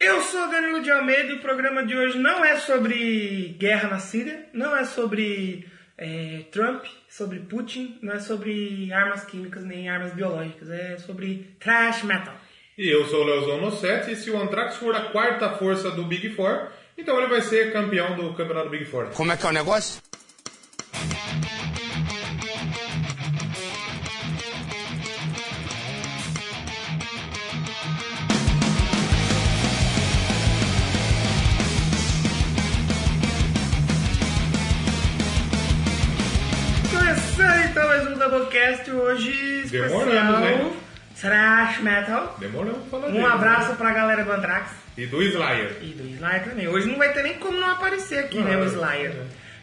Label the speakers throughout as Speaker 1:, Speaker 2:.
Speaker 1: Eu sou Danilo de Almeida e o programa de hoje não é sobre guerra na Síria, não é sobre é, Trump, sobre Putin, não é sobre armas químicas nem armas biológicas, é sobre trash metal.
Speaker 2: E eu sou o Leozão Nossetti, e se o Anthrax for a quarta força do Big Four, então ele vai ser campeão do campeonato Big Four.
Speaker 3: Como é que é o negócio?
Speaker 1: Começando então mais um Doublecast hoje especial
Speaker 2: Demoramos, hein?
Speaker 1: trash metal.
Speaker 2: Demorou né, pra falar
Speaker 1: Um
Speaker 2: dele.
Speaker 1: abraço pra galera do Anthrax.
Speaker 2: E do Slayer.
Speaker 1: E do Slayer também. Hoje não vai ter nem como não aparecer aqui,
Speaker 2: Não,
Speaker 1: né, o
Speaker 2: é.
Speaker 1: Slayer.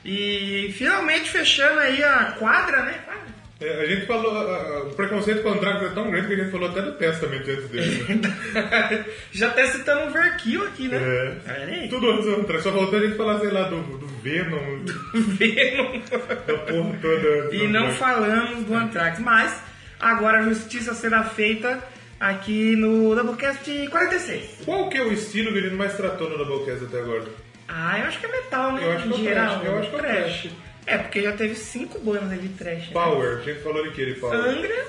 Speaker 1: E finalmente fechando aí a quadra, né? Quadra.
Speaker 2: É, A gente falou, a- a- o preconceito com o Anthrax é tão grande que a gente falou até do Testament antes dele. né?
Speaker 1: Já tá até citamos o Verkill aqui, né? Olha
Speaker 2: É.
Speaker 1: aí.
Speaker 2: Tudo antes do Anthrax, só faltou a gente falar, sei lá, do, do Venom,
Speaker 1: Venom.
Speaker 2: da porra toda. antes
Speaker 1: E
Speaker 2: do
Speaker 1: não
Speaker 2: Anthrax.
Speaker 1: falamos do Anthrax, mas agora a justiça será feita aqui no Doublecast 46.
Speaker 2: Qual que é o estilo que a gente mais tratou no Doublecast até agora?
Speaker 1: Ah, eu acho que é metal, né?
Speaker 2: Eu acho
Speaker 1: em
Speaker 2: que é o
Speaker 1: geral,
Speaker 2: thrash, eu acho que é o thrash.
Speaker 1: É, porque já teve cinco bandas ali de trash. Né?
Speaker 2: Power, a gente falou de que de Power?
Speaker 1: Angra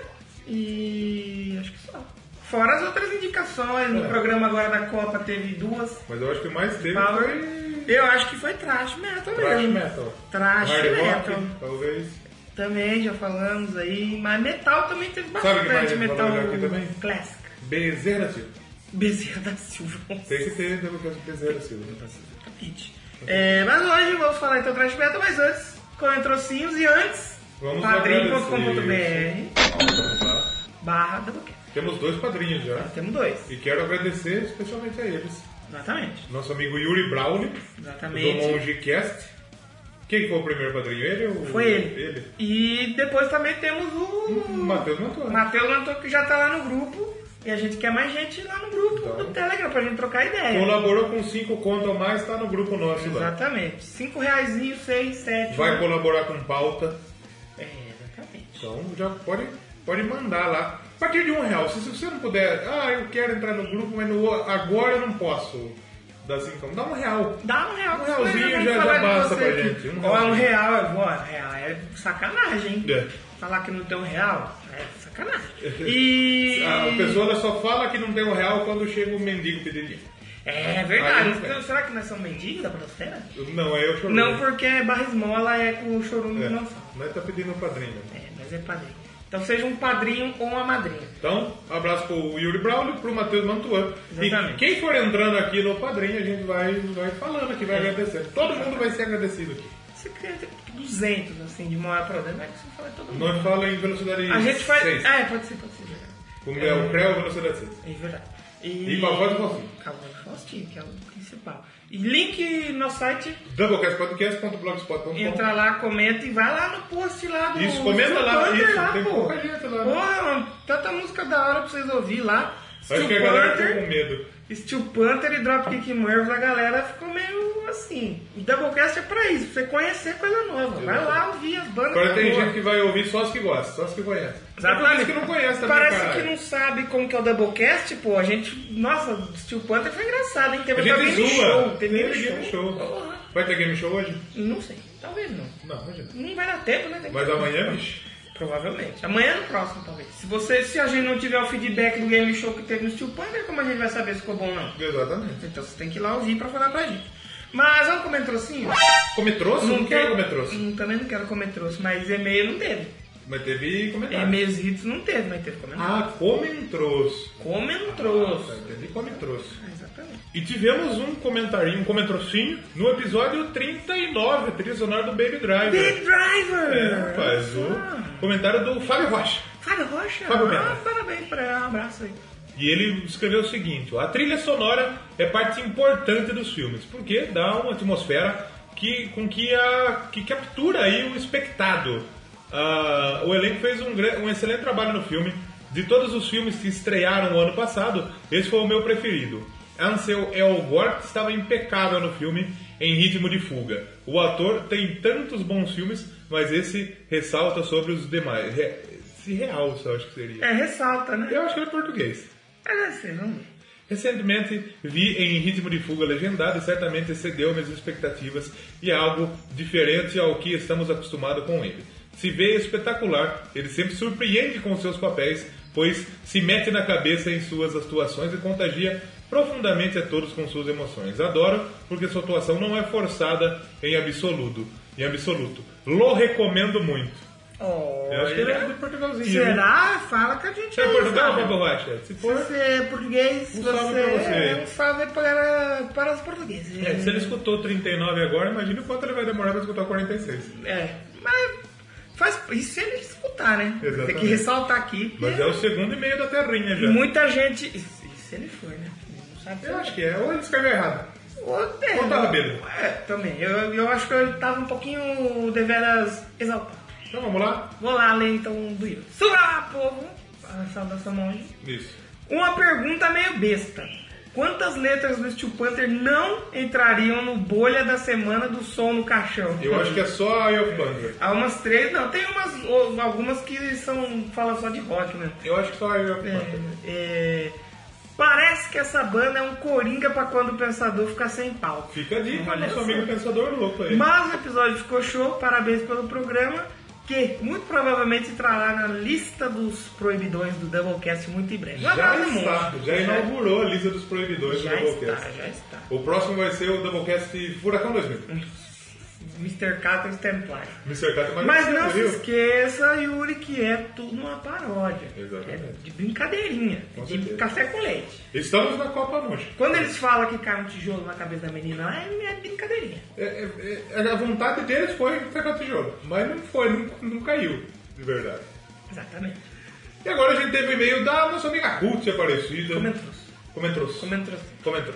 Speaker 1: e. acho que só. Fora as outras indicações,
Speaker 2: É.
Speaker 1: no programa agora da Copa teve duas.
Speaker 2: Mas eu acho que o mais dele
Speaker 1: Power.
Speaker 2: foi
Speaker 1: Eu acho que foi trash metal
Speaker 2: Thrash
Speaker 1: mesmo.
Speaker 2: metal.
Speaker 1: Thrash
Speaker 2: Hard rock,
Speaker 1: metal.
Speaker 2: talvez.
Speaker 1: Também já falamos aí. Mas metal também teve
Speaker 2: Sabe o que
Speaker 1: bastante
Speaker 2: mais a gente
Speaker 1: metal
Speaker 2: falou já aqui também?
Speaker 1: clássico.
Speaker 2: Bezerra Silva.
Speaker 1: Bezerra da Silva.
Speaker 2: Tem que ter Doublecast com Bezerra Silva.
Speaker 1: Exatamente. É, mas hoje vamos falar então trash metal, mas antes, com entrocinhos e antes,
Speaker 2: Vamos
Speaker 1: padrim.com.br
Speaker 2: agradecer. Tá.
Speaker 1: barra Doublecast.
Speaker 2: Temos dois padrinhos já.
Speaker 1: Temos dois.
Speaker 2: E quero agradecer especialmente a eles.
Speaker 1: Exatamente.
Speaker 2: Nosso amigo Yuri Brownie, do
Speaker 1: Exatamente.
Speaker 2: MongeCast. Quem foi o primeiro padrinho? Ele ou
Speaker 1: Foi ele.
Speaker 2: Ele.
Speaker 1: E depois também temos o
Speaker 2: Hum, Matheus Mantua.
Speaker 1: Matheus Lantor, que já tá lá no grupo. E a gente quer mais gente lá no grupo
Speaker 2: Então.
Speaker 1: do Telegram pra gente trocar ideia.
Speaker 2: Colaborou com cinco conto a mais, tá no grupo nosso lá.
Speaker 1: Exatamente. Cinco reais, seis, sete.
Speaker 2: Vai
Speaker 1: oito.
Speaker 2: colaborar com pauta.
Speaker 1: É, exatamente.
Speaker 2: Então já pode, pode mandar lá. A partir de um real, se se você não puder, ah, eu quero entrar no grupo, mas no- agora eu não posso. Dá cinco, dá um real.
Speaker 1: Dá um real.
Speaker 2: Um
Speaker 1: mas
Speaker 2: realzinho
Speaker 1: eu
Speaker 2: já-
Speaker 1: vou
Speaker 2: já
Speaker 1: falar de
Speaker 2: basta
Speaker 1: você
Speaker 2: pra
Speaker 1: aqui.
Speaker 2: gente, um
Speaker 1: Ó, um
Speaker 2: realzinho.
Speaker 1: real, eu vou, ó, real é sacanagem, hein?
Speaker 2: É.
Speaker 1: Falar que não tem um real é sacanagem. E.
Speaker 2: A pessoa ela só fala que não tem um real quando chega o mendigo pedir dinheiro.
Speaker 1: É verdade.
Speaker 2: Aí não
Speaker 1: Então,
Speaker 2: tem.
Speaker 1: será que nós somos mendigos da Brasfera?
Speaker 2: Não, é eu chorando.
Speaker 1: Não, porque barra esmola é com o chorume
Speaker 2: é,
Speaker 1: não fala.
Speaker 2: Nós tá pedindo um padrinho.
Speaker 1: É, mas é padrinho. Então seja um padrinho ou uma madrinha.
Speaker 2: Então, abraço pro Yuri Braulio e pro Matheus Mantuan.
Speaker 1: Exatamente.
Speaker 2: E quem for entrando aqui no padrinho, a gente vai, vai falando aqui,
Speaker 1: É.
Speaker 2: vai agradecendo. Todo mundo vai ser agradecido aqui.
Speaker 1: Você quer ter 200, assim, de uma hora pra outra. Não é que você fala todo mundo.
Speaker 2: Nós fala em velocidade
Speaker 1: A gente faz...
Speaker 2: seis.
Speaker 1: Ah, é, pode ser, pode ser. verdade.
Speaker 2: é O meu pré velocidade 6.
Speaker 1: É verdade.
Speaker 2: E com a voz do Faustino.
Speaker 1: Com a voz do Faustino, que é o principal. E link no
Speaker 2: Tá
Speaker 1: site,
Speaker 2: Doublecastpodcast.blogspot.com
Speaker 1: entra lá, comenta e vai lá no post lá do...
Speaker 2: Isso, comenta lá,
Speaker 1: Steel Panther
Speaker 2: isso, tem
Speaker 1: pô.
Speaker 2: pouca gente lá, né?
Speaker 1: Pô, mano, tanta música da hora pra vocês ouvir lá.
Speaker 2: Acho que a
Speaker 1: Steel
Speaker 2: galera
Speaker 1: Panther.
Speaker 2: ficou com medo.
Speaker 1: Steel Panther e Dropkick Murphys, a galera ficou meio assim. O Doublecast é pra isso, pra você conhecer coisa nova. Vai lá ouvir as bandas.
Speaker 2: Agora tem
Speaker 1: boas.
Speaker 2: gente que vai ouvir só as que gosta, só as que conhece.
Speaker 1: Exatamente.
Speaker 2: Tem que não conhece também,
Speaker 1: Parece
Speaker 2: caralho.
Speaker 1: que não sabe como que é o Doublecast, pô. A gente. Nossa, o Steel Panther foi engraçado, hein? Teve
Speaker 2: A
Speaker 1: até
Speaker 2: gente
Speaker 1: game
Speaker 2: zoa.
Speaker 1: show. Teve
Speaker 2: Tem
Speaker 1: game show.
Speaker 2: game show. Vai ter game show hoje?
Speaker 1: Não sei, talvez não.
Speaker 2: Não, hoje não.
Speaker 1: Não vai dar tempo, né? Tem
Speaker 2: Mas
Speaker 1: que-
Speaker 2: amanhã, bicho.
Speaker 1: Provavelmente. Amanhã é no próximo, talvez. Se você, se a gente não tiver o feedback do game show que teve no Steel Panther, como a gente vai saber se ficou bom ou não?
Speaker 2: Exatamente.
Speaker 1: Então você tem que ir lá ouvir pra falar pra gente. Mas vamos comer trocinho?
Speaker 2: Come trouxe? Não quer comer trouxe.
Speaker 1: Hum, Também não quero comer troço, mas e-mail não teve.
Speaker 2: Mas teve comentário.
Speaker 1: E-mails hits não teve, mas teve comentário.
Speaker 2: Ah, come um trouxe.
Speaker 1: Comem um
Speaker 2: Tá,
Speaker 1: troço.
Speaker 2: Entendi, come trouxe.
Speaker 1: Exatamente.
Speaker 2: E tivemos um comentarinho, um comentrocinho, no episódio 39, trilha sonora do Baby Driver.
Speaker 1: Big Driver!
Speaker 2: É, rapaz, o comentário do Fábio Rocha.
Speaker 1: Fábio Rocha?
Speaker 2: Fábio
Speaker 1: ah,
Speaker 2: Bento.
Speaker 1: parabéns pra ela, um abraço aí.
Speaker 2: E ele escreveu o seguinte: a trilha sonora é parte importante dos filmes, porque dá uma atmosfera que, com que, a, que captura aí o espectado. Ah, o elenco fez um, gran- um excelente trabalho no filme. De todos os filmes que estrearam o ano passado, esse foi o meu preferido. Ansel Elgort estava impecável no filme, em ritmo de fuga. O ator tem tantos bons filmes, mas esse ressalta sobre os demais. Re, se realça, eu acho que seria.
Speaker 1: É, ressalta, né?
Speaker 2: Eu acho que ele é português.
Speaker 1: É, sei, vamos ver.
Speaker 2: Recentemente vi em Ritmo de Fuga legendado e certamente excedeu minhas expectativas e é algo diferente ao que estamos acostumados com ele. Se vê espetacular, ele sempre surpreende com seus papéis, pois se mete na cabeça em suas atuações e contagia profundamente a todos com suas emoções. Adoro, porque sua atuação não é forçada em absoluto. Em absoluto. Lo recomendo muito.
Speaker 1: Oh,
Speaker 2: Eu acho que ele é de Portugalzinho. né?
Speaker 1: Será? Fala que a gente
Speaker 2: É
Speaker 1: aí,
Speaker 2: Portugal,
Speaker 1: sabe?
Speaker 2: Pablo Rocha? Se
Speaker 1: Se
Speaker 2: for,
Speaker 1: você é português,
Speaker 2: Um
Speaker 1: você,
Speaker 2: salve pra você.
Speaker 1: é um salve para, para os portugueses.
Speaker 2: É, se ele escutou 39 agora, imagina o quanto ele vai demorar pra escutar o 46.
Speaker 1: É, mas faz, isso se ele escutar, né?
Speaker 2: Exatamente.
Speaker 1: Tem que ressaltar aqui. porque
Speaker 2: Mas é o segundo e meio da terrinha já.
Speaker 1: Muita gente. E se e se ele for, né? Não sabe se
Speaker 2: Eu acho que é, ou ele escreveu errado.
Speaker 1: Ou tem.
Speaker 2: Ou tá bêbado.
Speaker 1: É, também. Eu, eu acho que eu tava um pouquinho deveras exaltado.
Speaker 2: Então vamos lá?
Speaker 1: Vou lá ler então do Yuri. Suba, povo! A saudação monge.
Speaker 2: Isso.
Speaker 1: Uma pergunta meio besta. Quantas letras do Steel Panther não entrariam no bolha da semana do som no caixão?
Speaker 2: Eu acho que é só a Elf Panther.
Speaker 1: Há umas três, não, tem umas ou- algumas que são fala só de rock, né?
Speaker 2: Eu acho que só a Elf
Speaker 1: É,
Speaker 2: Panther.
Speaker 1: é, parece que essa banda é um coringa pra quando o pensador ficar sem pau.
Speaker 2: Fica a dica,
Speaker 1: Olha
Speaker 2: nosso
Speaker 1: só.
Speaker 2: amigo pensador louco aí.
Speaker 1: Mas o episódio ficou show, parabéns pelo programa, que muito provavelmente entrará na lista dos proibidões do Doublecast muito em breve. Um
Speaker 2: Já
Speaker 1: abraço,
Speaker 2: está,
Speaker 1: monstro.
Speaker 2: já é inaugurou a lista dos proibidores
Speaker 1: Já
Speaker 2: do
Speaker 1: está, Uhum.
Speaker 2: Doublecast.
Speaker 1: já está.
Speaker 2: O próximo vai ser o Doublecast Furacão 2000.
Speaker 1: Mr. Cater's Templar.
Speaker 2: Mr. Cat, mas,
Speaker 1: Mas não se
Speaker 2: viu?
Speaker 1: esqueça, Yuri, que é tudo uma paródia.
Speaker 2: Exatamente.
Speaker 1: É de brincadeirinha.
Speaker 2: Com
Speaker 1: é de
Speaker 2: certeza.
Speaker 1: café com leite.
Speaker 2: Estamos na Copa Monte.
Speaker 1: Quando eles falam que cai um tijolo na cabeça da menina, é, é brincadeirinha.
Speaker 2: É, é, é- a vontade deles foi tacar o tijolo, mas não foi, não, não caiu, de verdade.
Speaker 1: Exatamente.
Speaker 2: E agora a gente teve o e-mail da nossa amiga Ruth Aparecida.
Speaker 1: Comentou.
Speaker 2: Comentou.
Speaker 1: Comentou.
Speaker 2: Comentou.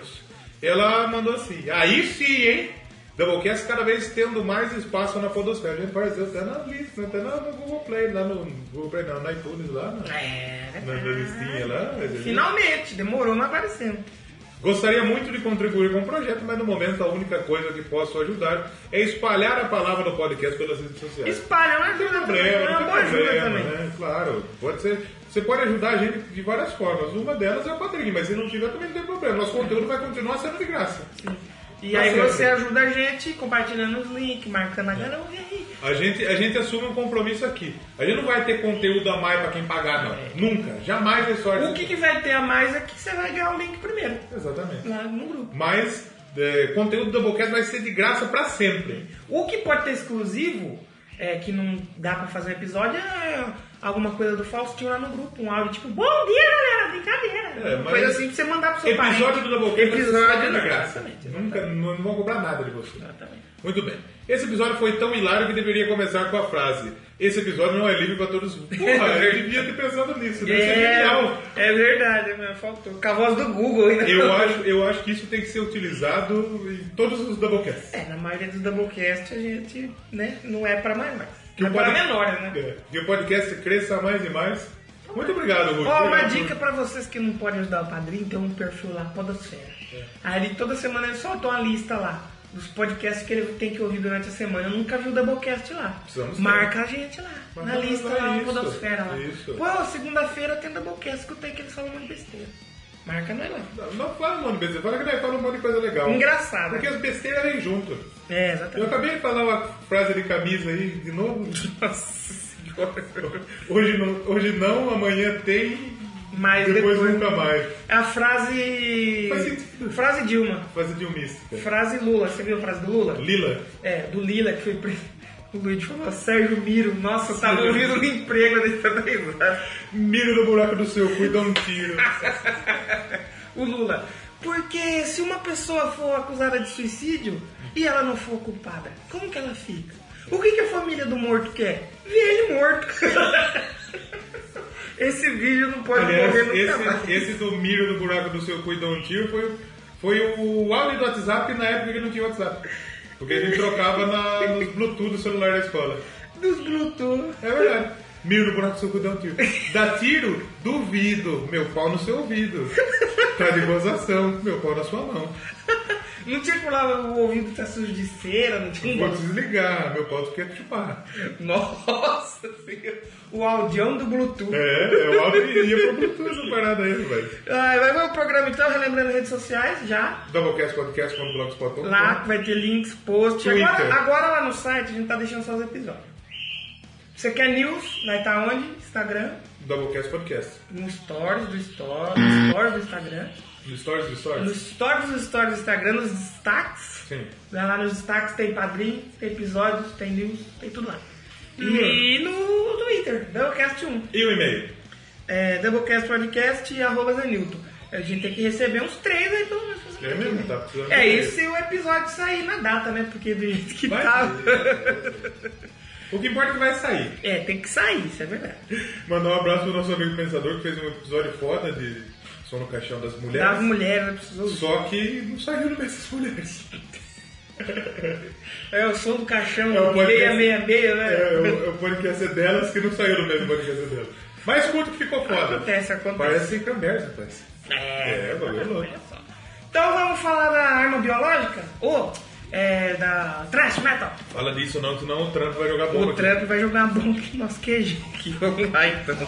Speaker 2: é Ela mandou assim, aí sim, hein? Doublecast cada vez tendo mais espaço na podosfera. A gente apareceu até na lista, até na- no Google Play, lá no Google Play, não, na iTunes, lá na,
Speaker 1: É, Ah,
Speaker 2: na na listinha lá. mas-
Speaker 1: Finalmente, demorou, mas aparecendo.
Speaker 2: Gostaria muito de contribuir com o projeto, mas no momento a única coisa que posso ajudar é espalhar a palavra do podcast pelas redes sociais.
Speaker 1: Espalha, uma
Speaker 2: Não tem
Speaker 1: ajuda também.
Speaker 2: problema,
Speaker 1: É uma
Speaker 2: não
Speaker 1: boa
Speaker 2: tem
Speaker 1: ajuda
Speaker 2: problema,
Speaker 1: também.
Speaker 2: né? Claro, pode ser. Você pode ajudar a gente de várias formas. Uma delas é o Padrinho, mas se não tiver também não tem problema. Nosso conteúdo vai continuar sendo de graça.
Speaker 1: E
Speaker 2: Tá
Speaker 1: aí
Speaker 2: certo. É.
Speaker 1: você ajuda a gente compartilhando os links, marcando a galera. Ui,
Speaker 2: A gente, a gente assume um compromisso aqui. A gente não vai ter conteúdo a mais pra quem pagar, não. Nunca. Jamais é sorte.
Speaker 1: É. O que, que vai ter a mais é que você vai ganhar o link primeiro.
Speaker 2: Exatamente.
Speaker 1: Lá no grupo.
Speaker 2: Mas é, conteúdo do Doublecast vai ser de graça pra sempre.
Speaker 1: O que pode ter exclusivo, é, que não dá pra fazer episódio, é alguma coisa do Faustinho lá no grupo, um áudio tipo, bom dia galera, brincadeira.
Speaker 2: É,
Speaker 1: uma
Speaker 2: mas
Speaker 1: coisa assim pra você mandar pro seu
Speaker 2: Episódio
Speaker 1: parente.
Speaker 2: do Doublecast
Speaker 1: Episódio
Speaker 2: da
Speaker 1: não,
Speaker 2: graça.
Speaker 1: Exatamente.
Speaker 2: Nunca, não, não vão cobrar nada de você.
Speaker 1: Exatamente.
Speaker 2: Muito bem. Esse episódio foi tão hilário que deveria começar com a frase: Esse episódio não é livre pra todos. Porra, eu devia ter pensado nisso. Deve ser genial.
Speaker 1: É, é verdade, né? faltou. Com a voz do Google ainda.
Speaker 2: Eu acho, eu acho que isso tem que ser utilizado em todos os Doublecasts.
Speaker 1: É, na maioria dos Doublecast a gente, né, não é pra mais, mais.
Speaker 2: Que
Speaker 1: é
Speaker 2: o
Speaker 1: pra
Speaker 2: pod-
Speaker 1: menores, né?
Speaker 2: É, que o podcast cresça mais e mais. Muito obrigado, Ruth.
Speaker 1: Ó, uma
Speaker 2: Obrigado,
Speaker 1: dica
Speaker 2: Ruth.
Speaker 1: pra vocês que não podem ajudar o padrinho, tem um perfil lá, Podosfera.
Speaker 2: É.
Speaker 1: Aí ele, toda semana ele solta uma lista lá dos podcasts que ele tem que ouvir durante a semana. Eu nunca vi o Doublecast lá.
Speaker 2: Precisamos ter.
Speaker 1: Marca a gente lá,
Speaker 2: Mas
Speaker 1: na
Speaker 2: vamos
Speaker 1: lista
Speaker 2: lá,
Speaker 1: lá,
Speaker 2: isso,
Speaker 1: Podosfera lá.
Speaker 2: isso.
Speaker 1: Pô, segunda-feira tem Doublecast, escutei que eles falam uma besteira. Marca nós lá.
Speaker 2: Não, não fala um monte de besteira, fala que nós falamos um monte de coisa legal.
Speaker 1: Engraçado. né?
Speaker 2: Porque as besteiras vêm junto.
Speaker 1: É,
Speaker 2: Eu
Speaker 1: exatamente.
Speaker 2: acabei de falar uma frase de camisa aí de novo. Hoje não, hoje não amanhã tem,
Speaker 1: Mas
Speaker 2: depois,
Speaker 1: depois...
Speaker 2: nunca mais.
Speaker 1: É a frase...
Speaker 2: Faz sentido.
Speaker 1: Frase Dilma.
Speaker 2: Frase de um mística.
Speaker 1: Frase Lula. Você viu a frase do Lula?
Speaker 2: Lila,
Speaker 1: É, do Lila, que foi preso. O Luiz falou, Sérgio Miro, nossa, eu tava ouvindo no emprego né? Tá nesse tempo.
Speaker 2: mira no buraco do seu cu e dá um tiro.
Speaker 1: O Lula. Porque se uma pessoa for acusada de suicídio e ela não for culpada, como que ela fica? O que, que a família do morto quer? Ver ele morto. Esse vídeo não pode
Speaker 2: Aliás,
Speaker 1: morrer nunca mais.
Speaker 2: esse, esse do mira no buraco do seu cu e dá um tiro foi, foi o áudio do WhatsApp na época que não tinha WhatsApp. Porque a gente trocava na, nos Bluetooth do celular da escola.
Speaker 1: Dos Bluetooth.
Speaker 2: É verdade. Miro no buraco do seu cu dá um tiro. Dá tiro? Duvido. Meu pau no seu ouvido. Tá de gozação. Meu pau na sua mão.
Speaker 1: Não tinha que lá o ouvido tá sujo de cera, não tinha um
Speaker 2: Vou
Speaker 1: bagulho.
Speaker 2: desligar, meu pau quer chupar.
Speaker 1: Nossa senhora. O audião do Bluetooth.
Speaker 2: É, é o áudio que iria pro Bluetooth essa parada aí, velho.
Speaker 1: Ai, vai ver o programa então, relembrando redes sociais já.
Speaker 2: Doublecastpodcast.blogspot.com
Speaker 1: Lá que vai ter links, posts.
Speaker 2: Twitter.
Speaker 1: Agora, agora lá no site a gente tá deixando só os episódios. Você quer news? Vai estar onde? Instagram.
Speaker 2: Doublecast Podcast.
Speaker 1: No Stories do Stories, no Stories do Instagram.
Speaker 2: No Stories do
Speaker 1: Nos
Speaker 2: Stories?
Speaker 1: Stories do Stories do Instagram, nos destaques.
Speaker 2: Sim.
Speaker 1: Vai lá nos destaques, tem padrinho, tem episódios, tem news, tem tudo lá. E
Speaker 2: Uhum.
Speaker 1: no Twitter, Doublecast1.
Speaker 2: E o e-mail?
Speaker 1: É, Doublecast Podcast e arroba Zenilton. A gente tem que receber uns três aí pelo menos. pra semana
Speaker 2: É
Speaker 1: que
Speaker 2: mesmo,
Speaker 1: vem.
Speaker 2: tá precisando
Speaker 1: É
Speaker 2: de
Speaker 1: isso e o episódio sair na data, né? Porque do jeito que
Speaker 2: Vai
Speaker 1: tá.
Speaker 2: O que importa é que vai sair.
Speaker 1: É, tem que sair, isso é verdade.
Speaker 2: Mandar um abraço pro nosso amigo pensador que fez um episódio foda de Som no Caixão das Mulheres.
Speaker 1: Das mulheres, né? Precisou.
Speaker 2: Só que não saiu dessas mulheres.
Speaker 1: É o som do caixão,
Speaker 2: É o podcast.
Speaker 1: meia, meia, meia, né?
Speaker 2: É, eu, eu podcast é delas que não saiu no mesmo podcast É delas. Mas curto que ficou foda.
Speaker 1: Acontece, acontece.
Speaker 2: Parece Cambers, rapaz. É, bagulho louco.
Speaker 1: Então vamos falar da arma biológica? Ou é, da trash metal?
Speaker 2: Fala disso não, senão o Trump vai jogar bomba.
Speaker 1: O
Speaker 2: aqui.
Speaker 1: Trump vai jogar a bomba no nosso queijo aqui. Vamos lá então.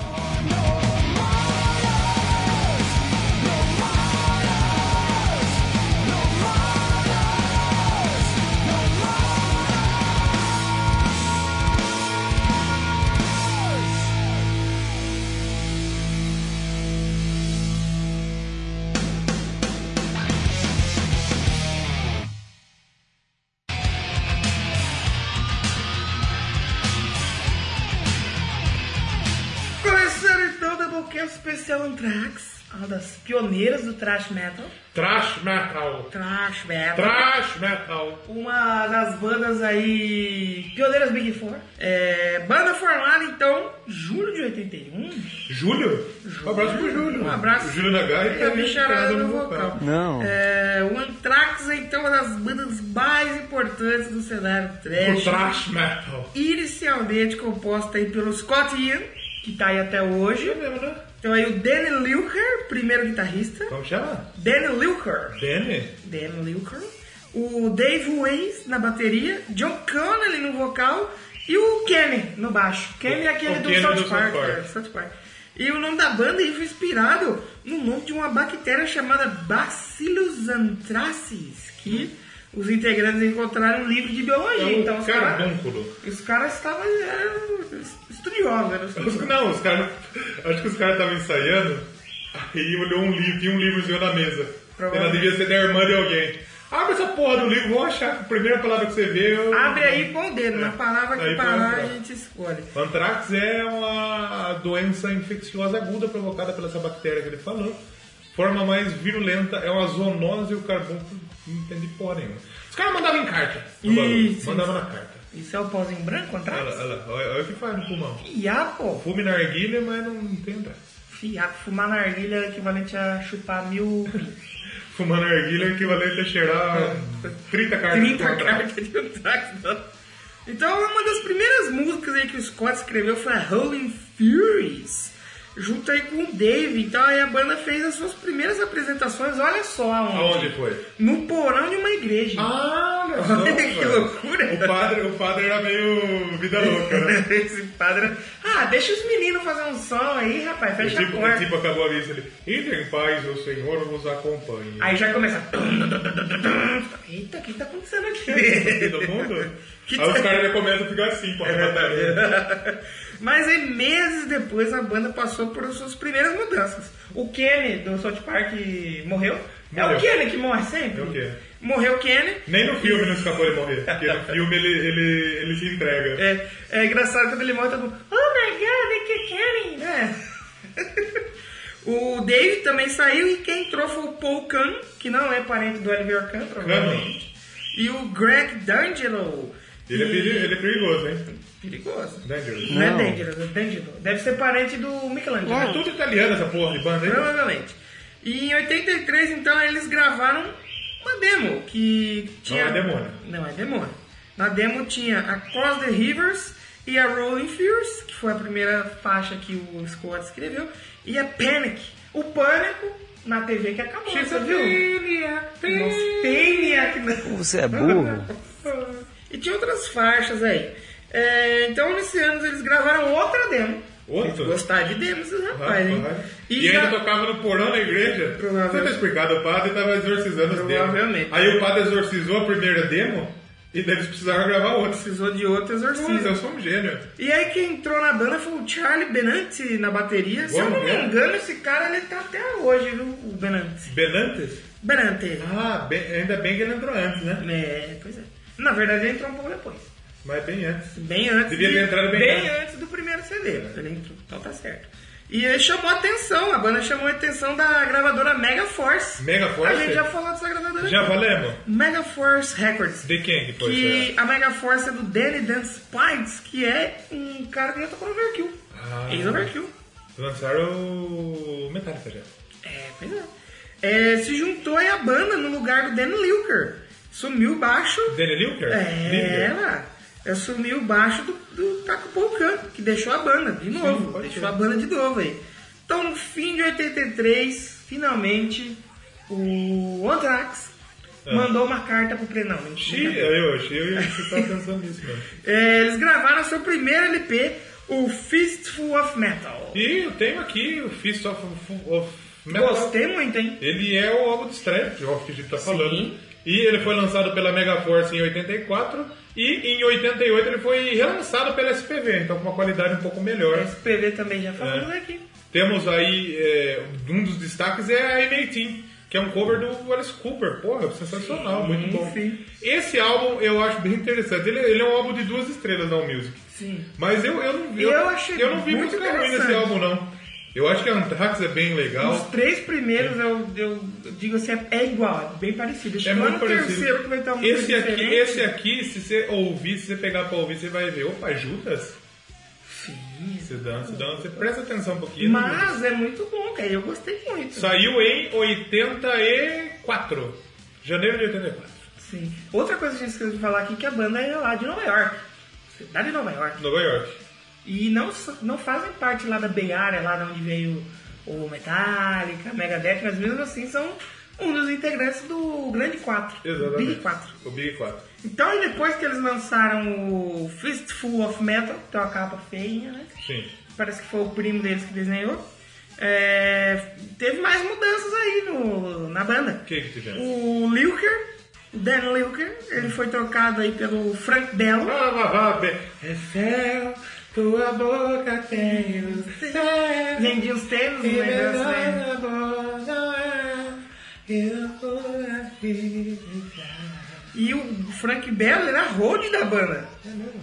Speaker 1: Começando então o Doublecast especial Anthrax, uma das pioneiras do thrash metal.
Speaker 2: Trash metal.
Speaker 1: Thrash metal.
Speaker 2: Trash metal.
Speaker 1: uma das bandas aí pioneiras Big Four. É, banda formada então, julho de 81.
Speaker 2: Júlio? Um abraço pro Júlio.
Speaker 1: Um abraço.
Speaker 2: O Júlio Nagai
Speaker 1: E a bicharada no vocal.
Speaker 3: Não.
Speaker 1: É, o Anthrax é então uma das bandas mais importantes do cenário
Speaker 2: O
Speaker 1: thrash.
Speaker 2: trash metal.
Speaker 1: Inicialmente composta aí pelo Scott Ian, que tá aí até hoje. Então aí o Danny Lilker, primeiro guitarrista.
Speaker 2: Como chama?
Speaker 1: Danny Lilker.
Speaker 2: Danny?
Speaker 1: Dan Lilker, o Dave Ways na bateria, John Connelly no vocal e o Kenny no baixo. Kenny é aquele
Speaker 2: o
Speaker 1: do,
Speaker 2: Kenny
Speaker 1: South,
Speaker 2: do South
Speaker 1: Park,
Speaker 2: Park.
Speaker 1: é, South Park. E o nome da banda aí foi inspirado no nome de uma bactéria chamada Bacillus anthracis, que os integrantes encontraram no livro de
Speaker 2: É um
Speaker 1: biologia. então os caras
Speaker 2: carbúnculo.
Speaker 1: os caras estavam eram estudiosos, eram
Speaker 2: Os-
Speaker 1: estudiosos.
Speaker 2: Não, os caras. Acho que os caras estavam ensaiando, aí olhou um livro, tinha um livrozinho na mesa. Ela
Speaker 1: Provavelmente.
Speaker 2: devia ser da irmã de alguém. Abre essa porra do livro, vou achar que a primeira palavra que você vê. Eu...
Speaker 1: Abre aí com o dedo, na palavra que
Speaker 2: Aí pra
Speaker 1: parar a
Speaker 2: entrar.
Speaker 1: gente escolhe.
Speaker 2: Antrax é uma doença infecciosa aguda provocada pela essa bactéria que ele falou. Forma mais virulenta é uma zoonose e o carbúnculo não entende porra nenhuma. Os caras mandavam em carta. no bagulho.
Speaker 1: Isso.
Speaker 2: Mandavam na carta.
Speaker 1: Isso é o pauzinho branco,
Speaker 2: Olha,
Speaker 1: Anthrax?
Speaker 2: lá, olha, lá, olha, olha o que faz no pulmão.
Speaker 1: Fiar, pô.
Speaker 2: Fume na arguilha, mas não tem Antrax.
Speaker 1: Fiar, fumar na argilha é equivalente a chupar mil.
Speaker 2: Fumar na arguilha é equivalente a cheirar 30 cartas.
Speaker 1: 30
Speaker 2: por Antrax.
Speaker 1: cartas de Anthrax, não. Então, uma das primeiras músicas aí que o Scott escreveu foi a Rolling Furies, junto aí com o Dave. Então, aí a banda fez as suas primeiras apresentações, olha só aonde.
Speaker 2: Aonde foi?
Speaker 1: No porão de uma igreja.
Speaker 2: Ah, olha
Speaker 1: só,
Speaker 2: que
Speaker 1: velho.
Speaker 2: loucura!
Speaker 1: O
Speaker 2: padre, o padre era meio vida louca, né?
Speaker 1: né? Esse padre... Ah, deixa os meninos fazer um som aí, rapaz,
Speaker 2: É
Speaker 1: fecha a
Speaker 2: tipo, é
Speaker 1: porta.
Speaker 2: tipo acabou a missa ali. Entre em paz, o Senhor nos acompanhe.
Speaker 1: Aí já começa... Eita, o que tá acontecendo aqui?
Speaker 2: Fim do mundo?
Speaker 1: Que
Speaker 2: Aí os
Speaker 1: t-
Speaker 2: caras já começam a ficar assim, com a
Speaker 1: Mas aí, meses depois, a banda passou por suas primeiras mudanças. O Kenny do South Park morreu. É
Speaker 2: Morreu.
Speaker 1: o Kenny que morre sempre?
Speaker 2: É o Kenny.
Speaker 1: Morreu o Kenny.
Speaker 2: Nem no filme não escapou ele morrer, porque no filme ele, ele, ele se entrega.
Speaker 1: É, é engraçado quando ele morre, todo mundo, oh my god, é que Kenny, né? o Dave também saiu e quem entrou foi o Paul Kahn, que não é parente do Oliver Kahn, provavelmente. E o Greg D'Angelo.
Speaker 2: Uhum. Ele, é
Speaker 1: E-
Speaker 2: peri- ele é perigoso, hein? Né,
Speaker 1: perigoso.
Speaker 2: Dangerous.
Speaker 1: Não, é
Speaker 3: Não.
Speaker 1: Dangerous, é D'Angelo. Deve ser parente do Michelangelo.
Speaker 2: É tudo italiano essa porra de banda, hein?
Speaker 1: Provavelmente. E em 83, então, eles gravaram uma demo que tinha.
Speaker 2: é demônio.
Speaker 1: Não é demônio. Na demo tinha a Cross the Rivers e a Rolling Fears, que foi a primeira faixa que o Scott escreveu, e a Panic. O Pânico na TV que acabou,
Speaker 2: She's
Speaker 1: você
Speaker 2: a
Speaker 1: viu?
Speaker 2: maniac,
Speaker 1: Nossa, Paniac, né?
Speaker 3: Você é burro.
Speaker 1: E tinha outras faixas aí. É, então, nesse ano, eles gravaram outra demo.
Speaker 2: Outra?
Speaker 1: Gostar de demos, esses rapazes, hein?
Speaker 2: Rapaz. Uhum. E,
Speaker 1: já-
Speaker 2: ainda tocava no porão da igreja.
Speaker 1: Provavelmente.
Speaker 2: Você tá explicado, o padre tava exorcizando os
Speaker 1: Provavelmente.
Speaker 2: demos. Aí o padre exorcizou a primeira demo e daí eles precisaram gravar outra.
Speaker 1: precisou de outro
Speaker 2: Nossa,
Speaker 1: exorcismo.
Speaker 2: eu sou um gênio.
Speaker 1: E aí quem entrou na banda foi o Charlie Benanti na bateria. Se eu não me
Speaker 2: Bom, né?
Speaker 1: engano, esse cara ele tá até hoje, viu? O Benanti.
Speaker 2: Benantes?
Speaker 1: Benanti.
Speaker 2: Ah, bem- ainda bem que ele entrou antes, né?
Speaker 1: É, pois é. Na verdade ele entrou um pouco depois.
Speaker 2: Mas bem antes.
Speaker 1: Bem antes.
Speaker 2: Devia ter entrado bem antes. É.
Speaker 1: antes do primeiro CD. Ele entrou, então tá certo. E aí chamou a atenção, a banda chamou a atenção da gravadora Mega Force.
Speaker 2: Mega
Speaker 1: A
Speaker 2: Force?
Speaker 1: gente já falou dessa gravadora.
Speaker 2: Já
Speaker 1: aqui.
Speaker 2: falamos?
Speaker 1: Mega Force Records.
Speaker 2: De quem que foi isso?
Speaker 1: Que a Mega Force é do Danny Dan Spikes, que é um cara que já tocou no Overkill.
Speaker 2: Ah.
Speaker 1: Ex-Overkill.
Speaker 2: Lançaram o Metallica já.
Speaker 1: É, pois é. É, se juntou aí a banda no lugar do Danny Lilker. Sumiu o baixo.
Speaker 2: Danny Lilker?
Speaker 1: É,
Speaker 2: Lilker.
Speaker 1: ela. Eu sumi o baixo do, do Taco Polcan, que deixou a banda, de novo.
Speaker 2: pode
Speaker 1: deixou
Speaker 2: ser.
Speaker 1: a banda de novo aí. Então, no fim de 83, finalmente, o Anthrax
Speaker 2: Ah.
Speaker 1: mandou uma carta pro Plenão.
Speaker 2: Xi, eu, xi, eu ia ficar pensando nisso mesmo.
Speaker 1: É, eles gravaram seu primeiro LP, o Fistful of Metal.
Speaker 2: E eu tenho aqui o Fist of, of Metal.
Speaker 1: Gostei muito, hein?
Speaker 2: Ele é o álbum de estreia, que o Felipe tá falando.
Speaker 1: Sim.
Speaker 2: E ele foi lançado pela Mega Force em 84 e em 88 ele foi relançado pela SPV, então com uma qualidade um pouco melhor.
Speaker 1: Esse PV também já
Speaker 2: É.
Speaker 1: falamos aqui.
Speaker 2: Temos aí, é, um dos destaques é a M18, que é um cover do Alice Cooper. Porra, sensacional,
Speaker 1: Sim,
Speaker 2: muito bom.
Speaker 1: sim.
Speaker 2: Esse álbum eu acho bem interessante. Ele, ele é um álbum de duas estrelas na Music.
Speaker 1: Sim.
Speaker 2: Mas eu, eu não vi.
Speaker 1: Eu achei
Speaker 2: eu não vi
Speaker 1: muito
Speaker 2: música ruim nesse
Speaker 1: interessante.
Speaker 2: álbum, não. Eu acho que Anthrax é bem legal.
Speaker 1: Os três primeiros eu, eu digo assim, é- é igual, é bem parecido. Acho
Speaker 2: É
Speaker 1: que lá
Speaker 2: muito
Speaker 1: no
Speaker 2: parecido.
Speaker 1: terceiro que vai estar um muito
Speaker 2: esse, aqui, esse aqui, se você ouvir, se você pegar pra ouvir, você vai ver. Opa, é Judas?
Speaker 1: Sim.
Speaker 2: Você dança, você dança. Você presta atenção um pouquinho. né, Judas?
Speaker 1: Mas é muito bom, cara. Eu gostei muito.
Speaker 2: Saiu em 84. Janeiro de 84.
Speaker 1: Sim. Outra coisa que a gente esqueceu de falar aqui é que a banda é lá de Nova York. Cidade de Nova York.
Speaker 2: Nova York.
Speaker 1: E não, so- não fazem parte lá da Bay Area, lá de onde veio o Metallica, Megadeth, mas mesmo assim são um dos integrantes do Grande 4.
Speaker 2: Exatamente.
Speaker 1: Big 4.
Speaker 2: O Big 4.
Speaker 1: Então, e depois que eles lançaram o Fistful of Metal, que tem uma capa feinha, né?
Speaker 2: Sim.
Speaker 1: Parece que foi o primo deles que desenhou. É, teve mais mudanças aí no, na banda.
Speaker 2: O que que tivemos?
Speaker 1: O Lilker, o Dan Lilker, ele foi trocado aí pelo Frank Bello.
Speaker 2: Vá, Ah, vá, vá, bem. É céu, tua boca tem o céu.
Speaker 1: Vendia os tênis,
Speaker 2: E
Speaker 1: um negócio, né?
Speaker 2: verdade agora eu vou acreditar.
Speaker 1: E o Frank Bello era road da banda.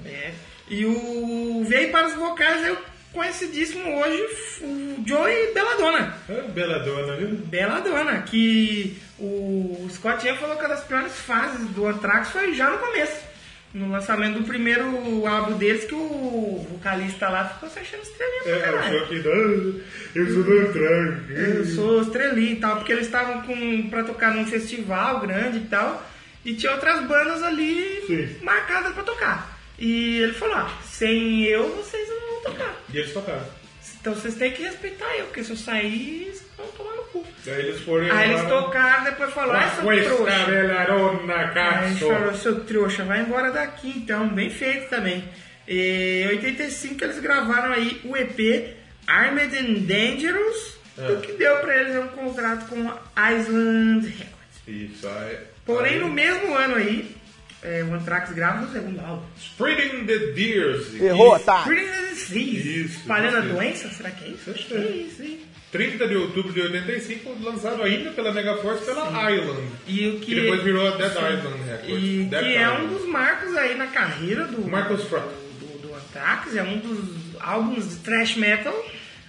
Speaker 1: É. E o veio para os vocais aí o conhecidíssimo hoje o Joey Belladonna.
Speaker 2: Ah, Bela dona, viu?
Speaker 1: Belladonna, que o Scott Ian falou que uma das piores fases do Anthrax foi já no começo. No lançamento do primeiro álbum deles, que o vocalista lá ficou se achando estrelinha
Speaker 2: É,
Speaker 1: pra
Speaker 2: achou
Speaker 1: caralho.
Speaker 2: que não, eu sou do Antrax.
Speaker 1: Eu sou estrelinha e tal, porque eles estavam com pra tocar num festival grande e tal, e tinha outras bandas ali
Speaker 2: Sim.
Speaker 1: marcadas pra tocar. E ele falou, ó, sem eu vocês não vão tocar.
Speaker 2: E eles tocaram.
Speaker 1: Então vocês têm que respeitar eu, porque se eu sair, vocês vão tomar no cu.
Speaker 2: Daí eles foram.
Speaker 1: Aí Ah, eles
Speaker 2: lá,
Speaker 1: tocaram, depois falaram,
Speaker 2: lá,
Speaker 1: ah,
Speaker 2: com
Speaker 1: seu
Speaker 2: esta
Speaker 1: trouxa.
Speaker 2: belarona,
Speaker 1: Aí a gente
Speaker 2: caço.
Speaker 1: falou, seu trouxa, vai embora daqui então, bem feito também. Em 85 eles gravaram aí o EP Armed and Dangerous,
Speaker 2: Ah.
Speaker 1: o que deu pra eles um contrato com a Island Records.
Speaker 2: Isso, aí.
Speaker 1: Porém,
Speaker 2: aí-
Speaker 1: no mesmo ano aí, é, o Anthrax grava o segundo álbum.
Speaker 2: Eh, Spreading the Deers.
Speaker 3: Errou,
Speaker 2: E
Speaker 3: tá?
Speaker 1: Breeding the Disease,
Speaker 2: Ah. Isso,
Speaker 1: espalhando a
Speaker 2: isso.
Speaker 1: doença, será que é isso? Acho que é isso, hein?
Speaker 2: 30 de outubro de 85, lançado ainda pela Megaforce pela Island.
Speaker 1: E o que,
Speaker 2: Que depois virou a Dead Island Records.
Speaker 1: e
Speaker 2: Dead
Speaker 1: que é um
Speaker 2: Island.
Speaker 1: dos marcos aí na carreira do
Speaker 2: tá Marcos Frota.
Speaker 1: do, do Anthrax, é um dos álbuns de thrash metal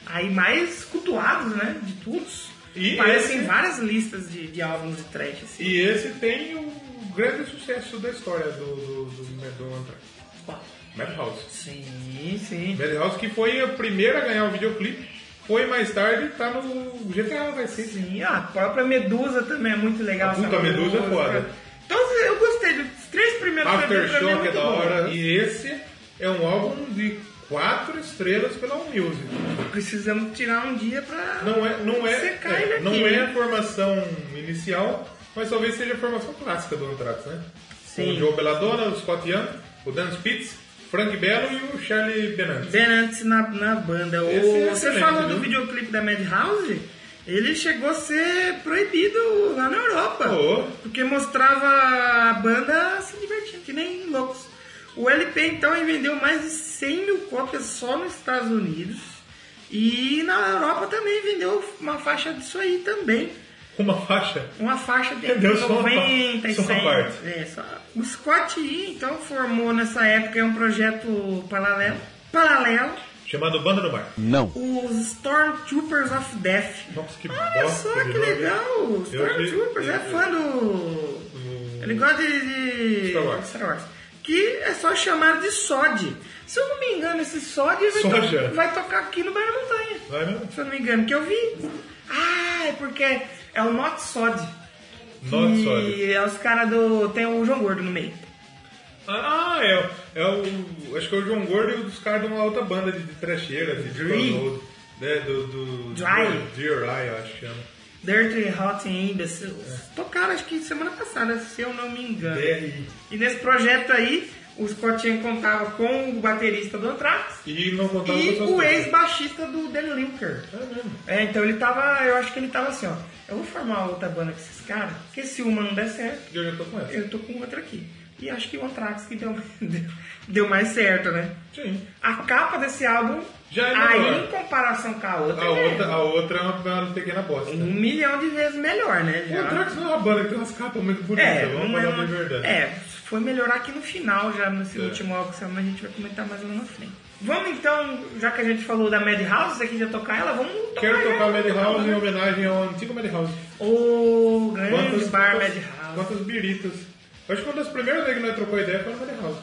Speaker 1: aí mais cultuados, né, de todos.
Speaker 2: E
Speaker 1: Aparecem
Speaker 2: esse-
Speaker 1: várias listas de, de álbuns de thrash, assim.
Speaker 2: E esse tem o grande sucesso da história do, do, do, do Anthrax.
Speaker 1: Qual?
Speaker 2: Madhouse.
Speaker 1: Sim, sim.
Speaker 2: Madhouse que foi a primeira a ganhar o videoclipe, foi mais tarde tá no GTA vai ser.
Speaker 1: Sim, ah, a própria Medusa também é muito legal.
Speaker 2: A
Speaker 1: essa
Speaker 2: puta Medusa é
Speaker 1: música.
Speaker 2: foda.
Speaker 1: Então eu gostei dos três primeiros CD pra mim
Speaker 2: Aftershock
Speaker 1: muito
Speaker 2: é da
Speaker 1: bom.
Speaker 2: hora. E esse é um álbum de quatro estrelas pela AllMusic.
Speaker 1: Precisamos tirar um dia pra
Speaker 2: Não é, não é,
Speaker 1: secar ele
Speaker 2: é,
Speaker 1: aqui. né?
Speaker 2: não é a formação inicial, Mas talvez seja a formação clássica do Anthrax, né? Com o
Speaker 1: Sim.
Speaker 2: Joe Belladonna, o Scott Young, o Dan Spitz, Frank Bello e o Charlie Benante.
Speaker 1: Benantes na, na banda. O-
Speaker 2: Esse é
Speaker 1: você
Speaker 2: excelente,
Speaker 1: falou
Speaker 2: viu?
Speaker 1: do videoclipe da Madhouse? Ele chegou a ser proibido lá na Europa.
Speaker 2: Oh.
Speaker 1: Porque mostrava a banda se divertindo, que nem loucos. O LP então ele vendeu mais de 100 mil cópias só nos Estados Unidos. E na Europa também vendeu uma faixa disso aí também.
Speaker 2: Uma faixa.
Speaker 1: Uma faixa de
Speaker 2: Entendeu? Só uma
Speaker 1: 90 e
Speaker 2: parte. Só uma
Speaker 1: 100.
Speaker 2: parte.
Speaker 1: É, só- O Scott E, então, formou nessa época um projeto paralelo. Paralelo,
Speaker 2: Chamado Banda do Mar.
Speaker 3: Não.
Speaker 1: os Stormtroopers of Death.
Speaker 2: Nossa, que
Speaker 1: Olha
Speaker 2: bosta
Speaker 1: só
Speaker 2: de
Speaker 1: que
Speaker 2: nome.
Speaker 1: legal! Stormtroopers
Speaker 2: eu- Hum.
Speaker 1: é fã do. Ele gosta de. de-
Speaker 2: Star Wars.
Speaker 1: Que é só chamar de SOD. Se eu não me engano, esse SOD vai, to-
Speaker 2: Soja.
Speaker 1: vai tocar aqui no Bairro Montanha.
Speaker 2: Vai mesmo?
Speaker 1: Se eu não me engano, que eu vi. Ah, é porque é o Not Sod.
Speaker 2: Not
Speaker 1: Que
Speaker 2: Sod.
Speaker 1: é os caras do. Tem o João Gordo no meio.
Speaker 2: Ah, é, é o. Acho que é o João Gordo e os caras de uma outra banda de, de trecheiras, de
Speaker 1: Dry.
Speaker 2: download. Né, do, do,
Speaker 1: Dry.
Speaker 2: Do, Dry, eu acho que chama.
Speaker 1: Dirty Hot and Imbeciles.
Speaker 2: É.
Speaker 1: Tocaram acho que semana passada, se eu não me engano.
Speaker 2: DRI.
Speaker 1: E nesse projeto aí, o Scottinho contava com o baterista do Anthrax
Speaker 2: E não contava com
Speaker 1: e
Speaker 2: essas
Speaker 1: o
Speaker 2: coisas.
Speaker 1: ex-baixista do Danny Linker.
Speaker 2: É mesmo.
Speaker 1: É, então ele tava. Eu acho que ele tava assim, ó. Eu vou formar outra banda com esses caras, porque se uma não der certo,
Speaker 2: Eu já tô com essa.
Speaker 1: eu tô com outra aqui. E acho que o Anthrax que deu, deu mais certo, né?
Speaker 2: Sim.
Speaker 1: A capa desse álbum,
Speaker 2: Já é melhor.
Speaker 1: aí em comparação com a outra,
Speaker 2: A
Speaker 1: é
Speaker 2: outra, a outra é uma, uma pequena bosta.
Speaker 1: um milhão de vezes melhor, né?
Speaker 2: O Anthrax não é uma banda que tem umas capas muito bonitas,
Speaker 1: É,
Speaker 2: vamos
Speaker 1: não é
Speaker 2: falar
Speaker 1: uma-
Speaker 2: de verdade.
Speaker 1: é, foi melhorar aqui no final, já nesse
Speaker 2: É.
Speaker 1: último álbum, que saiu, mas a gente vai comentar mais lá na frente. Vamos então, já que a gente falou da Madhouse, você queria tocar ela, vamos tocar
Speaker 2: Quero
Speaker 1: ela,
Speaker 2: tocar
Speaker 1: vamos
Speaker 2: Madhouse em
Speaker 1: ela.
Speaker 2: homenagem ao antigo Madhouse.
Speaker 1: O grande
Speaker 2: Quantas-
Speaker 1: Hum, bar
Speaker 2: quantas-
Speaker 1: Madhouse.
Speaker 2: Quantas biritas. Eu acho que uma das primeiras vezes que nós trocou ideia foi no Madhouse.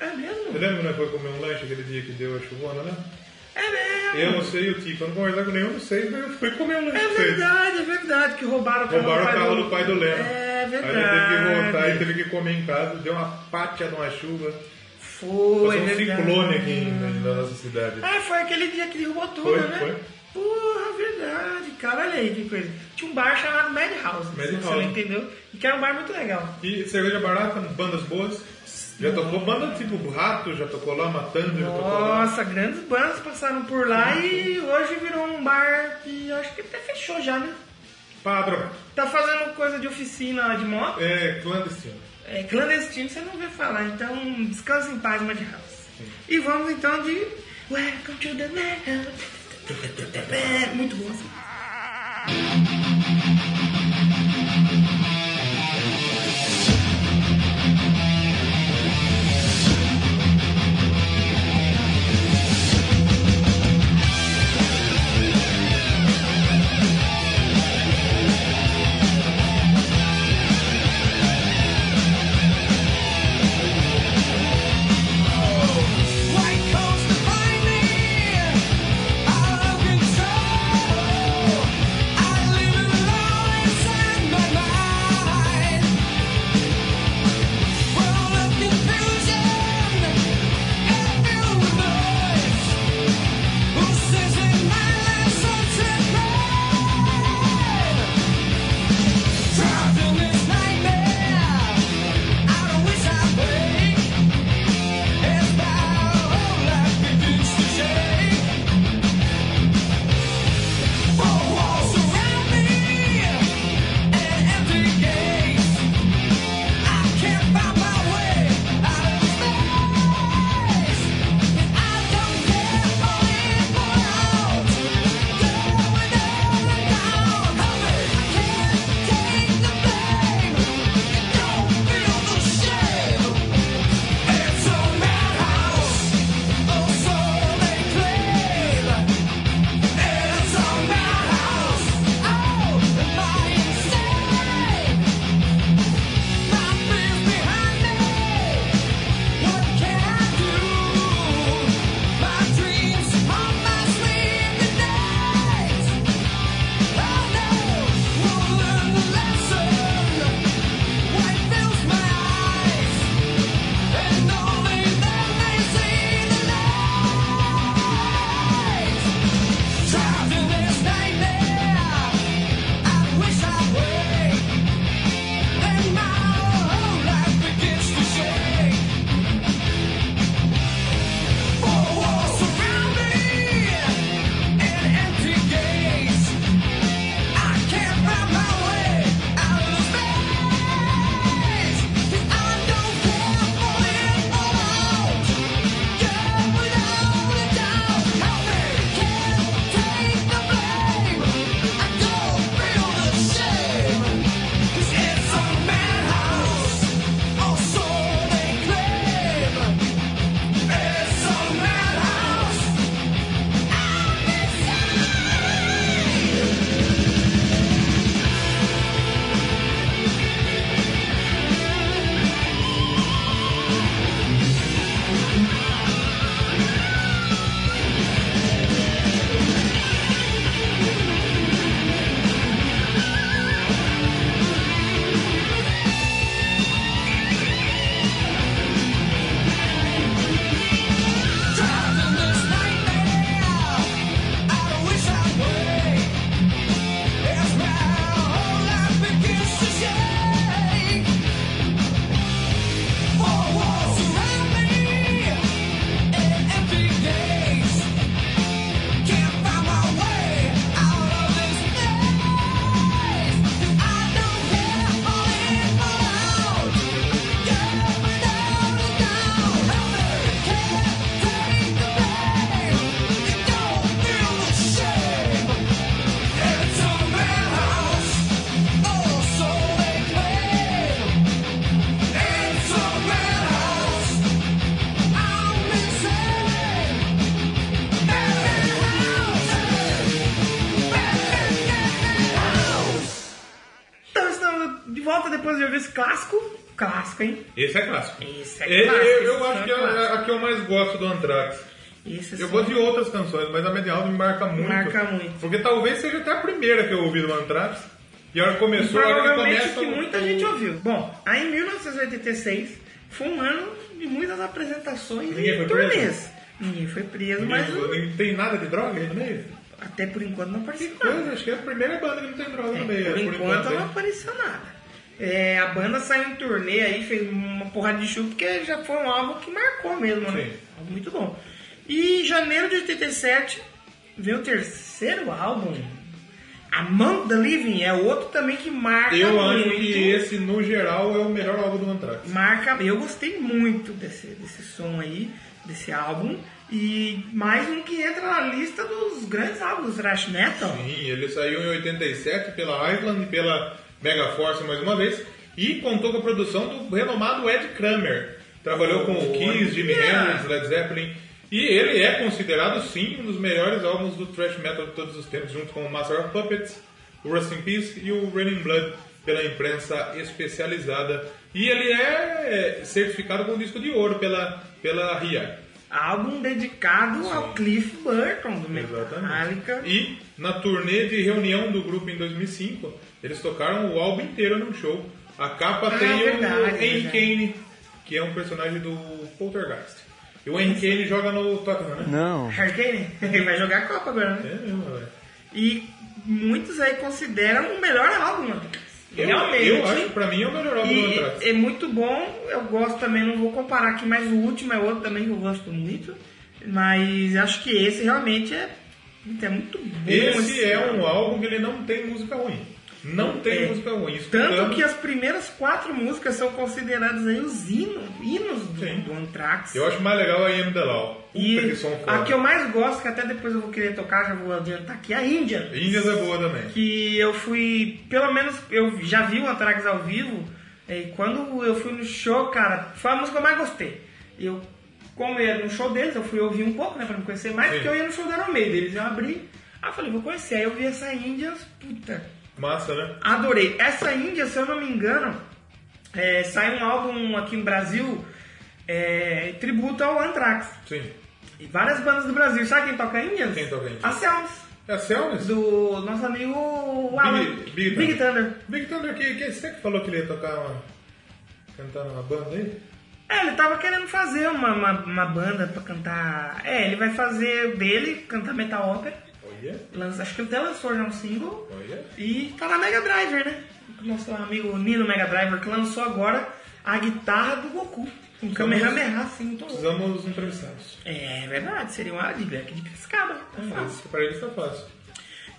Speaker 1: É mesmo?
Speaker 2: Eu lembro que nós foi comer um lanche aquele dia que deu a chuvona, né?
Speaker 1: É mesmo.
Speaker 2: Eu não sei o Tico, eu não conversava com nenhum de vocês, mas eu fui comer um lanche
Speaker 1: É
Speaker 2: com vocês.
Speaker 1: verdade, é verdade, que roubaram o carro,
Speaker 2: Roubaram
Speaker 1: do,
Speaker 2: o
Speaker 1: pai
Speaker 2: carro
Speaker 1: do...
Speaker 2: do pai do Leno.
Speaker 1: É verdade.
Speaker 2: Aí ele teve que voltar e teve que comer em casa, deu uma pátia de uma chuva.
Speaker 1: Foi, é
Speaker 2: Passou um
Speaker 1: verdade.
Speaker 2: ciclone aqui em- na nossa cidade.
Speaker 1: Ah, foi aquele dia que derrubou tudo,
Speaker 2: Foi,
Speaker 1: né?
Speaker 2: foi.
Speaker 1: Porra, verdade, cara, olha aí que coisa. Tinha um bar chamado Madhouse, se
Speaker 2: Madhouse.
Speaker 1: você não entendeu, e que era um bar muito legal.
Speaker 2: E cerveja barata, bandas boas. Já tocou banda tipo Rato, já tocou lá, Matando, já tocou lá.
Speaker 1: Nossa, grandes bandas passaram por lá e hoje virou um bar que eu acho que até fechou já, né?
Speaker 2: Padrão,
Speaker 1: Tá fazendo coisa de oficina de moto,
Speaker 2: é clandestino.
Speaker 1: é clandestino, você não vê falar, então descansa em paz, Madhouse. E vamos então de Welcome to the Madhouse. Muito bom assim. essa
Speaker 4: White coats define me, out of control.
Speaker 1: Então, clássico, clássico, hein?
Speaker 2: Esse é clássico.
Speaker 1: Esse é
Speaker 2: E-
Speaker 1: clássico,
Speaker 2: eu- eu
Speaker 1: esse
Speaker 2: acho
Speaker 1: é
Speaker 2: que é
Speaker 1: clássico.
Speaker 2: a, a que eu mais gosto do Anthrax.
Speaker 1: Esse
Speaker 2: Eu
Speaker 1: som-
Speaker 2: gosto de outras canções, mas a Media Alma me marca muito.
Speaker 1: Marca muito.
Speaker 2: Porque talvez seja até a primeira que eu ouvi do Anthrax. E a hora que começou, a hora que
Speaker 1: Provavelmente
Speaker 2: começa... um
Speaker 1: que muita gente ouviu. Bom, aí em 1986 foi um ano de muitas apresentações
Speaker 2: Ninguém
Speaker 1: e
Speaker 2: foi
Speaker 1: turnês. Ninguém foi preso, mas
Speaker 2: Não tem nada de droga aí no meio?
Speaker 1: até por enquanto não apareceu nada.
Speaker 2: Coisa, acho que é a primeira banda que não tem droga
Speaker 1: É,
Speaker 2: no meio. né?
Speaker 1: por enquanto não
Speaker 2: hein?
Speaker 1: apareceu nada. É, a banda saiu em turnê aí, fez uma porrada de show, porque já foi um álbum que marcou mesmo, né?
Speaker 2: Sim.
Speaker 1: Algo Muito bom. E em janeiro de 87 veio o terceiro álbum. Among the Living é outro também que marca
Speaker 2: Eu acho
Speaker 1: muito.
Speaker 2: que esse, no geral, é o melhor álbum do Anthrax.
Speaker 1: marca. Eu gostei muito desse, desse som aí, desse álbum. E mais um que entra na lista dos grandes álbuns do thrash metal.
Speaker 2: Sim, ele saiu em 87 pela Island, pela Mega Force mais uma vez, e contou com a produção do renomado Ed Kramer. Trabalhou com o Kiss, Jimi
Speaker 1: Olha!
Speaker 2: Hendrix, Led Zeppelin, e ele é considerado sim um dos melhores álbuns do thrash metal de todos os tempos, junto com o Master of Puppets, o Rust in Peace e o Raining Blood pela imprensa especializada. E ele é certificado com disco de ouro pela pela RIA.
Speaker 1: Álbum dedicado ao Cliff Burton do Metallica.
Speaker 2: Exatamente. E na turnê de reunião do grupo em 2005, eles tocaram o álbum inteiro num show. A capa
Speaker 1: Ah,
Speaker 2: tem
Speaker 1: verdade,
Speaker 2: o Henry
Speaker 1: verdade.
Speaker 2: Kane, que é um personagem do Poltergeist. E o Henry Kane joga no Tottenham, né?
Speaker 3: Não.
Speaker 1: Hurricane, ele vai jogar a Copa agora, né?
Speaker 2: É mesmo, velho.
Speaker 1: E muitos aí consideram o melhor álbum, mano.
Speaker 2: Eu,
Speaker 1: Realmente.
Speaker 2: eu acho que pra mim é o melhor álbum do Anthrax.
Speaker 1: E é muito bom, eu gosto também, não vou comparar aqui, mas o último é outro também que eu gosto muito. Mas acho que esse realmente é, é muito bom. assim.
Speaker 2: Esse é um álbum que ele não tem música ruim. Não tem
Speaker 1: É.
Speaker 2: música ruim.
Speaker 1: Tanto
Speaker 2: Escutando,
Speaker 1: que as primeiras quatro músicas são consideradas aí os hinos, hinos do,
Speaker 2: Sim.
Speaker 1: do Anthrax.
Speaker 2: Eu acho mais legal a M. Delau. Puta
Speaker 1: E
Speaker 2: que som foda.
Speaker 1: a que eu mais gosto, que até depois eu vou querer tocar, já vou adiantar aqui, é a Índia.
Speaker 2: Índias é boa também.
Speaker 1: que eu fui, pelo menos eu já vi o Anthrax ao vivo, e quando eu fui no show, cara, foi a música que eu mais gostei. Eu, como eu ia no show deles, eu fui ouvir um pouco, né, pra me conhecer mais,
Speaker 2: Sim.
Speaker 1: porque eu ia no show da Iron Maiden, eles eu abri, aí eu falei, vou conhecer, aí eu vi essa Indians, puta,
Speaker 2: Massa, né?
Speaker 1: adorei. Essa Índia, se eu não me engano, é, sai um álbum aqui no Brasil, é, tributo ao Anthrax.
Speaker 2: Sim.
Speaker 1: E várias bandas do Brasil, sabe quem toca Indians?
Speaker 2: Quem toca Indians?
Speaker 1: A Celso
Speaker 2: É a Selmes?
Speaker 1: do nosso amigo Alan.
Speaker 2: Big- Big
Speaker 1: Thunder.
Speaker 2: Big Thunder, que, que você que falou que ele ia tocar uma. cantar numa banda aí?
Speaker 1: É, ele tava querendo fazer uma, uma, uma banda pra cantar. É, ele vai fazer o dele, cantar metal ópera.
Speaker 2: Olha,
Speaker 1: Lança, acho que até lançou já um single.
Speaker 2: olha.
Speaker 1: E tá na Mega Driver, né? Nosso amigo Nino Mega Driver que lançou agora a guitarra do Goku. Um Kamehameha, assim, todo.
Speaker 2: Precisamos entrevistá-los.
Speaker 1: É verdade, seria uma dica aqui de pescada. Tá fácil.
Speaker 2: Isso pra eles tá fácil.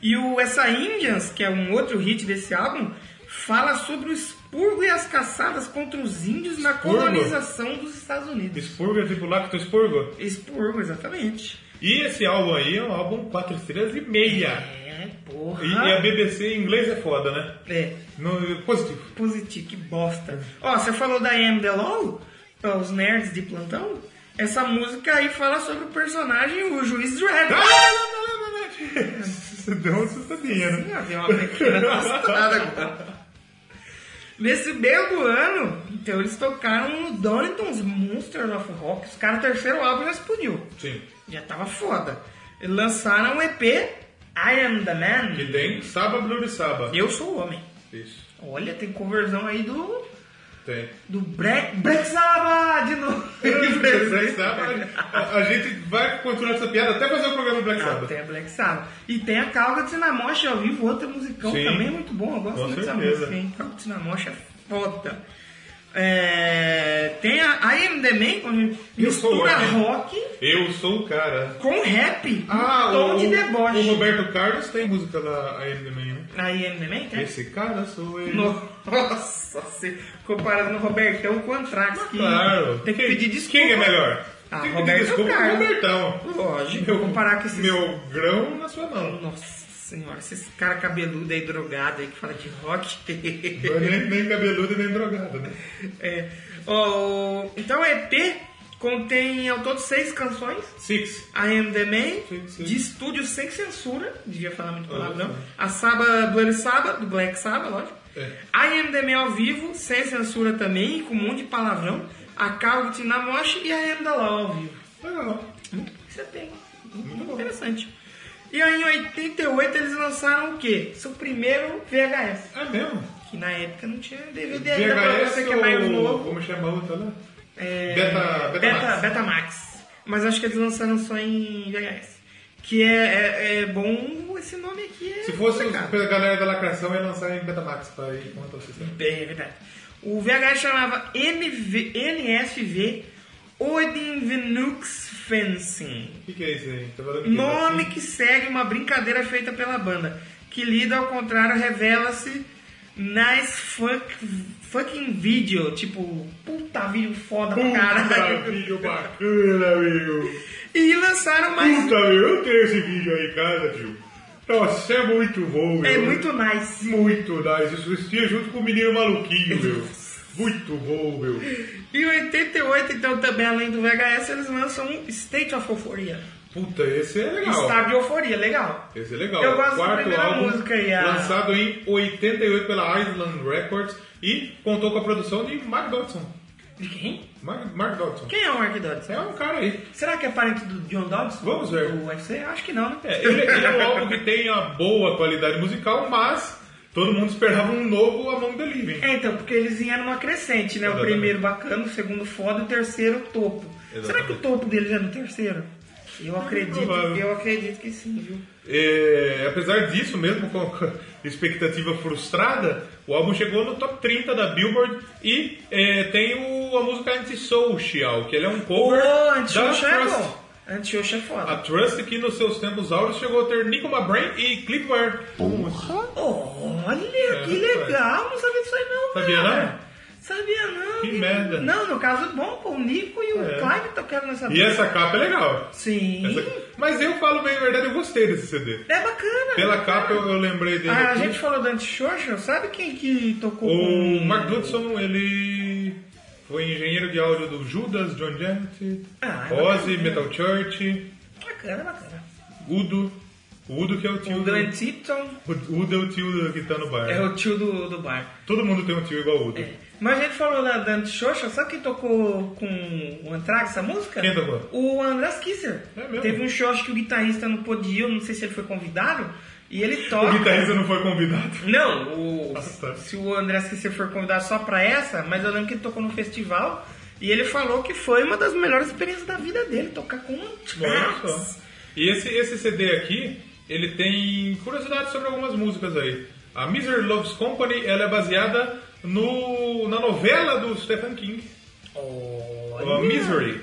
Speaker 1: E o Essa Indians, que é um outro hit desse álbum, fala sobre o expurgo e as caçadas contra os índios na
Speaker 2: Expurgo?
Speaker 1: colonização dos Estados Unidos.
Speaker 2: Expurgo é tipo Lacto Expurgo.
Speaker 1: Expurgo, exatamente.
Speaker 2: E esse álbum aí é um álbum 4 estrelas e meia.
Speaker 1: É,
Speaker 2: E, e a
Speaker 1: porra.
Speaker 2: BBC em inglês é foda, né?
Speaker 1: É,
Speaker 2: No, positivo.
Speaker 1: positivo, que bosta. Ó, você falou da Am The Law, pra os nerds de plantão? Essa música aí fala sobre o personagem, o juiz Dredd.
Speaker 2: Ah! Você deu uma assustadinha, né?
Speaker 1: Ah, deu uma pequena tostada agora. Nesse meio do ano, então eles tocaram no Donington's Monsters of Rock. Os caras, terceiro álbum já explodiu.
Speaker 2: Sim.
Speaker 1: Já tava foda. Eles lançaram um EP, I Am The Man.
Speaker 2: Que tem Saba Blue Saba.
Speaker 1: Eu sou o homem.
Speaker 2: Isso.
Speaker 1: Olha, tem conversão aí do...
Speaker 2: Tem.
Speaker 1: Do Black, Black Sabbath de novo.
Speaker 2: Black Sabbath, a, a gente vai continuar essa piada até fazer o programa Black
Speaker 1: Ah,
Speaker 2: Sabbath.
Speaker 1: tem a Black Sabbath. E tem a Calga Tinamocha ao vivo, outra musicão
Speaker 2: Sim.
Speaker 1: também muito bom. Eu gosto
Speaker 2: Com
Speaker 1: muito dessa
Speaker 2: certeza.
Speaker 1: música, hein? Calga Tinamocha é foda. É, tem a I Am The Man, quando
Speaker 2: Eu sou
Speaker 1: mistura
Speaker 2: o né? homem.
Speaker 1: rock
Speaker 2: Eu sou o cara.
Speaker 1: com rap,
Speaker 2: Ah,
Speaker 1: um tom
Speaker 2: o,
Speaker 1: de
Speaker 2: o
Speaker 1: deboche.
Speaker 2: Roberto Carlos tem música lá, I Am The Man, né?
Speaker 1: A I Am The Man, tem?
Speaker 2: Esse cara sou eu.
Speaker 1: Nossa, você comparando o Robertão com o Antrax. que
Speaker 2: Claro.
Speaker 1: Tem que
Speaker 2: Quem-
Speaker 1: pedir desculpa.
Speaker 2: Quem é melhor?
Speaker 1: Ah,
Speaker 2: tem que
Speaker 1: Roberto
Speaker 2: pedir desculpa pro
Speaker 1: Carlos.
Speaker 2: Robertão.
Speaker 1: Lógico,
Speaker 2: Meu-
Speaker 1: comparar com esses...
Speaker 2: Meu grão na sua mão.
Speaker 1: Nossa senhora, esses cara cabeludo aí, drogado aí, que fala de rock.
Speaker 2: nem, é nem cabeludo e nem drogado, né?
Speaker 1: É, ó, o- então o EP contém ao todo seis canções.
Speaker 2: Six.
Speaker 1: I Am The Man,
Speaker 2: Sim, sim. Ah,
Speaker 1: de estúdio sem censura, devia falar muito palavrão.
Speaker 2: sim. É.
Speaker 1: A Saba do El Saba, do Black Saba, lógico. IMDB ao vivo, sem censura também, com um monte de palavrão. A Calgit na Mosh e a M da Law ao vivo.
Speaker 2: Legal.
Speaker 1: Isso é bem muito interessante. E aí em 88 eles lançaram o quê? Seu primeiro VHS.
Speaker 2: É mesmo?
Speaker 1: Que na época não tinha DVD ainda pra
Speaker 2: VHS
Speaker 1: você que é
Speaker 2: ou...
Speaker 1: mais novo.
Speaker 2: Como chama a outra lá?
Speaker 1: É,
Speaker 2: Beta- Betamax.
Speaker 1: Betamax. Mas acho que eles lançaram só em VHS. Que é, é, é bom esse nome aqui. É
Speaker 2: Se fosse os-
Speaker 1: complicado.
Speaker 2: pela galera da lacração, ia lançar em Betamax pra ir contra o sistema.
Speaker 1: Bem, é verdade. O VHS chamava MV, NSV Odinvenux Fencing.
Speaker 2: O que, que é isso aí? Tá valendo
Speaker 1: Nome
Speaker 2: que...
Speaker 1: que segue uma brincadeira feita pela banda, que lida ao contrário, revela-se nice fuck, fucking video, tipo, puta vídeo foda pra
Speaker 2: Puta
Speaker 1: caralho.
Speaker 2: vídeo bacana, meu!
Speaker 1: E lançaram mais.
Speaker 2: Puta, meu, eu tenho esse vídeo aí em casa, tio. Nossa, é muito bom, meu.
Speaker 1: É muito nice.
Speaker 2: Muito nice. Isso assistia junto com o menino maluquinho, meu. Muito bom, meu.
Speaker 1: E em 88, então, também além do VHS, eles lançam um State of Euphoria. Um
Speaker 2: Puta, esse é legal.
Speaker 1: Estado de Euforia, legal.
Speaker 2: Esse é legal.
Speaker 1: Eu
Speaker 2: É o
Speaker 1: gosto da
Speaker 2: quarto
Speaker 1: primeira
Speaker 2: álbum,
Speaker 1: música aí, a-
Speaker 2: Lançado em 88 pela Island Records e contou com a produção de Mark Dodson.
Speaker 1: De quem?
Speaker 2: Mark, Mark Dodson.
Speaker 1: Quem é o Mark Dodson?
Speaker 2: É um cara aí.
Speaker 1: Será que é parente do John Dodson?
Speaker 2: Vamos ver.
Speaker 1: Do UFC? Acho que não, né?
Speaker 2: É, ele, ele é um álbum que tem uma boa qualidade musical, mas todo mundo esperava um novo Among the Living.
Speaker 1: É, então, porque eles vieram numa crescente, né? O
Speaker 2: Exatamente.
Speaker 1: primeiro bacana, o segundo foda, o terceiro topo.
Speaker 2: Exatamente. É,
Speaker 1: Será que o topo deles é no terceiro? Eu acredito,
Speaker 2: provável.
Speaker 1: eu acredito que sim, viu?
Speaker 2: É, apesar disso, mesmo com a expectativa frustrada, o álbum chegou no top 30 da Billboard e é, tem o, a música Antisocial, que ele é um
Speaker 1: Ô,
Speaker 2: cover da
Speaker 1: Antiocha é
Speaker 2: Trust.
Speaker 1: bom. Antiocha é
Speaker 2: A
Speaker 1: foda.
Speaker 2: Trust, que nos seus tempos áureos chegou a ter Nico McBrain e Cliff Ware.
Speaker 1: Olha, que
Speaker 2: É,
Speaker 1: legal, não sabia disso aí não,
Speaker 2: Sabia
Speaker 1: cara. Sabia não.
Speaker 2: Que
Speaker 1: e-
Speaker 2: merda.
Speaker 1: Não, no caso bom, pô, o Nico e o
Speaker 2: É.
Speaker 1: Clive tocaram nessa
Speaker 2: E essa capa é legal.
Speaker 1: Sim.
Speaker 2: Essa- Mas eu falo bem a verdade, eu gostei desse CD.
Speaker 1: É bacana.
Speaker 2: Pela capa eu, eu lembrei dele.
Speaker 1: Ah, a
Speaker 2: aqui.
Speaker 1: gente falou do Antiocha, sabe quem que tocou
Speaker 2: O
Speaker 1: com-
Speaker 2: Mark Dodson, ele foi engenheiro de áudio do Judas, John Jett,
Speaker 1: Ah, é
Speaker 2: Ozzy,
Speaker 1: bacana.
Speaker 2: Metal Church,
Speaker 1: Bacana, bacana.
Speaker 2: Udo. O Udo que é o tio.
Speaker 1: O Glenn Tipton
Speaker 2: O Udo é o tio que tá no bar.
Speaker 1: é o É. tio do, do bar.
Speaker 2: Todo mundo tem um tio igual o Udo.
Speaker 1: Mas a gente falou da Dante Xoxa, sabe quem tocou com o Anthrax essa música?
Speaker 2: Quem tocou?
Speaker 1: O Andrés Kisser.
Speaker 2: É mesmo?
Speaker 1: Teve um show acho que o guitarrista não podia, eu não sei se ele foi convidado, e ele
Speaker 2: O
Speaker 1: toca.
Speaker 2: guitarrista não foi convidado.
Speaker 1: Não, o-
Speaker 2: Ah, tá.
Speaker 1: se o Andrés Kisser for convidado só pra essa, mas eu lembro que ele tocou no festival e ele falou que foi uma das melhores experiências da vida dele, tocar com um o
Speaker 2: Olha
Speaker 1: Anthrax.
Speaker 2: só. E esse, esse CD aqui, ele tem curiosidades sobre algumas músicas aí. A Misery Loves Company, ela é baseada no, na novela do Stephen King,
Speaker 1: Olha,
Speaker 2: a Misery,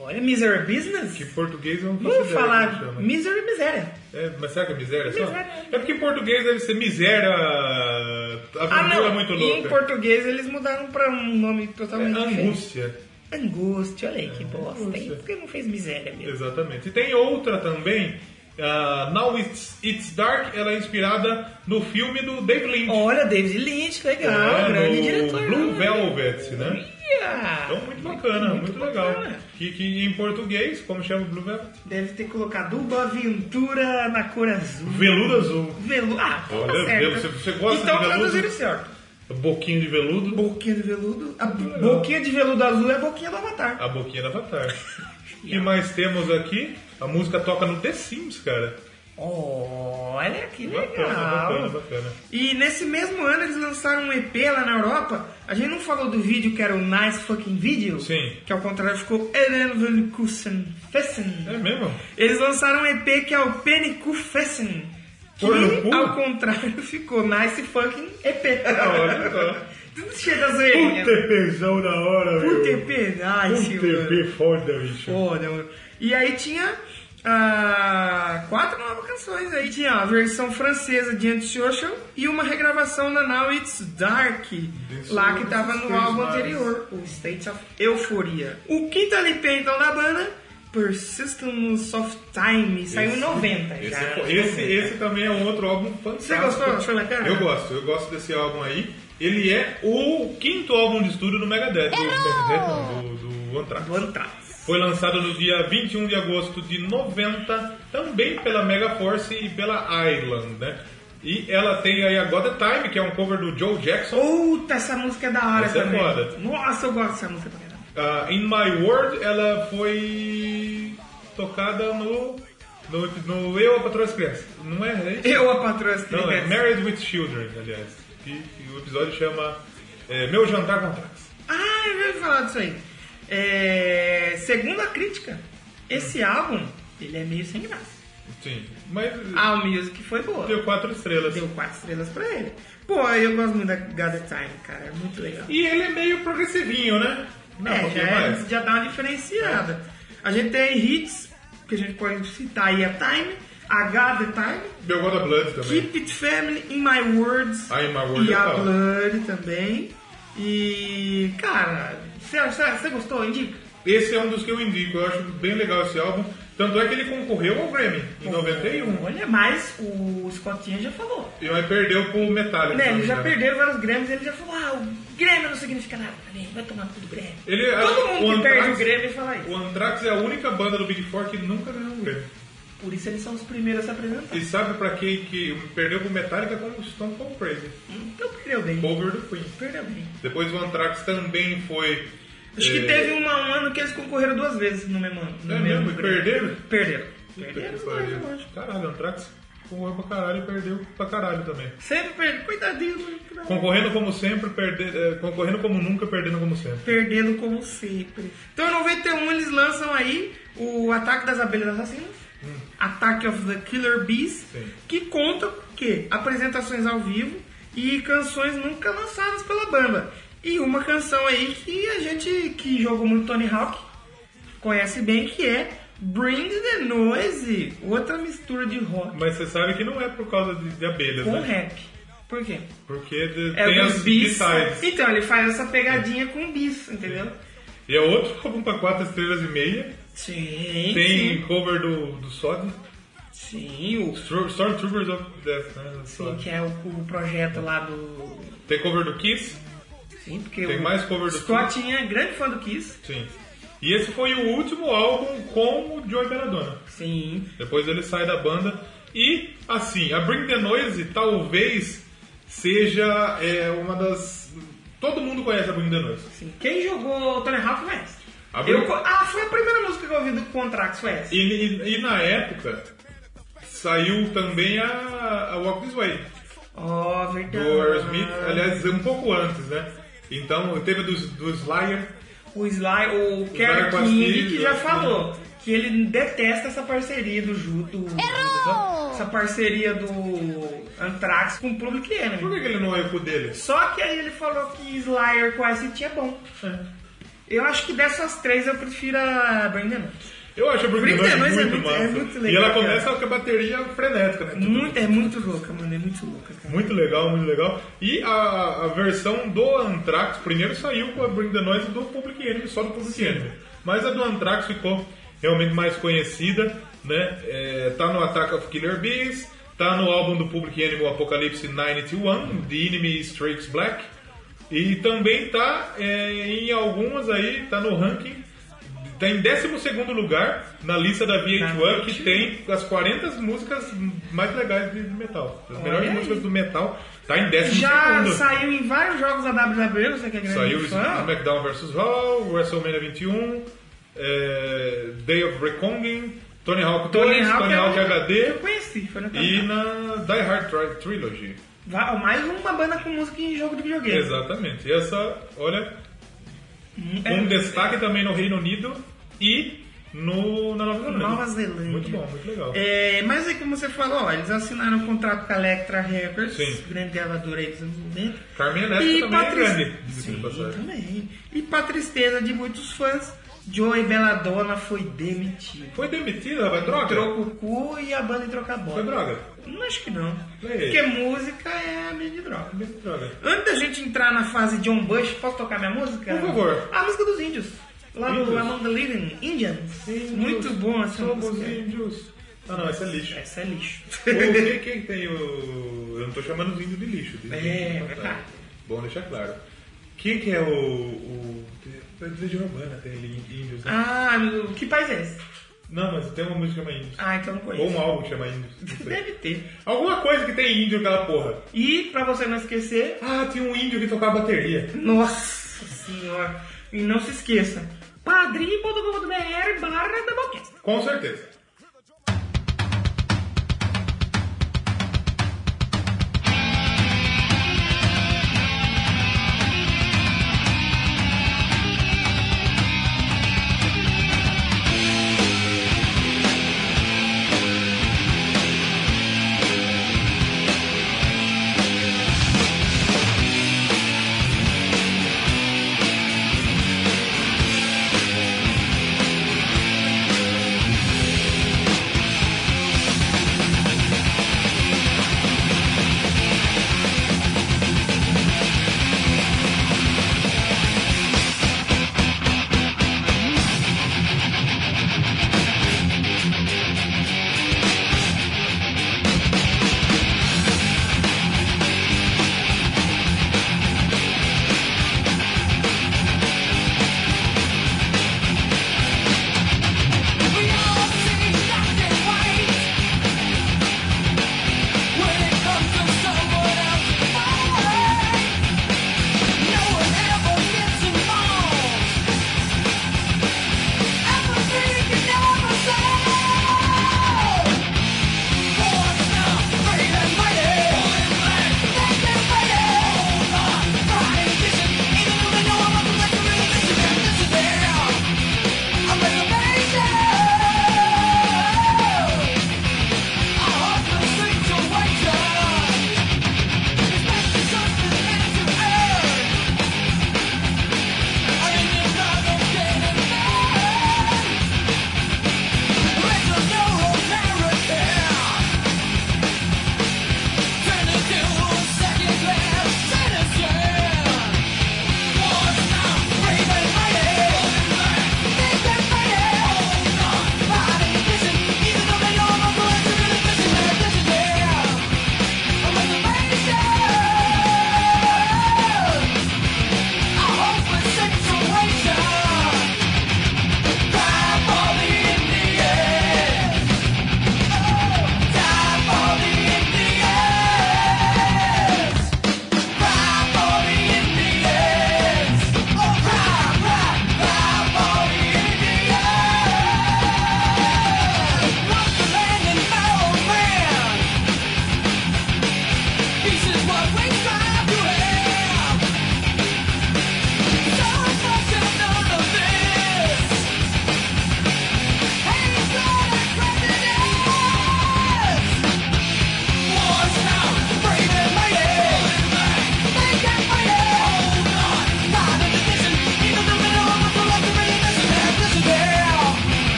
Speaker 1: Olha, Misery Business.
Speaker 2: que em português é eu não faço
Speaker 1: Vamos
Speaker 2: ideia
Speaker 1: falar
Speaker 2: como chama.
Speaker 1: Misery e Miséria.
Speaker 2: É, mas será que é miséria só?
Speaker 1: Miséria.
Speaker 2: É porque em português deve ser miséria, a
Speaker 1: Ah,
Speaker 2: aventura
Speaker 1: não.
Speaker 2: muito
Speaker 1: E em
Speaker 2: louca.
Speaker 1: português eles mudaram pra um nome
Speaker 2: É
Speaker 1: totalmente diferente.
Speaker 2: angústia, É
Speaker 1: Angústia, olha aí que bosta.
Speaker 2: angústia.
Speaker 1: hein? Por que não fez miséria mesmo?
Speaker 2: exatamente. E tem outra também, a Now It's, It's Dark, ela é inspirada no filme do David Lynch.
Speaker 1: Olha, David Lynch, legal.
Speaker 2: É,
Speaker 1: grande
Speaker 2: no
Speaker 1: diretor.
Speaker 2: Blue
Speaker 1: né?
Speaker 2: Velvet, né?
Speaker 1: Olha!
Speaker 2: Então, muito bacana, muito, legal.
Speaker 1: bacana.
Speaker 2: Que, que em português, como chama o Blue Velvet?
Speaker 1: Deve ter colocado uma aventura na cor azul.
Speaker 2: Veludo azul.
Speaker 1: Velu... Ah, tá
Speaker 2: Olha,
Speaker 1: certo.
Speaker 2: você- você gosta
Speaker 1: então
Speaker 2: de veludo?
Speaker 1: traduziram certo.
Speaker 2: Boquinha de veludo,
Speaker 1: Boquinha de veludo. A bo-
Speaker 2: legal.
Speaker 1: boquinha de veludo azul é a boquinha do Avatar.
Speaker 2: a boquinha da Avatar. O que mais temos aqui? A música toca no The Sims, cara.
Speaker 1: Olha que legal.
Speaker 2: Bacana, bacana, bacana.
Speaker 1: E nesse mesmo ano eles lançaram um EP lá na Europa. A gente não falou do vídeo que era o Nice Fucking Video?
Speaker 2: Sim.
Speaker 1: Que ao contrário ficou Eren Van Kussen Fessen.
Speaker 2: É mesmo?
Speaker 1: Eles lançaram um EP que é o Penicu Fessen. Que
Speaker 2: Pôr no cu?
Speaker 1: ao contrário ficou Nice Fucking EP.
Speaker 2: Olha só.
Speaker 1: Tudo cheio das orelhas.
Speaker 2: Puta EPzão um da hora,
Speaker 1: Puta
Speaker 2: meu.
Speaker 1: EP, nice,
Speaker 2: Puta
Speaker 1: mano.
Speaker 2: EP foda, bicho.
Speaker 1: Foda, mano. E aí tinha ah, quatro novas canções. Aí tinha a versão francesa de Antisocial e uma regravação na Now It's Dark, lá
Speaker 2: é
Speaker 1: que tava no
Speaker 2: States
Speaker 1: álbum
Speaker 2: Nice.
Speaker 1: anterior, o State of Euphoria. O quinto LP, então, da banda, Persistence of Time, saiu em 90 já.
Speaker 2: Esse, foi- esse,
Speaker 1: né?
Speaker 2: esse também é um outro álbum
Speaker 1: Você
Speaker 2: fantástico.
Speaker 1: gostou? Achou legal?
Speaker 2: Eu gosto, eu gosto desse álbum aí. Ele é o quinto álbum de estúdio do Megadeth, do, Megadeth, não, do, do Anthrax.
Speaker 1: Do Anthrax.
Speaker 2: Foi lançado no dia 21 de agosto de 90, também pela Megaforce e pela Island, né? E ela tem aí a God of Time, que é um cover do Joe Jackson.
Speaker 1: Puta, essa música é da hora
Speaker 2: Essa é
Speaker 1: também.
Speaker 2: foda.
Speaker 1: Nossa, eu gosto dessa música pra caralho.
Speaker 2: Ah, In My World, ela foi tocada no, no, no Eu, a Patroa das Crianças. Não é? é isso?
Speaker 1: Eu, a patroa das
Speaker 2: Não, é
Speaker 1: Trivets.
Speaker 2: Married with Children, aliás. Que, que o episódio chama é, Meu Jantar com Trax.
Speaker 1: Ah, eu ia falar disso aí. É, segundo a crítica, esse álbum, ele é meio sem graça.
Speaker 2: Sim, mas
Speaker 1: A music foi boa.
Speaker 2: deu quatro estrelas.
Speaker 1: Ah. Deu quatro estrelas pra ele. Pô, eu gosto muito da God of Time, cara. É muito legal.
Speaker 2: E ele é meio progressivinho, né? Não,
Speaker 1: é,
Speaker 2: porque
Speaker 1: já, é-
Speaker 2: mais.
Speaker 1: já dá uma diferenciada. A gente tem hits, que a gente pode citar aí a Time, a God of Time,
Speaker 2: Deu God of Blood também.
Speaker 1: Keep It Family, In My Words
Speaker 2: Ah, In My Words
Speaker 1: e
Speaker 2: eu
Speaker 1: a
Speaker 2: tava.
Speaker 1: Blood também. E, cara, você acha- você gostou? Indica.
Speaker 2: Esse é um dos que eu indico, eu acho bem legal esse álbum. Tanto é que ele concorreu ao Grammy em 91.
Speaker 1: Olha, mas o Scottinha já falou.
Speaker 2: E aí perdeu pro Metallica.
Speaker 1: Né,
Speaker 2: se É, não
Speaker 1: eles
Speaker 2: me
Speaker 1: já
Speaker 2: engano.
Speaker 1: perderam vários Grêmios, ele já falou, ah, o Grêmio não significa nada pra mim, vai tomar tudo Grêmio.
Speaker 2: Ele,
Speaker 1: Todo
Speaker 2: acho-
Speaker 1: mundo que perde o
Speaker 2: Anthrax-
Speaker 1: Grêmio fala isso.
Speaker 2: O Anthrax é a única banda do Big Four que nunca ganhou um Grammy.
Speaker 1: Por isso eles são os primeiros a se apresentar.
Speaker 2: E sabe pra quem que perdeu pro Metallica com o Stone Cold Crazy,
Speaker 1: Então perdeu bem.
Speaker 2: cover do Queen.
Speaker 1: Perdeu bem.
Speaker 2: Depois o Anthrax também foi...
Speaker 1: Acho que
Speaker 2: eh,
Speaker 1: teve uma- um ano que eles concorreram duas vezes no mesmo ano. No
Speaker 2: É
Speaker 1: mesmo
Speaker 2: mesmo? E
Speaker 1: Grêmio.
Speaker 2: perderam?
Speaker 1: Perderam.
Speaker 2: Puta
Speaker 1: Perderam,
Speaker 2: que
Speaker 1: mas
Speaker 2: pariu.
Speaker 1: eu acho.
Speaker 2: Caralho, o Anthrax concorreu pra caralho e perdeu pra caralho também.
Speaker 1: Sempre perdeu. Coitadinho. não-
Speaker 2: Concorrendo como sempre, perde- eh, concorrendo como nunca, perdendo como sempre.
Speaker 1: Perdendo como sempre. Então em 91 eles lançam aí o Ataque das Abelhas Assassinas, Attack of the Killer Bees,
Speaker 2: Hum. Sim.
Speaker 1: que conta o quê? Apresentações ao vivo e canções nunca lançadas pela banda. E uma canção aí que a gente que jogou muito Tony Hawk conhece bem, que é Bring the Noise, outra mistura de rock
Speaker 2: Mas você sabe que não é por causa de, de abelhas,
Speaker 1: com
Speaker 2: né?
Speaker 1: rap. Por quê?
Speaker 2: Porque de-
Speaker 1: É
Speaker 2: tem
Speaker 1: dos
Speaker 2: as É.
Speaker 1: bis.
Speaker 2: B-sides.
Speaker 1: Então, ele faz essa pegadinha com bis, entendeu?
Speaker 2: E é outro álbum pra 4 estrelas e meia.
Speaker 1: Sim,
Speaker 2: Tem
Speaker 1: sim.
Speaker 2: cover do, do Sod.
Speaker 1: Sim, o,
Speaker 2: Stro- Stormtroopers of Death, né? do
Speaker 1: sim,
Speaker 2: Sod.
Speaker 1: que é o, o projeto lá do.
Speaker 2: Tem cover do Kiss.
Speaker 1: Sim, porque
Speaker 2: Tem
Speaker 1: o
Speaker 2: mais cover do
Speaker 1: Scottinha é grande fã do Kiss.
Speaker 2: Sim. E esse foi o último álbum com o Joey Belladonna.
Speaker 1: Sim.
Speaker 2: Depois ele sai da banda. E, assim, a Bring the Noise talvez seja é, uma das... Todo mundo conhece a Bring the Noise.
Speaker 1: sim. Quem jogou o Tony Hawk foi essa.
Speaker 2: A
Speaker 1: Eu
Speaker 2: Brin-
Speaker 1: co- ah, foi a primeira música que eu ouvi do Contrax, foi essa.
Speaker 2: E, e- e na época saiu também a, a Walk This Way
Speaker 1: Ó,
Speaker 2: do
Speaker 1: verdade.
Speaker 2: Aerosmith, aliás, um pouco antes, né? Então teve a do, do Slayer,
Speaker 1: O Sly, o Kerry
Speaker 2: Sly é com as
Speaker 1: King,
Speaker 2: filhas,
Speaker 1: que já
Speaker 2: né?
Speaker 1: falou que ele detesta essa parceria do Ju, do, do- essa parceria do Anthrax com o Public
Speaker 2: por
Speaker 1: Enemy.
Speaker 2: que, que ele não é o deles?
Speaker 1: Só que aí ele falou que Slayer com ST é bom. Eu acho que dessas três eu prefiro a Brandon.
Speaker 2: Eu acho a Britney
Speaker 1: Britney
Speaker 2: muito,
Speaker 1: Spears é
Speaker 2: muito
Speaker 1: muito-
Speaker 2: massa.
Speaker 1: é muito
Speaker 2: e
Speaker 1: legal,
Speaker 2: ela
Speaker 1: cara.
Speaker 2: começa com a bateria frenética, né?
Speaker 1: Muito, é muito louca, mano. É muito louca, cara.
Speaker 2: Muito legal, muito legal. E a, a versão do Anthrax primeiro saiu com a Bring the Noise do Public Enemy, só do Public Enemy. Mas a do Anthrax ficou realmente mais conhecida, né? É, tá no Attack of Killer Bees, tá no álbum do Public Enemy, o Apocalypse 91, The Enemy Strikes Black. E também tá é, em algumas aí, tá no ranking. Tá em 12 lugar na lista da VH1, que tem as 40 músicas mais legais de metal. As melhores
Speaker 1: Olha aí.
Speaker 2: músicas do metal. Tá em 12
Speaker 1: Já
Speaker 2: segundo.
Speaker 1: saiu em vários jogos da WWE, você que é grande
Speaker 2: Saiu
Speaker 1: fã.
Speaker 2: SmackDown vs. Raw, WrestleMania 21, é, Day of Reckoning, Tony Hawk 2, Tony Hawk,
Speaker 1: é um-
Speaker 2: HD
Speaker 1: Eu conheci, foi na
Speaker 2: e
Speaker 1: TV.
Speaker 2: na Die Hard Tri- Trilogy.
Speaker 1: Mais uma banda com música em jogo de videogame.
Speaker 2: Exatamente. E essa, olha,
Speaker 1: É,
Speaker 2: um destaque também no Reino Unido e no, na Nova Zelândia.
Speaker 1: Nova Zelândia.
Speaker 2: Muito bom, muito legal.
Speaker 1: É, mas aí, como você falou, ó, eles assinaram um contrato com a Electra Records,
Speaker 2: Sim.
Speaker 1: grande gravadora aí dos anos 90.
Speaker 2: Carmen Electra
Speaker 1: E
Speaker 2: também é
Speaker 1: pra
Speaker 2: grande, diga-se de
Speaker 1: Sim,
Speaker 2: passagem.
Speaker 1: também. E pra tristeza de muitos fãs, Joey Belladonna foi demitido.
Speaker 2: Foi demitida, vai droga?
Speaker 1: Troca o cu e a banda entrou com a bola.
Speaker 2: Foi droga.
Speaker 1: Não acho que não.
Speaker 2: Ei.
Speaker 1: Porque música é a mídia de droga.
Speaker 2: Foi droga.
Speaker 1: Antes da gente entrar na fase John Bush, posso tocar minha música?
Speaker 2: Por favor.
Speaker 1: A música dos índios. Lá do
Speaker 2: Índios?
Speaker 1: Among the Living, Indians.
Speaker 2: Índios,
Speaker 1: Muito bom essa
Speaker 2: Somos
Speaker 1: música.
Speaker 2: índios. Ah não, essa é lixo.
Speaker 1: Essa é lixo.
Speaker 2: O que, que tem o. Eu não tô chamando os índios de lixo. De
Speaker 1: É,
Speaker 2: de-
Speaker 1: verdade.
Speaker 2: Bom deixar claro. Quem que é o. o... A Legião Urbana tem ali índios, né?
Speaker 1: ah, meu, que país é esse?
Speaker 2: Não, mas tem uma música que chama Índios.
Speaker 1: Ah, então não
Speaker 2: Ou um
Speaker 1: conheço.
Speaker 2: álbum que chama Índios. não sei.
Speaker 1: Deve ter.
Speaker 2: Alguma coisa que tem índio naquela porra.
Speaker 1: E, pra você não esquecer,
Speaker 2: Ah, tinha um índio que tocava bateria.
Speaker 1: nossa senhora. E não se esqueça, padrim.com.br barra Doublecast.
Speaker 2: Com certeza.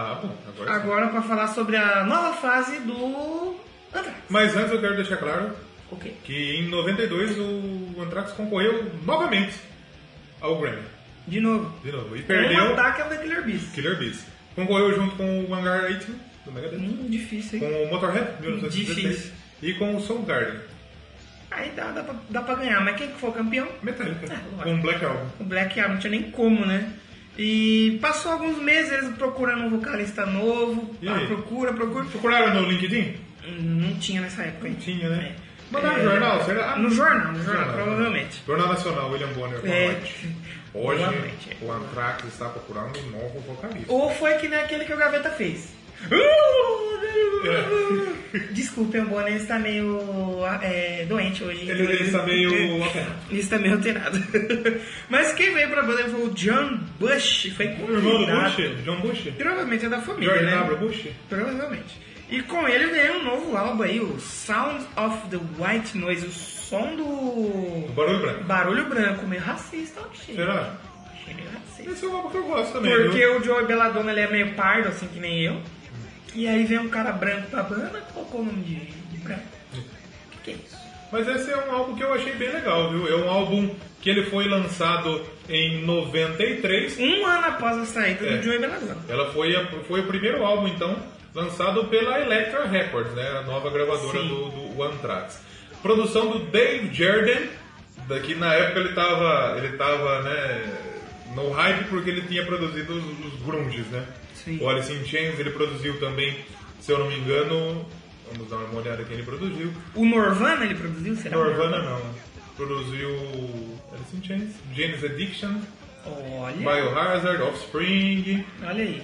Speaker 2: Ah,
Speaker 1: agora para falar sobre a nova fase do Anthrax.
Speaker 2: Mas antes eu quero deixar claro
Speaker 1: O quê?
Speaker 2: que em 92 o Anthrax concorreu novamente ao Grammy.
Speaker 1: De novo.
Speaker 2: De novo. E
Speaker 1: Um
Speaker 2: perdeu
Speaker 1: ataque ao The Killer Beast.
Speaker 2: Killer Beats. Concorreu junto com o Hangar 18 do Megadeth.
Speaker 1: Hum, difícil, hein?
Speaker 2: Com o Motorhead, 1916.
Speaker 1: Uhum. Difícil.
Speaker 2: E com o Soundgarden.
Speaker 1: Aí dá, dá, pra, dá pra ganhar, mas quem que for campeão?
Speaker 2: Metallica.
Speaker 1: Ah, lógico.
Speaker 2: Com o Black Album.
Speaker 1: O Black ah, não tinha nem como, né? E passou alguns meses eles procurando um vocalista novo.
Speaker 2: E
Speaker 1: Ah,
Speaker 2: aí?
Speaker 1: procura, procura.
Speaker 2: Procuraram no LinkedIn?
Speaker 1: Hum, Não tinha nessa época, hein?
Speaker 2: Tinha, né?
Speaker 1: É.
Speaker 2: Mandaram
Speaker 1: É,
Speaker 2: no jornal, será? Ah,
Speaker 1: No jornal, no jornal, provavelmente.
Speaker 2: né? Jornal Nacional, William Bonner, boa
Speaker 1: É.
Speaker 2: noite. Hoje,
Speaker 1: Boa noite, é.
Speaker 2: o Anthrax está procurando um novo vocalista.
Speaker 1: Ou foi que nem aquele que o Gaveta fez.
Speaker 2: É.
Speaker 1: Desculpem, o Bonner está meio é, doente hoje.
Speaker 2: Ele, ele está meio alterado.
Speaker 1: Ele está meio alterado. Mas quem veio pra banda foi o John Bush. Foi
Speaker 2: O irmão do
Speaker 1: convidado.
Speaker 2: Bush? John Bush?
Speaker 1: Provavelmente é da família,
Speaker 2: George
Speaker 1: né?
Speaker 2: W. Bush?
Speaker 1: Provavelmente. E com ele veio um novo álbum aí, o Sound of the White Noise, o som
Speaker 2: O
Speaker 1: do
Speaker 2: Barulho Branco.
Speaker 1: barulho branco, meio racista, eu achei.
Speaker 2: Será?
Speaker 1: Achei meio racista.
Speaker 2: Esse é um álbum que eu gosto também.
Speaker 1: Porque
Speaker 2: viu?
Speaker 1: o Joey Belladonna ele é meio pardo, assim que nem eu. E aí vem um cara branco pra banda, colocou o nome de de branco. O que, que é isso?
Speaker 2: Mas esse é um álbum que eu achei bem legal, viu? É um álbum que ele foi lançado em 93.
Speaker 1: Um ano após a saída
Speaker 2: É.
Speaker 1: do Joey Belladonna.
Speaker 2: Ela foi, a- foi o primeiro álbum, então, lançado pela Elektra Records, né? A nova gravadora
Speaker 1: Sim.
Speaker 2: do, do Anthrax. Produção do Dave Jordan, daqui na época ele tava, ele tava, né, no hype porque ele tinha produzido os, os grunges, né?
Speaker 1: Sim.
Speaker 2: O Alice in Chains, ele produziu também, se eu não me engano, vamos dar uma olhada que ele produziu.
Speaker 1: O Norvana ele produziu, será?
Speaker 2: Nirvana não, produziu Alice in Chains, James Addiction,
Speaker 1: Olha,
Speaker 2: Biohazard, Offspring,
Speaker 1: olha aí.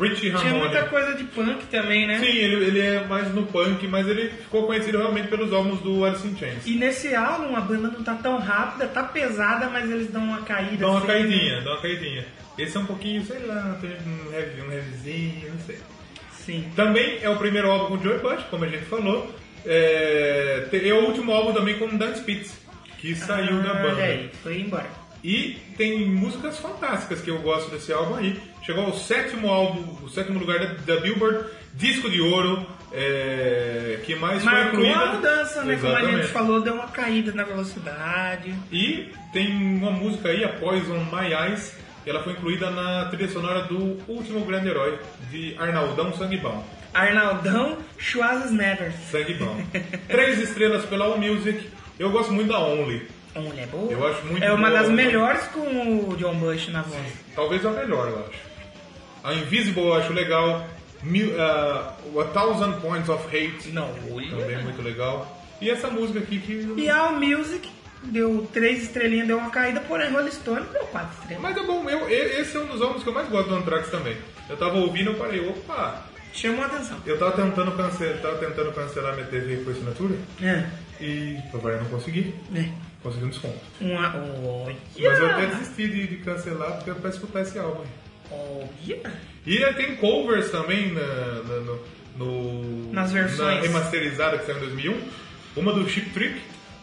Speaker 2: Richie
Speaker 1: Tinha
Speaker 2: Ramone.
Speaker 1: muita coisa de punk também, né?
Speaker 2: Sim, ele, ele é mais no punk, mas ele ficou conhecido realmente pelos álbuns do Alice in Chains.
Speaker 1: E nesse álbum a banda não tá tão rápida, tá pesada, mas eles dão uma caída.
Speaker 2: Dá uma
Speaker 1: assim.
Speaker 2: caidinha, dá uma caidinha. Esse é um pouquinho, sei lá, tem um heavy, um heavyzinho, não sei.
Speaker 1: Sim.
Speaker 2: Também é o primeiro álbum com o Joey Bush, como a gente falou. É, te- é o último álbum também com o Dan Spitz, que saiu da
Speaker 1: Ah, Olha
Speaker 2: banda.
Speaker 1: aí, foi embora.
Speaker 2: E tem músicas fantásticas que eu gosto desse álbum aí. Chegou ao sétimo álbum, o sétimo lugar da, da Billboard, disco de ouro, é, que mais
Speaker 1: Marcou
Speaker 2: foi incluído.
Speaker 1: uma mudança, né? Como a gente
Speaker 2: Exatamente.
Speaker 1: falou, deu uma caída na velocidade.
Speaker 2: E tem uma música aí, a Poison My Eyes, que ela foi incluída na trilha sonora do Último Grande Herói, de Arnaldão Sanguibão.
Speaker 1: Arnaldão Schwarzenegger.
Speaker 2: Sanguibão. Três estrelas pela All Music. Eu gosto muito da Only.
Speaker 1: A mulher boa.
Speaker 2: Eu acho muito
Speaker 1: É uma
Speaker 2: boa,
Speaker 1: das
Speaker 2: né?
Speaker 1: melhores com o John Bush na voz.
Speaker 2: Talvez a melhor, eu acho. A Invisible eu acho legal. Mil- ah, a Thousand Points of Hate
Speaker 1: Não,
Speaker 2: também é muito legal. E essa música aqui que...
Speaker 1: E a All Music deu três estrelinhas, deu uma caída, porém Rolling Stone deu quatro estrelas.
Speaker 2: Mas é bom, eu, e- esse é um dos álbuns que eu mais gosto do Anthrax também. Eu tava ouvindo, eu parei, opa,
Speaker 1: Chamou a atenção.
Speaker 2: Eu tava tentando cancelar, tava tentando cancelar minha TV por assinatura
Speaker 1: É,
Speaker 2: e agora eu não consegui.
Speaker 1: é.
Speaker 2: Consegui um desconto.
Speaker 1: Uma... Olha!
Speaker 2: Mas eu até desisti de, de cancelar porque é pra escutar esse álbum. aí.
Speaker 1: Olha!
Speaker 2: E ele tem covers também na, na- no, no-
Speaker 1: Nas versões.
Speaker 2: Na remasterizada que saiu em 2001. Uma do Chip Trick,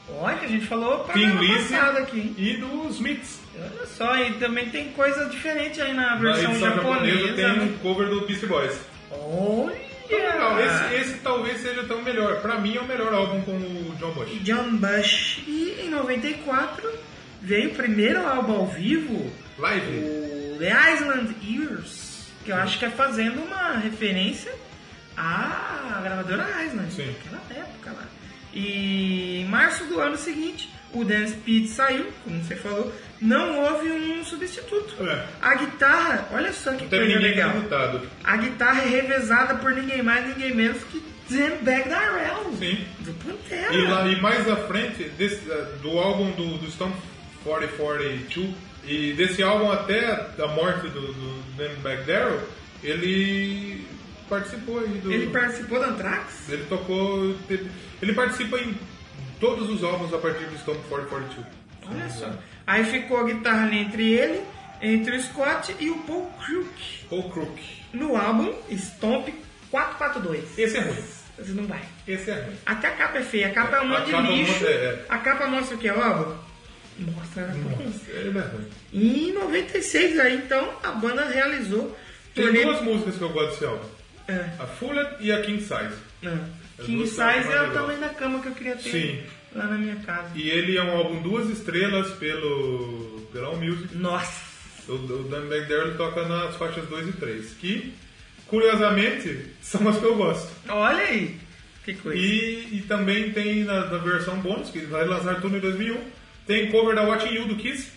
Speaker 1: Olha, a gente falou
Speaker 2: Tim
Speaker 1: programa
Speaker 2: Lizzy
Speaker 1: passado aqui, hein?
Speaker 2: e do Smiths.
Speaker 1: Olha só, e também tem coisa diferente aí na
Speaker 2: Na
Speaker 1: versão
Speaker 2: edição
Speaker 1: japonesa.
Speaker 2: japonesa tem
Speaker 1: né?
Speaker 2: um cover do Beastie Boys. Então,
Speaker 1: Olha!
Speaker 2: Legal, esse, esse talvez seja até o melhor. Pra mim é o melhor álbum com o John Bush.
Speaker 1: John Bush. E em 94 veio o primeiro álbum ao vivo,
Speaker 2: Live.
Speaker 1: o The Island Ears, que eu acho que é fazendo uma referência à gravadora Island,
Speaker 2: Sim.
Speaker 1: naquela época lá. E em março do ano seguinte, o Dan Speed saiu, como você falou, não houve um substituto.
Speaker 2: É.
Speaker 1: A guitarra, olha só que
Speaker 2: Não teve
Speaker 1: coisa
Speaker 2: ninguém
Speaker 1: legal.
Speaker 2: tributado.
Speaker 1: A guitarra é revezada por ninguém mais, ninguém menos que Dimebag Darrell,
Speaker 2: Sim.
Speaker 1: do Pantera.
Speaker 2: E, lá, e mais à frente, desse, do álbum do, do Stone 4042, e desse álbum até a morte do, do Dan Bagdaro, ele participou aí do.
Speaker 1: Ele participou do Anthrax?
Speaker 2: ele tocou. teve- Ele participa em todos os álbuns a partir do Stone 4042.
Speaker 1: Olha só. Aí ficou a guitarra ali entre ele, entre o Scott e o Paul Crook.
Speaker 2: Paul Crook.
Speaker 1: No álbum Stomp 442.
Speaker 2: Esse é ruim.
Speaker 1: Você não vai.
Speaker 2: Esse é ruim.
Speaker 1: Até a capa é feia. A capa é um
Speaker 2: A
Speaker 1: monte de
Speaker 2: capa
Speaker 1: lixo.
Speaker 2: mostra- é.
Speaker 1: A capa mostra o que é o álbum? Mostra. Nossa.
Speaker 2: Ele é ruim.
Speaker 1: Em 96 aí, então, a banda realizou
Speaker 2: Tem
Speaker 1: turnê
Speaker 2: é duas músicas que eu gosto desse álbum.
Speaker 1: É.
Speaker 2: A Fuller e a King Size.
Speaker 1: É.
Speaker 2: As
Speaker 1: King
Speaker 2: duas
Speaker 1: Size
Speaker 2: são
Speaker 1: é o
Speaker 2: maravilhosas.
Speaker 1: tamanho da cama que eu queria ter
Speaker 2: Sim.
Speaker 1: lá na minha casa.
Speaker 2: E ele é um álbum duas estrelas pelo pela All Music.
Speaker 1: Nossa!
Speaker 2: O, o Dan Darrell toca nas faixas 2 e 3, que curiosamente são as que eu gosto.
Speaker 1: Olha aí! Que coisa.
Speaker 2: E, e também tem na, na versão bônus, que ele vai lançar tudo em 2001, tem cover da Watching You do Kiss,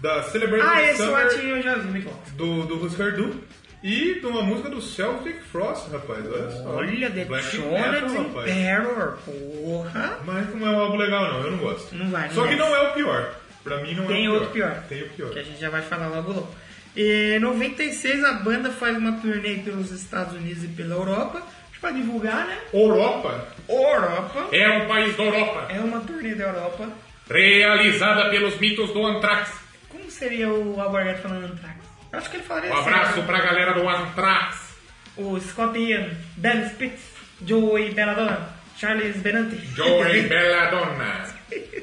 Speaker 2: da Celebrating
Speaker 1: Ah, esse
Speaker 2: Summer
Speaker 1: latinho eu já vi, me conta.
Speaker 2: do, do Husker Du e de uma música do Celtic Frost, rapaz. Olha só.
Speaker 1: Olha,
Speaker 2: Black
Speaker 1: Detroned
Speaker 2: Metal, rapaz.
Speaker 1: Terror, porra!
Speaker 2: Mas não é um álbum legal, não. Eu não gosto.
Speaker 1: Não vai, não
Speaker 2: Só que
Speaker 1: é.
Speaker 2: não é o pior. Pra mim não
Speaker 1: Tem
Speaker 2: é o
Speaker 1: outro
Speaker 2: pior.
Speaker 1: pior.
Speaker 2: Tem o pior.
Speaker 1: Que a gente já vai falar logo logo. Em 96 a banda faz uma turnê pelos Estados Unidos e pela Europa. Acho pra divulgar, né?
Speaker 2: Europa
Speaker 1: Europa.
Speaker 3: É um país da Europa,
Speaker 1: É uma turnê da Europa.
Speaker 3: realizada pelos mitos do Anthrax.
Speaker 1: Como seria o Alvarez falando Anthrax? Eu Acho que ele falaria
Speaker 3: Um
Speaker 1: assim,
Speaker 3: abraço
Speaker 1: né?
Speaker 3: pra galera do Anthrax.
Speaker 1: O Scott Ian, Ben Spitz, Joey Belladonna, Charles Benante.
Speaker 3: Joey Belladonna.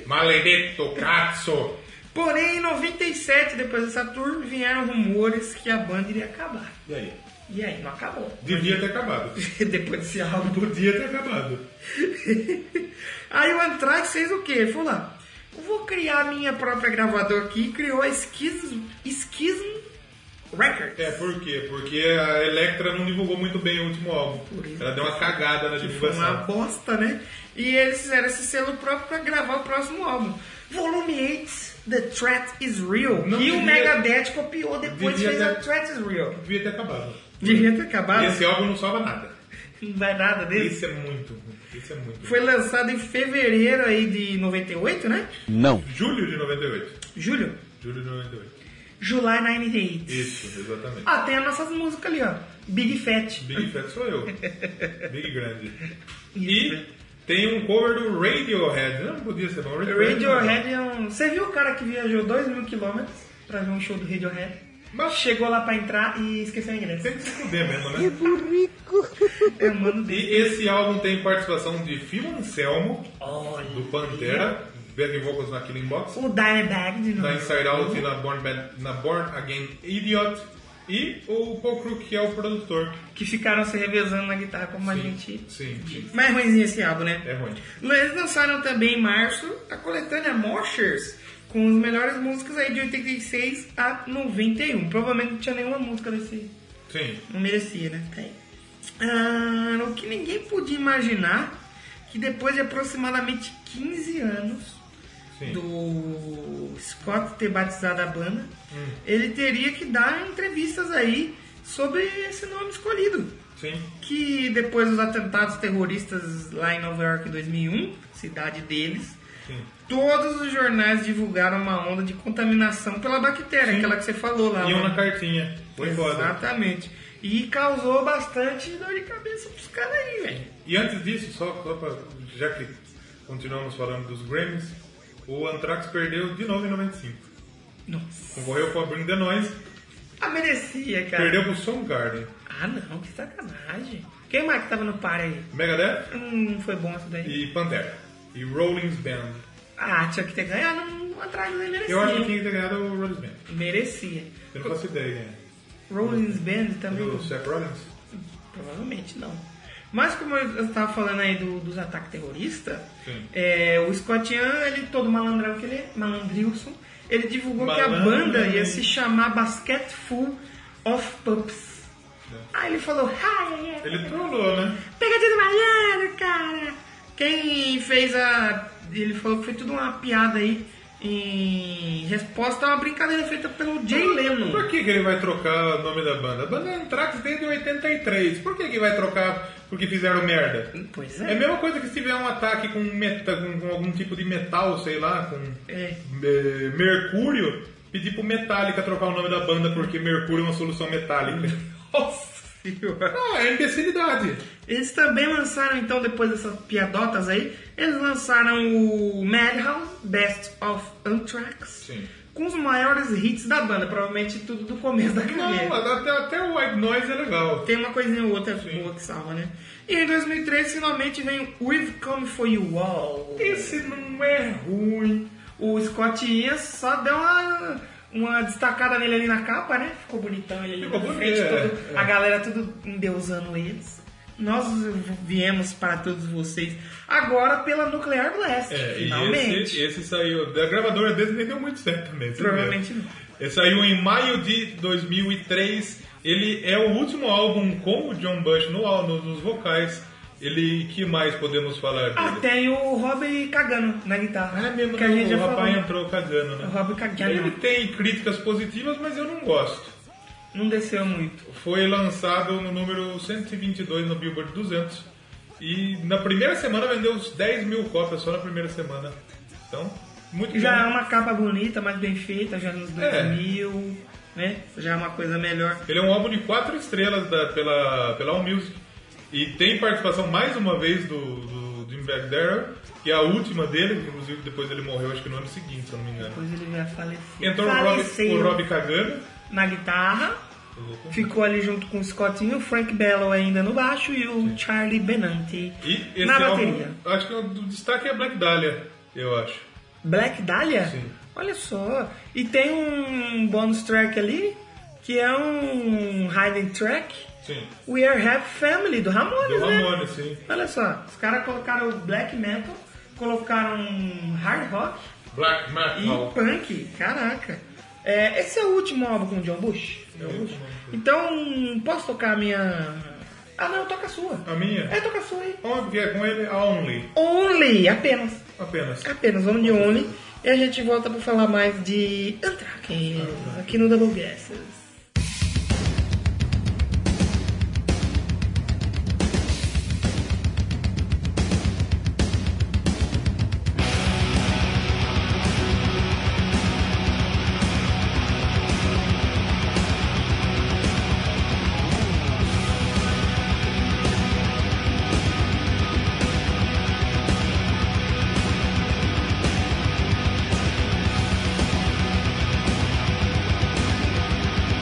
Speaker 3: Maledetto cazzo.
Speaker 1: Porém, em 97, depois dessa tour, vieram rumores que a banda iria acabar.
Speaker 2: E aí?
Speaker 1: E aí, não acabou.
Speaker 2: Devia ter acabado.
Speaker 1: depois desse álbum.
Speaker 2: Podia ter acabado.
Speaker 1: Aí o Anthrax fez o quê? Ele falou lá, eu vou criar a minha própria gravadora aqui e criou a Schism, Schism Records.
Speaker 2: É, por quê? Porque a Electra não divulgou muito bem o último álbum.
Speaker 1: Por isso.
Speaker 2: Ela deu uma cagada na
Speaker 1: Foi uma
Speaker 2: divulgação.
Speaker 1: bosta, né? E eles fizeram esse selo próprio pra gravar o próximo álbum. Volume 8, The Threat is Real.
Speaker 2: Não
Speaker 1: e o
Speaker 2: devia-
Speaker 1: Megadeth copiou depois e
Speaker 2: devia
Speaker 1: fez
Speaker 2: ter-
Speaker 1: a Threat is Real.
Speaker 2: Devia ter acabado.
Speaker 1: Devia ter acabado.
Speaker 2: E esse álbum não salva nada.
Speaker 1: Não vai nada dele.
Speaker 2: Esse é muito ruim. Esse é muito ruim.
Speaker 1: Foi lançado em fevereiro aí de 98, né?
Speaker 4: Não.
Speaker 2: Julho de 98.
Speaker 1: Julho.
Speaker 2: Julho de 98.
Speaker 1: July 98.
Speaker 2: Isso, exatamente.
Speaker 1: Ah, tem as nossas músicas ali, ó. Big Fat.
Speaker 2: Big Fat sou eu. Big Grande.
Speaker 1: Isso,
Speaker 2: E
Speaker 1: né?
Speaker 2: tem um cover do Radiohead. Não podia ser bom.
Speaker 1: Radiohead é um. Você viu o cara que viajou 2 mil quilômetros pra ver um show do Radiohead?
Speaker 2: Mas-
Speaker 1: Chegou lá pra entrar e esqueceu o ingresso.
Speaker 2: Tem que se fuder mesmo, né?
Speaker 1: É o mano
Speaker 2: E
Speaker 1: dele.
Speaker 2: esse álbum tem participação de Phil Anselmo,
Speaker 1: Olha.
Speaker 2: do Pantera, back vocals na Killing Box,
Speaker 1: O Dimebag de novo.
Speaker 2: na Inside Out e na Born, Bad- na Born Again Idiot, e o Paul Crook, que é o produtor.
Speaker 1: Que ficaram se revezando na guitarra como a gente.
Speaker 2: Sim, sim.
Speaker 1: Mais ruimzinho esse álbum, né?
Speaker 2: É ruim.
Speaker 1: Mas Eles lançaram também em março a coletânea Moshers com as melhores músicas aí de 86 a 91. Provavelmente não tinha nenhuma música desse.
Speaker 2: Sim.
Speaker 1: Não merecia, né? Tem. Ah, o que ninguém podia imaginar que depois de aproximadamente 15 anos
Speaker 2: Sim.
Speaker 1: do Scott ter batizado a banda, ele teria que dar entrevistas aí sobre esse nome escolhido
Speaker 2: Sim.
Speaker 1: que depois dos atentados terroristas lá em Nova York em 2001, cidade deles,
Speaker 2: Sim.
Speaker 1: todos os jornais divulgaram uma onda de contaminação pela bactéria,
Speaker 2: Sim.
Speaker 1: aquela que você falou lá.
Speaker 2: E
Speaker 1: né?
Speaker 2: uma cartinha. Foi foda.
Speaker 1: Exatamente. E causou bastante dor de cabeça pros caras aí, velho.
Speaker 2: E antes disso, só, só pra, já que continuamos falando dos Grammys, o Anthrax perdeu de novo em 95.
Speaker 1: Nossa.
Speaker 2: Concorreu com a Bring the Noise,
Speaker 1: Ah, merecia, cara.
Speaker 2: perdeu pro Soundgarden.
Speaker 1: Ah, não, que sacanagem. Quem mais que tava no par aí?
Speaker 2: Megadeth
Speaker 1: Hum, não foi bom isso daí.
Speaker 2: e Pantera. E Rollins Band.
Speaker 1: Ah, tinha que ter ganhado um atrás dele merecia.
Speaker 2: Eu acho que tinha que ter ganhado o Rollins Band.
Speaker 1: Merecia.
Speaker 2: Eu não faço ideia. né?
Speaker 1: Rollins Band também.
Speaker 2: Do Seth Rollins?
Speaker 1: Provavelmente não. Mas como eu estava falando aí do- dos ataques terroristas,
Speaker 2: Sim.
Speaker 1: é, o Scott Ian, ele todo malandrão que ele é, malandrilson, ele divulgou que a
Speaker 2: Malandro. né?
Speaker 1: banda ia se chamar Basket Full of Pups. Aí ele falou, "Ai, é,
Speaker 2: É. Ele trollou, né?
Speaker 1: pegadinha do malandro, cara! Quem fez a... Ele falou que foi tudo uma piada aí, em resposta a uma brincadeira feita pelo Jay Leno.
Speaker 2: Por que, que ele vai trocar o nome da banda? A banda é Anthrax desde 83. Por que, que vai trocar porque fizeram merda?
Speaker 1: Pois
Speaker 2: É a mesma coisa que se tiver um ataque com, meta, com, com algum tipo de metal, sei lá, com
Speaker 1: É.
Speaker 2: eh, mercúrio, pedir pro Metallica trocar o nome da banda porque mercúrio é uma solução metálica.
Speaker 1: Nossa senhora.
Speaker 2: Ah, é imbecilidade.
Speaker 1: Eles também lançaram, então, depois dessas piadotas aí, eles lançaram o Madhouse Best of Anthrax,
Speaker 2: Sim.
Speaker 1: com os maiores hits da banda, provavelmente tudo do começo da carreira.
Speaker 2: Não, até, até o White Noise é legal.
Speaker 1: Tem uma coisinha ou outra boa que salva, né? E em 2003, finalmente, vem o We've Come For You All.
Speaker 2: Esse não é ruim.
Speaker 1: O Scott Ian só deu uma... uma destacada nele ali na capa, né? Ficou bonitão ele ali
Speaker 2: Ficou
Speaker 1: na
Speaker 2: bonito,
Speaker 1: frente, todo-
Speaker 2: é, é.
Speaker 1: a galera tudo endeusando eles. Nós viemos para todos vocês agora pela Nuclear Blast,
Speaker 2: É,
Speaker 1: finalmente.
Speaker 2: E esse, esse saiu. A gravadora deles nem deu muito certo também. você
Speaker 1: Provavelmente
Speaker 2: vê.
Speaker 1: não.
Speaker 2: Ele saiu em maio de 2003. Ele é o último álbum com o John Bush no, al- no, nos vocais. Ele. que mais podemos falar dele?
Speaker 1: Ah, tem o Rob cagando na guitarra.
Speaker 2: Ah, é mesmo
Speaker 1: que
Speaker 2: que
Speaker 1: a gente já
Speaker 2: o rapaz
Speaker 1: falou.
Speaker 2: entrou cagando, né?
Speaker 1: O Rob cagando.
Speaker 2: Ele tem críticas positivas, mas eu não gosto.
Speaker 1: Não desceu muito.
Speaker 2: Foi lançado no número 122 no Billboard 200. E na primeira semana vendeu uns 10 mil cópias só na primeira semana. Então, muito
Speaker 1: Já é
Speaker 2: bom.
Speaker 1: uma capa bonita, mais bem feita, já nos
Speaker 2: É.
Speaker 1: 2000, né? Já é uma coisa melhor.
Speaker 2: Ele é um álbum de 4 estrelas da, pela, pela All Music. E tem participação mais uma vez do, do Jim Darrow, que é a última dele, inclusive depois ele morreu acho que no ano seguinte, se eu não me engano.
Speaker 1: Depois ele vai falecer.
Speaker 2: Entrou o Rob,
Speaker 1: Faleceu
Speaker 2: o Rob Cagano.
Speaker 1: na guitarra, ficou ali junto com o Scottinho, o Frank Bellow ainda no baixo e o Charlie Benante
Speaker 2: E esse
Speaker 1: na
Speaker 2: álbum,
Speaker 1: bateria.
Speaker 2: acho que o destaque é Black Dahlia, eu acho.
Speaker 1: Black Dahlia?
Speaker 2: Sim.
Speaker 1: Olha só. E tem um bonus track ali, que é um hiding track.
Speaker 2: Sim.
Speaker 1: We Are Happy Family, do Ramones,
Speaker 2: Do
Speaker 1: né?
Speaker 2: Ramones, sim.
Speaker 1: Olha só, os caras colocaram black metal, colocaram hard rock
Speaker 3: Black
Speaker 1: e
Speaker 3: Metal.
Speaker 1: punk. Caraca. É, esse é o último álbum com o John Bush? John
Speaker 2: É o
Speaker 1: Bush.
Speaker 2: último álbum.
Speaker 1: Então, posso tocar a minha... Ah, não, toca a sua.
Speaker 2: A minha?
Speaker 1: É, toca a sua aí.
Speaker 2: Onde é com ele? A Only,
Speaker 1: Only, apenas.
Speaker 2: apenas.
Speaker 1: Apenas, vamos de Only. E a gente volta pra falar mais de Anthrax, aqui no Double Guesses.
Speaker 4: Thank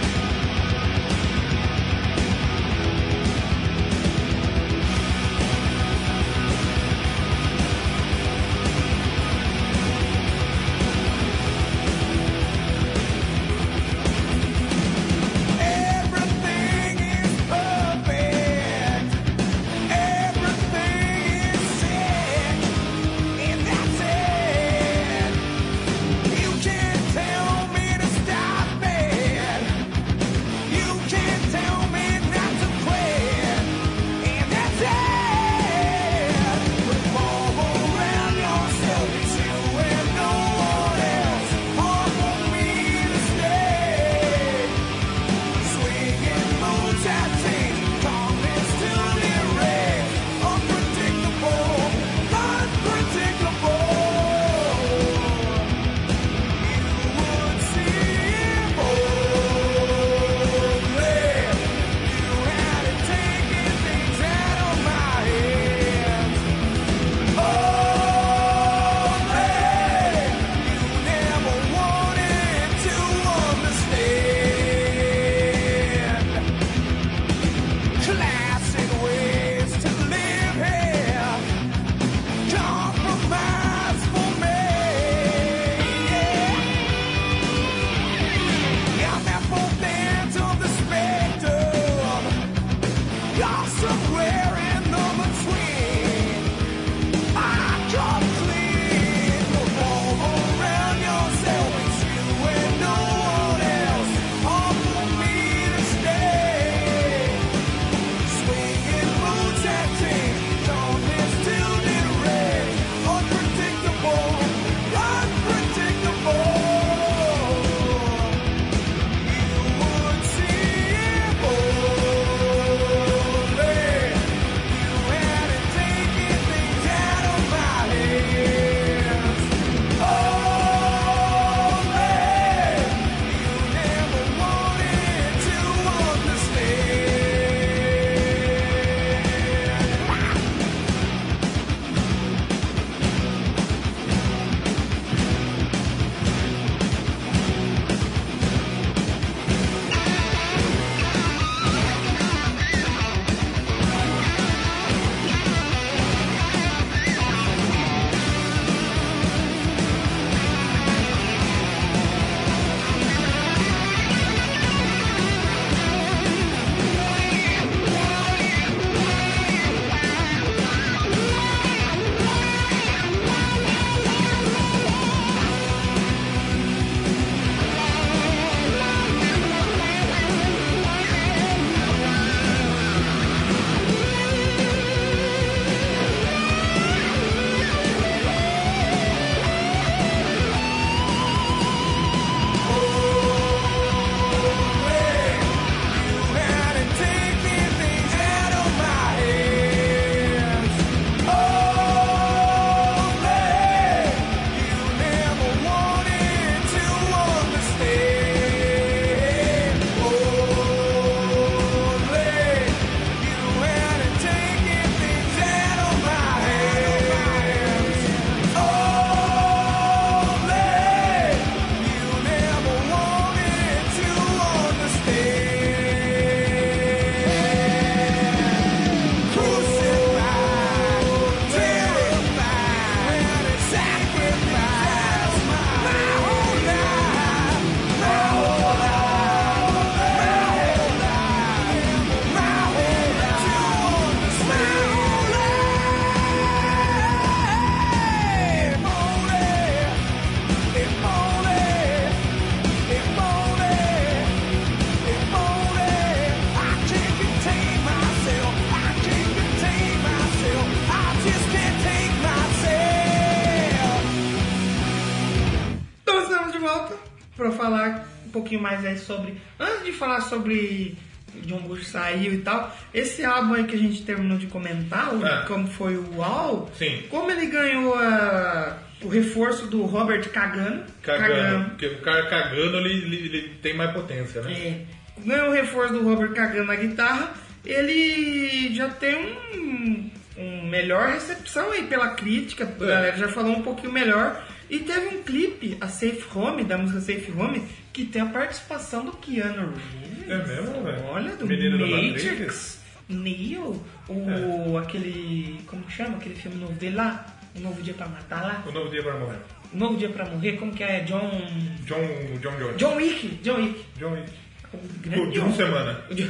Speaker 1: volta pra falar um pouquinho mais aí sobre. Antes de falar sobre John Bush saiu e tal, esse álbum aí que a gente terminou de comentar, o-
Speaker 2: Ah.
Speaker 1: como foi o All,
Speaker 2: Sim.
Speaker 1: como ele ganhou a- o reforço do Robert Cagano.
Speaker 2: Cagando. Porque o cara cagando, ele, ele- ele tem mais potência, né?
Speaker 1: É, ganhou o reforço do Robert Cagano na guitarra, ele já tem um, um melhor recepção aí pela crítica, a
Speaker 2: É.
Speaker 1: galera já falou um pouquinho melhor. E teve um clipe, a Safe Home, da música Safe Home, que tem a participação do Keanu Reeves.
Speaker 2: É mesmo, velho?
Speaker 1: Olha, do
Speaker 2: Menino do
Speaker 1: Matrix. Neo, o,
Speaker 2: É.
Speaker 1: aquele, como que chama aquele filme novo dele lá? O Novo Dia Pra Matar lá?
Speaker 2: O novo dia para morrer.
Speaker 1: O Novo Dia Pra Morrer, como que é? John...
Speaker 2: John, John Jones.
Speaker 1: John Wick, John Wick.
Speaker 2: John Wick.
Speaker 1: O
Speaker 2: O
Speaker 1: grande
Speaker 2: John Semana.
Speaker 1: o John-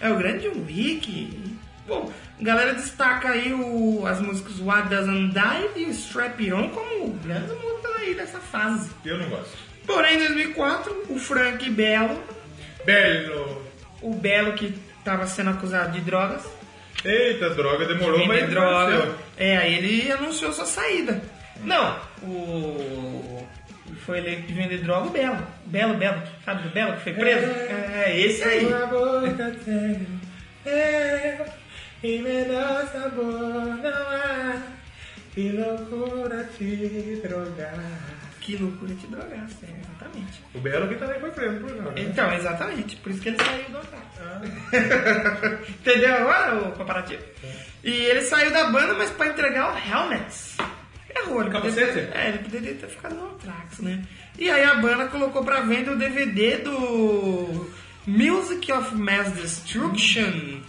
Speaker 1: É o grande John Wick. Bom, a galera destaca aí o, as músicas What Doesn't Die e o Strap On como grandes músicas aí dessa fase.
Speaker 2: Eu não gosto.
Speaker 1: Porém, em 2004, o Frank Belo,
Speaker 2: Belo!
Speaker 1: o Belo que estava sendo acusado de drogas,
Speaker 2: Eita, droga, demorou,
Speaker 1: Vender
Speaker 2: mas
Speaker 1: droga.
Speaker 2: apareceu.
Speaker 1: É, aí ele anunciou sua saída. Não, o. Foi eleito de vender droga o Belo. Belo, Belo, sabe do Belo que foi preso? É, esse aí.
Speaker 2: Sua boca tem
Speaker 1: É,
Speaker 2: mel, e menor sabor não há, que loucura te drogar.
Speaker 1: Que loucura te drogar, é, exatamente.
Speaker 2: O Belo que tá também foi preso por droga. né?
Speaker 1: Então, exatamente, por isso que ele saiu do Antrax. Entendeu agora o comparativo?
Speaker 2: É.
Speaker 1: E ele saiu da banda, mas pra entregar o Helmets. Errou, ele
Speaker 2: Capacete?
Speaker 1: É, ele poderia ter ficado no Antrax, né? E aí a banda colocou pra venda o DVD do Music of Mass Destruction.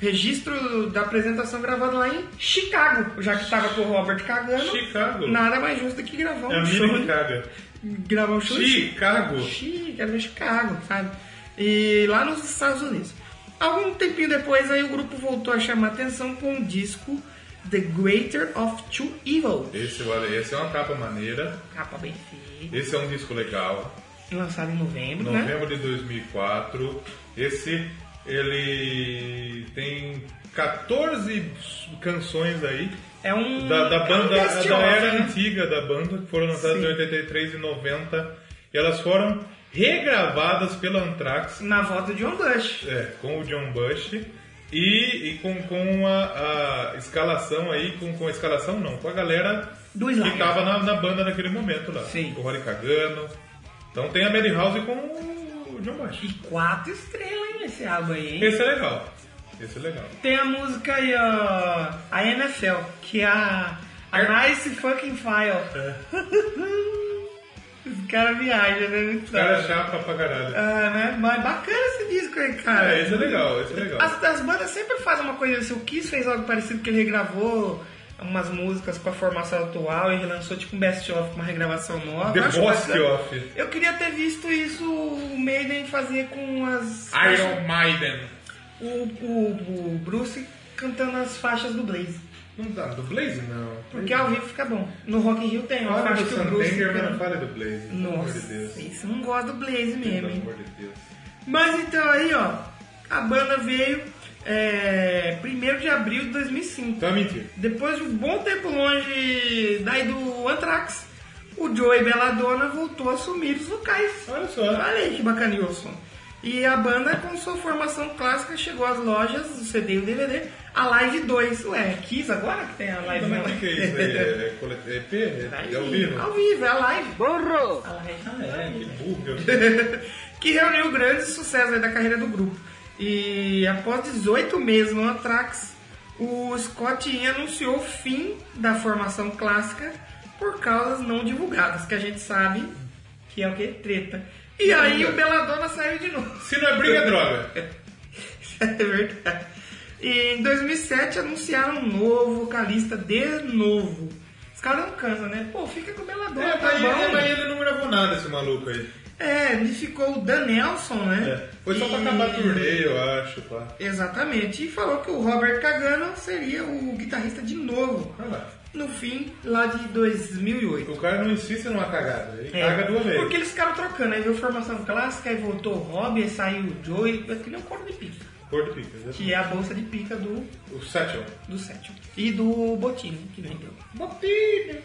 Speaker 1: Registro da apresentação gravada lá em Chicago, já que tava com o Robert cagando.
Speaker 2: Chicago.
Speaker 1: Nada mais justo do que gravar um
Speaker 2: É a
Speaker 1: show.
Speaker 2: mina que caga.
Speaker 1: Gravar um show em
Speaker 2: Chicago.
Speaker 1: Chi- era em é Chicago, sabe? E lá nos Estados Unidos. Algum tempinho depois, aí o grupo voltou a chamar atenção com o disco The Greater of Two Evils.
Speaker 2: Esse, vale, esse é uma capa maneira.
Speaker 1: Capa bem feita.
Speaker 2: Esse é um disco legal.
Speaker 1: Lançado em novembro, né?
Speaker 2: Novembro de 2004. Esse, ele tem 14 canções aí.
Speaker 1: É um.
Speaker 2: da, da
Speaker 1: é um
Speaker 2: banda
Speaker 1: best-of,
Speaker 2: da era
Speaker 1: né?
Speaker 2: antiga da banda, que foram lançadas
Speaker 1: Sim.
Speaker 2: em 83 e 90, e elas foram regravadas pela Anthrax,
Speaker 1: Na volta de John Bush.
Speaker 2: é, com o John Bush, e, e com, com a, a escalação aí, com, com a escalação não, com a galera
Speaker 1: Do
Speaker 2: que
Speaker 1: Slayer.
Speaker 2: tava na, na banda naquele momento lá.
Speaker 1: Sim.
Speaker 2: Com o Rory Cagano. Então tem a Mary House com o John Bush.
Speaker 1: E quatro estrelas, hein, nesse álbum aí, hein?
Speaker 2: Esse é legal. Esse é legal.
Speaker 1: Tem a música aí, ó. A NFL, que é a. A
Speaker 2: É.
Speaker 1: Nice Fucking File. Os caras viajam, né? Muito
Speaker 2: O
Speaker 3: É.
Speaker 2: cara é chapa pra caralho.
Speaker 1: Ah, né? Mas bacana esse disco aí, cara.
Speaker 2: É, esse é legal, esse é legal.
Speaker 1: As, as bandas sempre fazem uma coisa assim. O Kiss fez algo parecido que ele regravou umas músicas com a formação atual e relançou tipo um best-of, uma regravação nova.
Speaker 2: The
Speaker 1: Eu acho
Speaker 2: Boss
Speaker 1: bacana.
Speaker 2: Off.
Speaker 1: Eu queria ter visto isso o Maiden fazer com as.
Speaker 3: Iron Maiden.
Speaker 1: O, o, o Bruce cantando as faixas do Blaze.
Speaker 2: Não dá, do Blaze não.
Speaker 1: Porque é ao vivo fica bom. No Rock in Rio tem uma
Speaker 2: Olha
Speaker 1: faixa
Speaker 2: o
Speaker 1: que o Bruce.
Speaker 2: Santander, mas
Speaker 1: canta.
Speaker 2: não fale do Blaze, né? pelo amor de
Speaker 1: Nossa,
Speaker 2: Deus.
Speaker 1: isso não gosta do Blaze mesmo,
Speaker 2: Pelo
Speaker 1: hein?
Speaker 2: amor de Deus.
Speaker 1: Mas então aí, ó, a banda veio é, 1 de abril de 2005.
Speaker 2: Então é mentira.
Speaker 1: Depois de um bom tempo longe daí do Anthrax, o Joey Belladonna voltou a assumir os vocais.
Speaker 2: Olha só.
Speaker 1: Olha aí que bacaninho o som. E a banda, com sua formação clássica, chegou às lojas, o CD e o DVD, a Live 2. Ué, é Kiss agora que tem a Live
Speaker 2: Como é
Speaker 1: não?
Speaker 2: que é isso aí? É, é colet- é EP?
Speaker 1: Tá
Speaker 2: É, é ao vivo?
Speaker 1: Ao vivo, é a Live.
Speaker 4: burro,
Speaker 1: A live.
Speaker 2: É, que burro.
Speaker 1: que reuniu grandes sucessos aí da carreira do grupo. E após 18 meses no Anthrax, o Scott Ian anunciou o fim da formação clássica por causas não divulgadas, que a gente sabe que é o que? Treta. E aí o Belladonna saiu de novo.
Speaker 2: Se não é briga, é droga.
Speaker 1: é verdade. E em 2007 anunciaram um novo vocalista de novo. Os caras não cansam, né? Pô, fica com o Belladonna,
Speaker 2: É,
Speaker 1: tá
Speaker 2: mas,
Speaker 1: bom.
Speaker 2: ele, mas ele não gravou nada, esse maluco aí.
Speaker 1: É, ele ficou o Dan Nelson, né?
Speaker 2: É. Foi só pra
Speaker 1: E-
Speaker 2: acabar a turnê, eu acho, pá.
Speaker 1: Exatamente, e falou que o Robert Cagano seria o guitarrista de novo,
Speaker 2: Olha lá.
Speaker 1: no fim lá de 2008.
Speaker 2: O cara não insiste numa cagada. Ele
Speaker 1: É,
Speaker 2: caga duas vezes.
Speaker 1: Porque eles ficaram trocando, aí veio formação clássica, aí voltou o Rob, aí saiu o Joey, é que nem um coro de pica,
Speaker 2: Cor de pica. né?
Speaker 1: que é a bolsa de pica do,
Speaker 2: O Satchel.
Speaker 1: do Sétimo e do Botino, que vendeu.
Speaker 2: Botinho.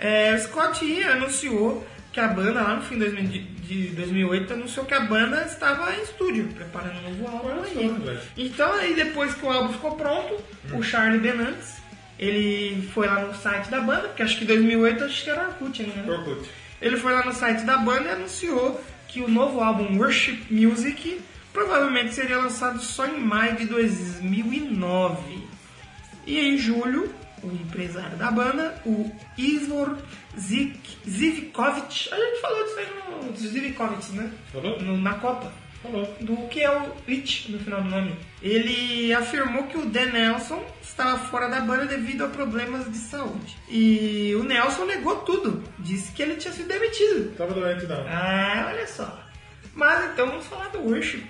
Speaker 1: É, o Scott anunciou que a banda, lá no fim de 2000 de de 2008, anunciou que a banda estava em estúdio, preparando um novo álbum.
Speaker 2: Olha só,
Speaker 1: aí.
Speaker 2: velho. Hum.
Speaker 1: Então, aí depois que o álbum ficou pronto, o Charlie Benantes, ele foi lá no site da banda, porque acho que em 2008 acho que era Orkut ainda, né?
Speaker 2: Orkut.
Speaker 1: Ele foi lá no site da banda e anunciou que o novo álbum Worship Music provavelmente seria lançado só em maio de 2009. E em julho, o empresário da banda, o Ivor Zik- Zivkovic, a gente falou disso aí no Zivkovic, né?
Speaker 2: Falou?
Speaker 1: No- na Copa
Speaker 2: Falou.
Speaker 1: do que é o It no final do nome. Ele afirmou que o Dan Nelson estava fora da banda devido a problemas de saúde. E o Nelson negou tudo, disse que ele tinha sido demitido.
Speaker 2: Tava doente, não.
Speaker 1: Ah, olha só. Mas então vamos falar do Worship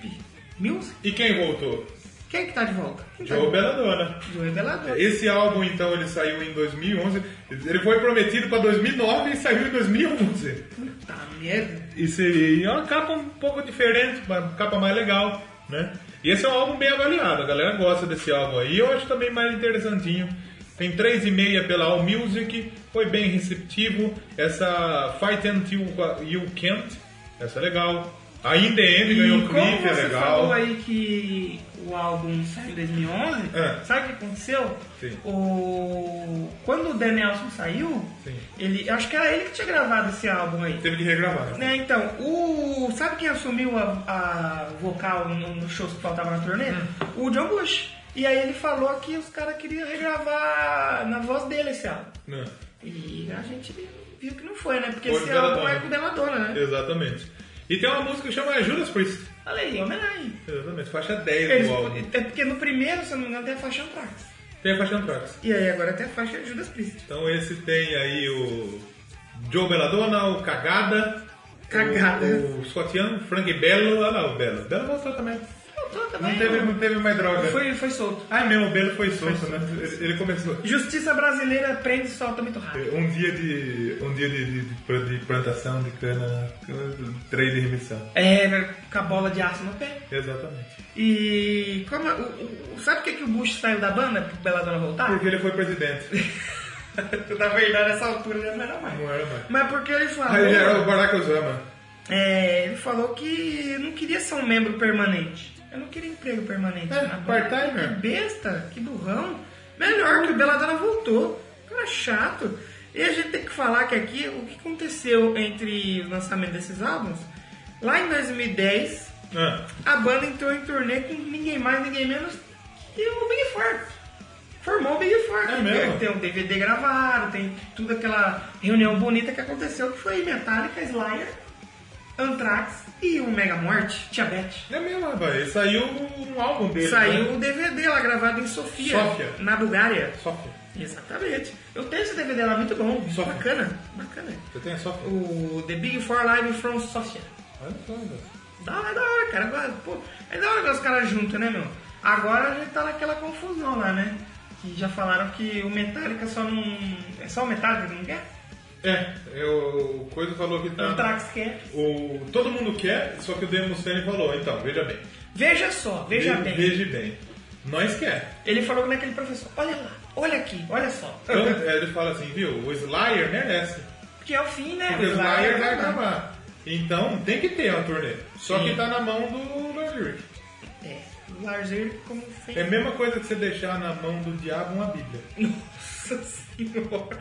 Speaker 1: Music.
Speaker 2: E quem voltou?
Speaker 1: Quem que tá de volta? Quem tá
Speaker 2: Joe
Speaker 1: de volta?
Speaker 2: Belladonna.
Speaker 1: Joey Belladonna.
Speaker 2: Esse álbum, então, ele saiu em 2011. Ele foi prometido pra 2009 e saiu em 2011.
Speaker 1: Puta Tá merda.
Speaker 2: E seria e é uma capa um pouco diferente, uma capa mais legal, né? E esse é um álbum bem avaliado, a galera gosta desse álbum aí. Eu acho também mais interessantinho. Tem 3,5 pela All Music, foi bem receptivo. Essa Fight Until You Can't, essa é legal. A In The End ganhou
Speaker 1: E como
Speaker 2: clipe, é
Speaker 1: você
Speaker 2: legal.
Speaker 1: falou aí que o álbum saiu em 2011,
Speaker 2: É.
Speaker 1: sabe o que aconteceu?
Speaker 2: Sim.
Speaker 1: O... Quando o Dan Nelson saiu,
Speaker 2: Sim.
Speaker 1: ele acho que era ele que tinha gravado esse álbum aí.
Speaker 2: Teve que regravar.
Speaker 1: Né, então, o. Sabe quem assumiu a, a vocal no- nos shows que faltava na turnê?
Speaker 2: Hum.
Speaker 1: O John Bush. E aí ele falou que os caras queriam regravar na voz dele esse álbum.
Speaker 2: Né?
Speaker 1: E a gente viu que não foi, né? Porque
Speaker 2: Foi
Speaker 1: esse
Speaker 2: pela
Speaker 1: álbum
Speaker 2: Madonna.
Speaker 1: é com o Demadona, né?
Speaker 2: Exatamente. E tem uma música que chama Judas Priest.
Speaker 1: Olha aí, homenagem.
Speaker 2: Exatamente, faixa 10
Speaker 1: Eles,
Speaker 2: do álbum.
Speaker 1: é porque no primeiro, se eu não me engano, tem a faixa Antrax.
Speaker 2: Tem a faixa Anthrax.
Speaker 1: E aí agora tem a faixa Judas Priest.
Speaker 2: Então esse tem aí o Joe Belladonna, o Cagada.
Speaker 1: Cagada.
Speaker 2: O, o Scott Young, Frank Bello. Ah não, o Bello. Bello voltou também.
Speaker 1: Faltou também.
Speaker 2: Não tá teve, não teve mais droga.
Speaker 1: Foi, foi solto.
Speaker 2: Ah, é mesmo, o Bello foi solto, né? Ele, ele começou.
Speaker 1: Justiça brasileira prende e solta muito rápido.
Speaker 2: Um dia de. Um dia de, de, de- de plantação de cana, três de remissão.
Speaker 1: É, com a bola de aço no pé.
Speaker 2: Exatamente.
Speaker 1: E como, é- o, o- sabe por que, que o Bush saiu da banda pro Belladonna voltar?
Speaker 2: Porque ele foi presidente.
Speaker 1: Na verdade, essa altura ele não era mais.
Speaker 2: Não era mais.
Speaker 1: Mas porque ele falou,
Speaker 2: Aí era o Barack Obama.
Speaker 1: é, ele falou que não queria ser um membro permanente. Eu não queria emprego permanente.
Speaker 2: É,
Speaker 1: na banda.
Speaker 2: part-timer.
Speaker 1: Que besta, que burrão. Melhor que o Belladonna voltou. Cara chato. E a gente tem que falar que aqui o que aconteceu entre o lançamento desses álbuns. Lá em 2010,
Speaker 2: Ah,
Speaker 1: a banda entrou em turnê com ninguém mais, ninguém menos que o Big Four. Formou o Big Four.
Speaker 2: É mesmo?
Speaker 1: Tem um DVD gravado, tem tudo aquela reunião bonita que aconteceu, que foi Metallica, Slayer, Anthrax e o Mega Morte, Tiabete.
Speaker 2: é mesmo, rapaz. E Saiu um álbum dele.
Speaker 1: Saiu
Speaker 2: Né?
Speaker 1: um DVD lá gravado em Sofia,
Speaker 2: Sófia.
Speaker 1: na Bulgária.
Speaker 2: Sófia.
Speaker 1: Exatamente. Eu tenho esse DVD lá, muito bom.
Speaker 2: Sófia.
Speaker 1: Bacana, bacana.
Speaker 2: Você tem a Sófia?
Speaker 1: O The Big Four Live from Sofia.
Speaker 2: Olha só, velho.
Speaker 1: Da hora, da hora, cara. Agora, pô, é da hora ver os caras juntos, né, meu? Agora a gente tá naquela confusão lá, né? Que já falaram que o Metallica só não. É só o Metallica que não quer?
Speaker 2: É, eu, o Coisa falou que
Speaker 1: O
Speaker 2: tá.
Speaker 1: Anthrax quer.
Speaker 2: O, todo mundo quer, só que o Demo Mustaine falou, então, veja bem.
Speaker 1: Veja só, veja
Speaker 2: Ve-
Speaker 1: bem.
Speaker 2: Veja bem. Nós quer.
Speaker 1: Ele falou naquele professor: olha lá, olha aqui, olha só.
Speaker 2: Então, é, ele fala assim, viu, o Slayer merece.
Speaker 1: Porque é o fim, né?
Speaker 2: Porque o Slayer vai
Speaker 1: acabar.
Speaker 2: acabar. Então, tem que ter uma turnê. Só
Speaker 1: Sim.
Speaker 2: que tá na mão do Lord Ulrich.
Speaker 1: É, o Lars Ulrich, como sempre.
Speaker 2: É a mesma coisa que você deixar na mão do diabo uma bíblia.
Speaker 1: Nossa senhora.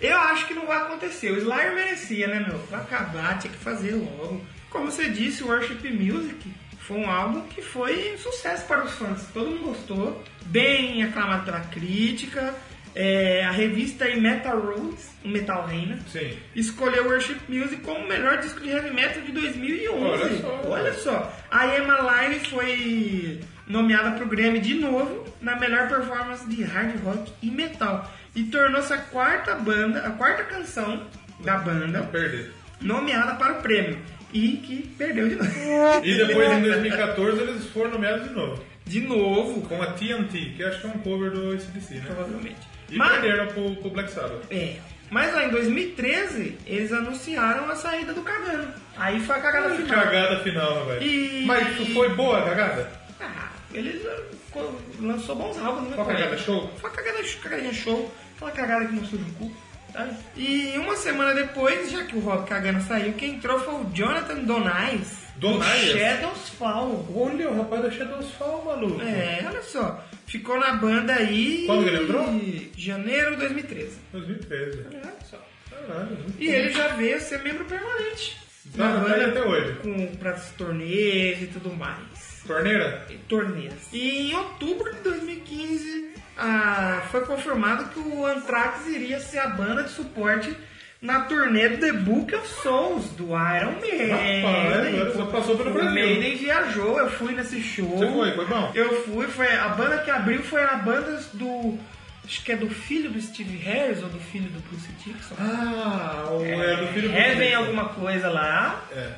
Speaker 1: Eu acho que não vai acontecer. O Slayer merecia, né, meu? Vai acabar, tinha que fazer logo. Como você disse, o Worship Music foi um álbum que foi um sucesso para os fãs. Todo mundo gostou. Bem aclamado pela crítica. É, a revista aí, Metal Roots, o Metal Reina,
Speaker 2: Sim.
Speaker 1: escolheu o Worship Music como o melhor disco de heavy metal de 2011.
Speaker 2: Olha só.
Speaker 1: Olha só. A Emma Line foi nomeada para o Grammy de novo na melhor performance de hard rock e metal e tornou-se a quarta banda, a quarta canção da banda
Speaker 2: Perder.
Speaker 1: nomeada para o prêmio e que perdeu de novo.
Speaker 2: E depois, em 2014, eles foram nomeados de novo.
Speaker 1: de novo,
Speaker 2: Com a TNT, que acho que é um cover do ACDC, né?
Speaker 1: provavelmente.
Speaker 2: E
Speaker 1: Mas-
Speaker 2: perderam pro, pro Black Sabbath.
Speaker 1: É. Mas ó, em 2013, eles anunciaram a saída do Cagano. Aí foi a cagada
Speaker 2: Que
Speaker 1: final.
Speaker 2: Cagada final, né, velho.
Speaker 1: E-
Speaker 2: Mas tu foi boa a cagada?
Speaker 1: Ah, ele co- lançou bons álbuns, né?
Speaker 2: Qual
Speaker 1: colega?
Speaker 2: cagada? Show?
Speaker 1: Foi uma cagada, cagadinha show. Aquela cagada que não suja o cu. tá? E uma semana depois, já que o Rob Cagana saiu, quem entrou foi o Jonathan Donais.
Speaker 2: Donais?
Speaker 1: Do Shadows Fall.
Speaker 2: Olha, o rapaz da Shadows Fall, maluco.
Speaker 1: É, olha só. Ficou na banda aí.
Speaker 2: Quando que ele entrou?
Speaker 1: Janeiro de 2013.
Speaker 2: 2013.
Speaker 1: Olha só.
Speaker 2: Caralho.
Speaker 1: E ele já veio a ser membro permanente.
Speaker 2: Tá, tá aí até hoje.
Speaker 1: Com pras torneios e tudo mais.
Speaker 2: Torneira?
Speaker 1: E Torneiras. E em outubro de 2015 ah, foi confirmado que o Anthrax iria ser a banda de suporte na turnê do The Book of Souls, do Iron Maiden.
Speaker 2: Rapaz, agora você passou pelo
Speaker 1: o
Speaker 2: Brasil.
Speaker 1: Maiden viajou, eu fui nesse show.
Speaker 2: Você foi? Foi bom?
Speaker 1: Eu fui, foi a banda que abriu foi a banda do. Acho que é do filho do Steve Harris ou do filho do Bruce Dixon.
Speaker 2: Ah, o é, do filho do
Speaker 1: Heaven alguma coisa lá.
Speaker 2: É.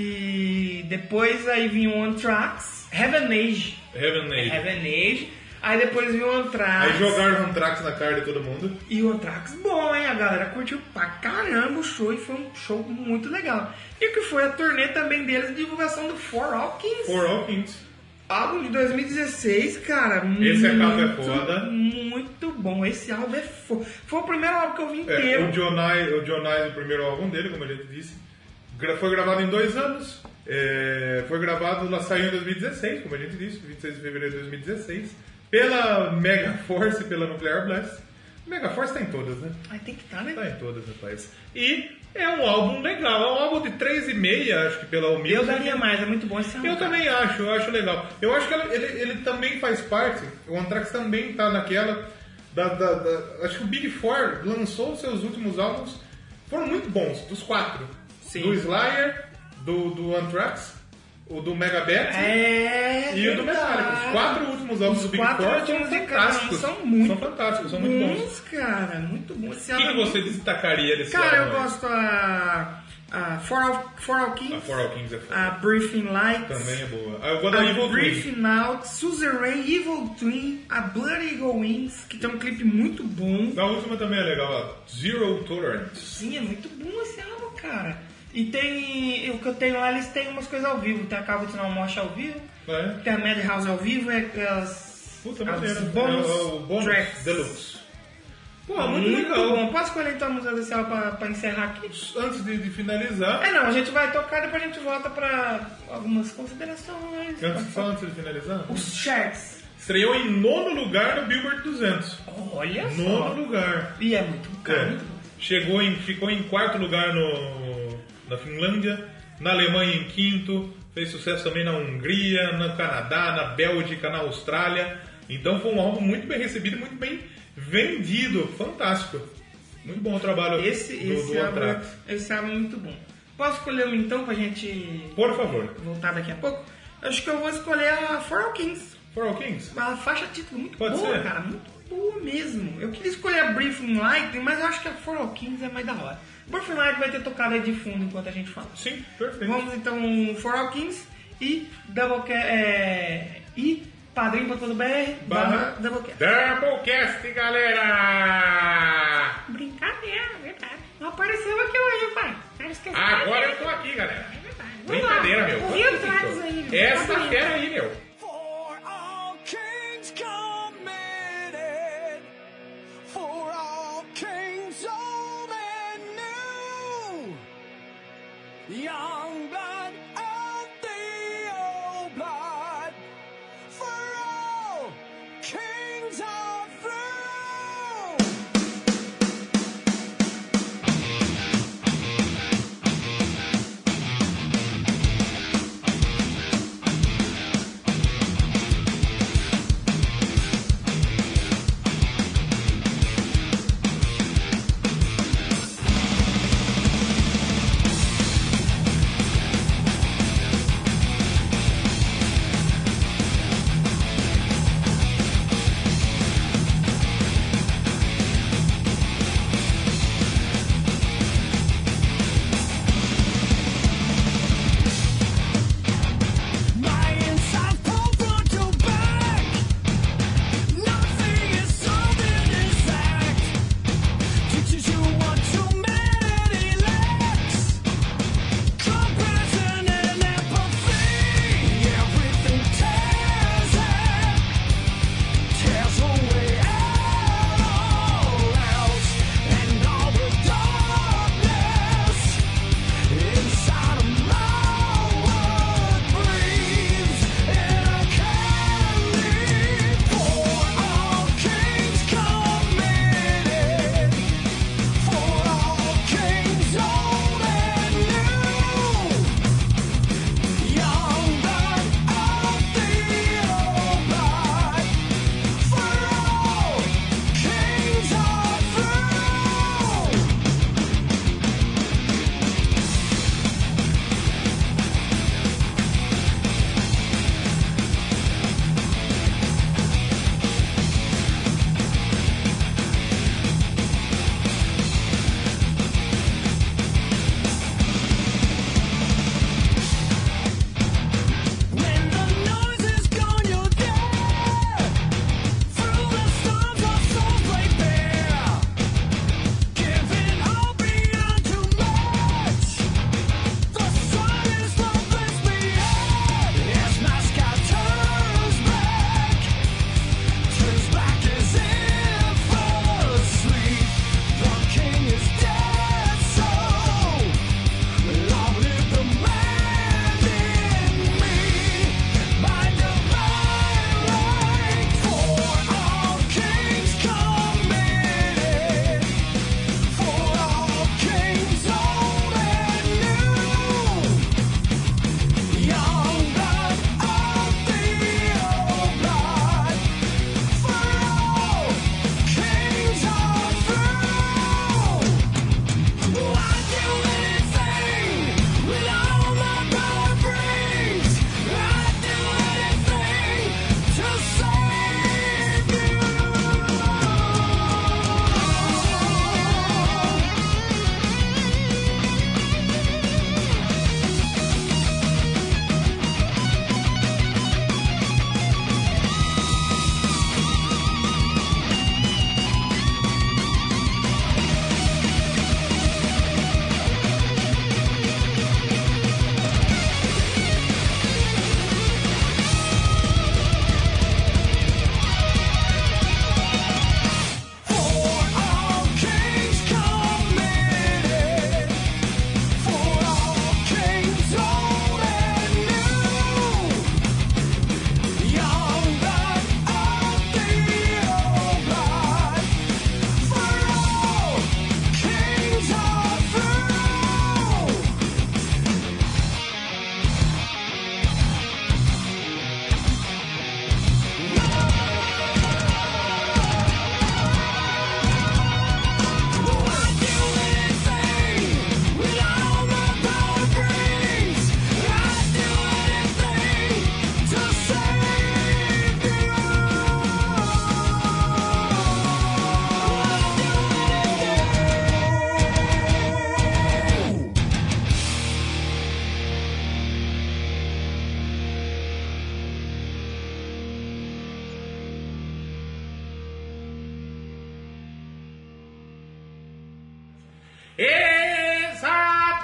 Speaker 1: E depois aí vinha o Anthrax, Heaven Age.
Speaker 2: Heaven Aid.
Speaker 1: Heaven Age. Aí depois vinha o Anthrax.
Speaker 2: Aí jogaram um trax na cara de todo mundo.
Speaker 1: E o Anthrax bom, hein? A galera curtiu pra caramba o show e foi um show muito legal. E que foi a turnê também deles de divulgação do For All Kings.
Speaker 2: For All Kings.
Speaker 1: Álbum de 2016, cara.
Speaker 2: Esse
Speaker 1: muito,
Speaker 2: álbum é foda.
Speaker 1: Muito bom. Esse álbum é foda. Foi o primeiro álbum que eu vi
Speaker 2: É, o
Speaker 1: inteiro.
Speaker 2: Jonai, o Jonai, o primeiro álbum dele, como a gente disse, gra- foi gravado em dois anos. É, foi gravado, lá saiu em 2016, como a gente disse, 26 de fevereiro de 2016, pela Mega Force e pela Nuclear Blast. Mega Force tá em todas, né?
Speaker 1: Aí tem que estar, né?
Speaker 2: Tá em todas, rapaz. E é um álbum legal, é um álbum de 3,5, acho que pela Omega.
Speaker 1: Eu daria mais, é muito bom esse álbum.
Speaker 2: Eu também acho, eu acho legal. Eu acho que ela- ele, ele também faz parte, o Anthrax também tá naquela. Da, da- da- acho que o Big Four lançou os seus últimos álbuns, foram muito bons, dos quatro:
Speaker 1: Sim.
Speaker 2: do Slayer, do, do Anthrax, o do Megadeth
Speaker 1: É.
Speaker 2: e o do Metallica. Os quatro últimos álbuns do Big
Speaker 1: quatro
Speaker 2: Four são
Speaker 1: últimos de cada um
Speaker 2: fantásticos.
Speaker 1: são muito
Speaker 2: são fantásticos, são muito bons.
Speaker 1: bons, cara. Muito bom esse
Speaker 2: O que,
Speaker 1: álbum. é
Speaker 2: que você destacaria desse
Speaker 1: Cara, eu
Speaker 2: álbum? aí?
Speaker 1: gosto a, a For, All, For All Kings,
Speaker 2: A For All Kings é foda.
Speaker 1: a Briefing Lights,
Speaker 2: Também é boa. Ah, eu gosto da
Speaker 1: a
Speaker 2: Evil Twin.
Speaker 1: Briefing Out, Suzerain, Evil Twin, a Bloody Eagle Wings, que tem um clipe muito bom.
Speaker 2: Da última também é legal, ó. Zero Tolerance.
Speaker 1: Sim, é muito bom esse álbum, cara. E tem, o que eu tenho lá, eles têm umas coisas ao vivo. Tem a Cabo de Mosh ao vivo,
Speaker 2: É.
Speaker 1: tem a Madhouse ao vivo, é, é as,
Speaker 2: Puta,
Speaker 1: as
Speaker 2: maneiro.
Speaker 1: bônus
Speaker 2: É o- o bônus
Speaker 1: tracks.
Speaker 2: Deluxe. Pô,
Speaker 1: Muito, bom. Posso escolher então a música desse álbum pra, pra encerrar aqui?
Speaker 2: Antes de, de finalizar,
Speaker 1: É, não, a gente vai tocar, depois a gente volta pra algumas considerações.
Speaker 2: antes, só antes de finalizar,
Speaker 1: Os charts.
Speaker 2: estreou em nono lugar no Billboard 200.
Speaker 1: Olha
Speaker 2: Nono
Speaker 1: só.
Speaker 2: lugar.
Speaker 1: E é muito
Speaker 2: É.
Speaker 1: caro. muito bom.
Speaker 2: Chegou em, ficou em quarto lugar no, na Finlândia, na Alemanha em quinto, fez sucesso também na Hungria, no Canadá, na Bélgica, na Austrália. Então foi um álbum muito bem recebido, muito bem vendido, fantástico. Muito bom o trabalho
Speaker 1: Esse,
Speaker 2: do,
Speaker 1: esse,
Speaker 2: do
Speaker 1: álbum,
Speaker 2: Anthrax.
Speaker 1: esse álbum é muito bom. Posso escolher um então pra gente
Speaker 2: Por favor,
Speaker 1: voltar daqui a pouco? Acho que eu vou escolher a For All Kings.
Speaker 2: For All Kings.
Speaker 1: Uma faixa título muito
Speaker 2: Pode
Speaker 1: boa,
Speaker 2: ser?
Speaker 1: cara. Muito boa mesmo. Eu queria escolher a Briefing Light, mas eu acho que a For All Kings é mais da hora. Briefing Light vai ter tocado aí de fundo enquanto a gente fala.
Speaker 2: Sim, perfeito.
Speaker 1: Vamos então For All Kings e Doublecast é, e padrim.br barra
Speaker 2: Barra.
Speaker 1: Doublecast.
Speaker 3: Doublecast, galera! é
Speaker 1: Brincadeira, verdade. Não apareceu aqui hoje, pai. Não esqueci.
Speaker 3: Agora eu tô aqui, galera.
Speaker 1: É verdade. Vamos lá.
Speaker 3: Brincadeira, meu.
Speaker 1: Ouvi o Trax aí.
Speaker 3: Essa é fera aí, meu.
Speaker 4: For all kings committed, for all kings old and new, young blood and the old blood, for all kings are through.
Speaker 5: For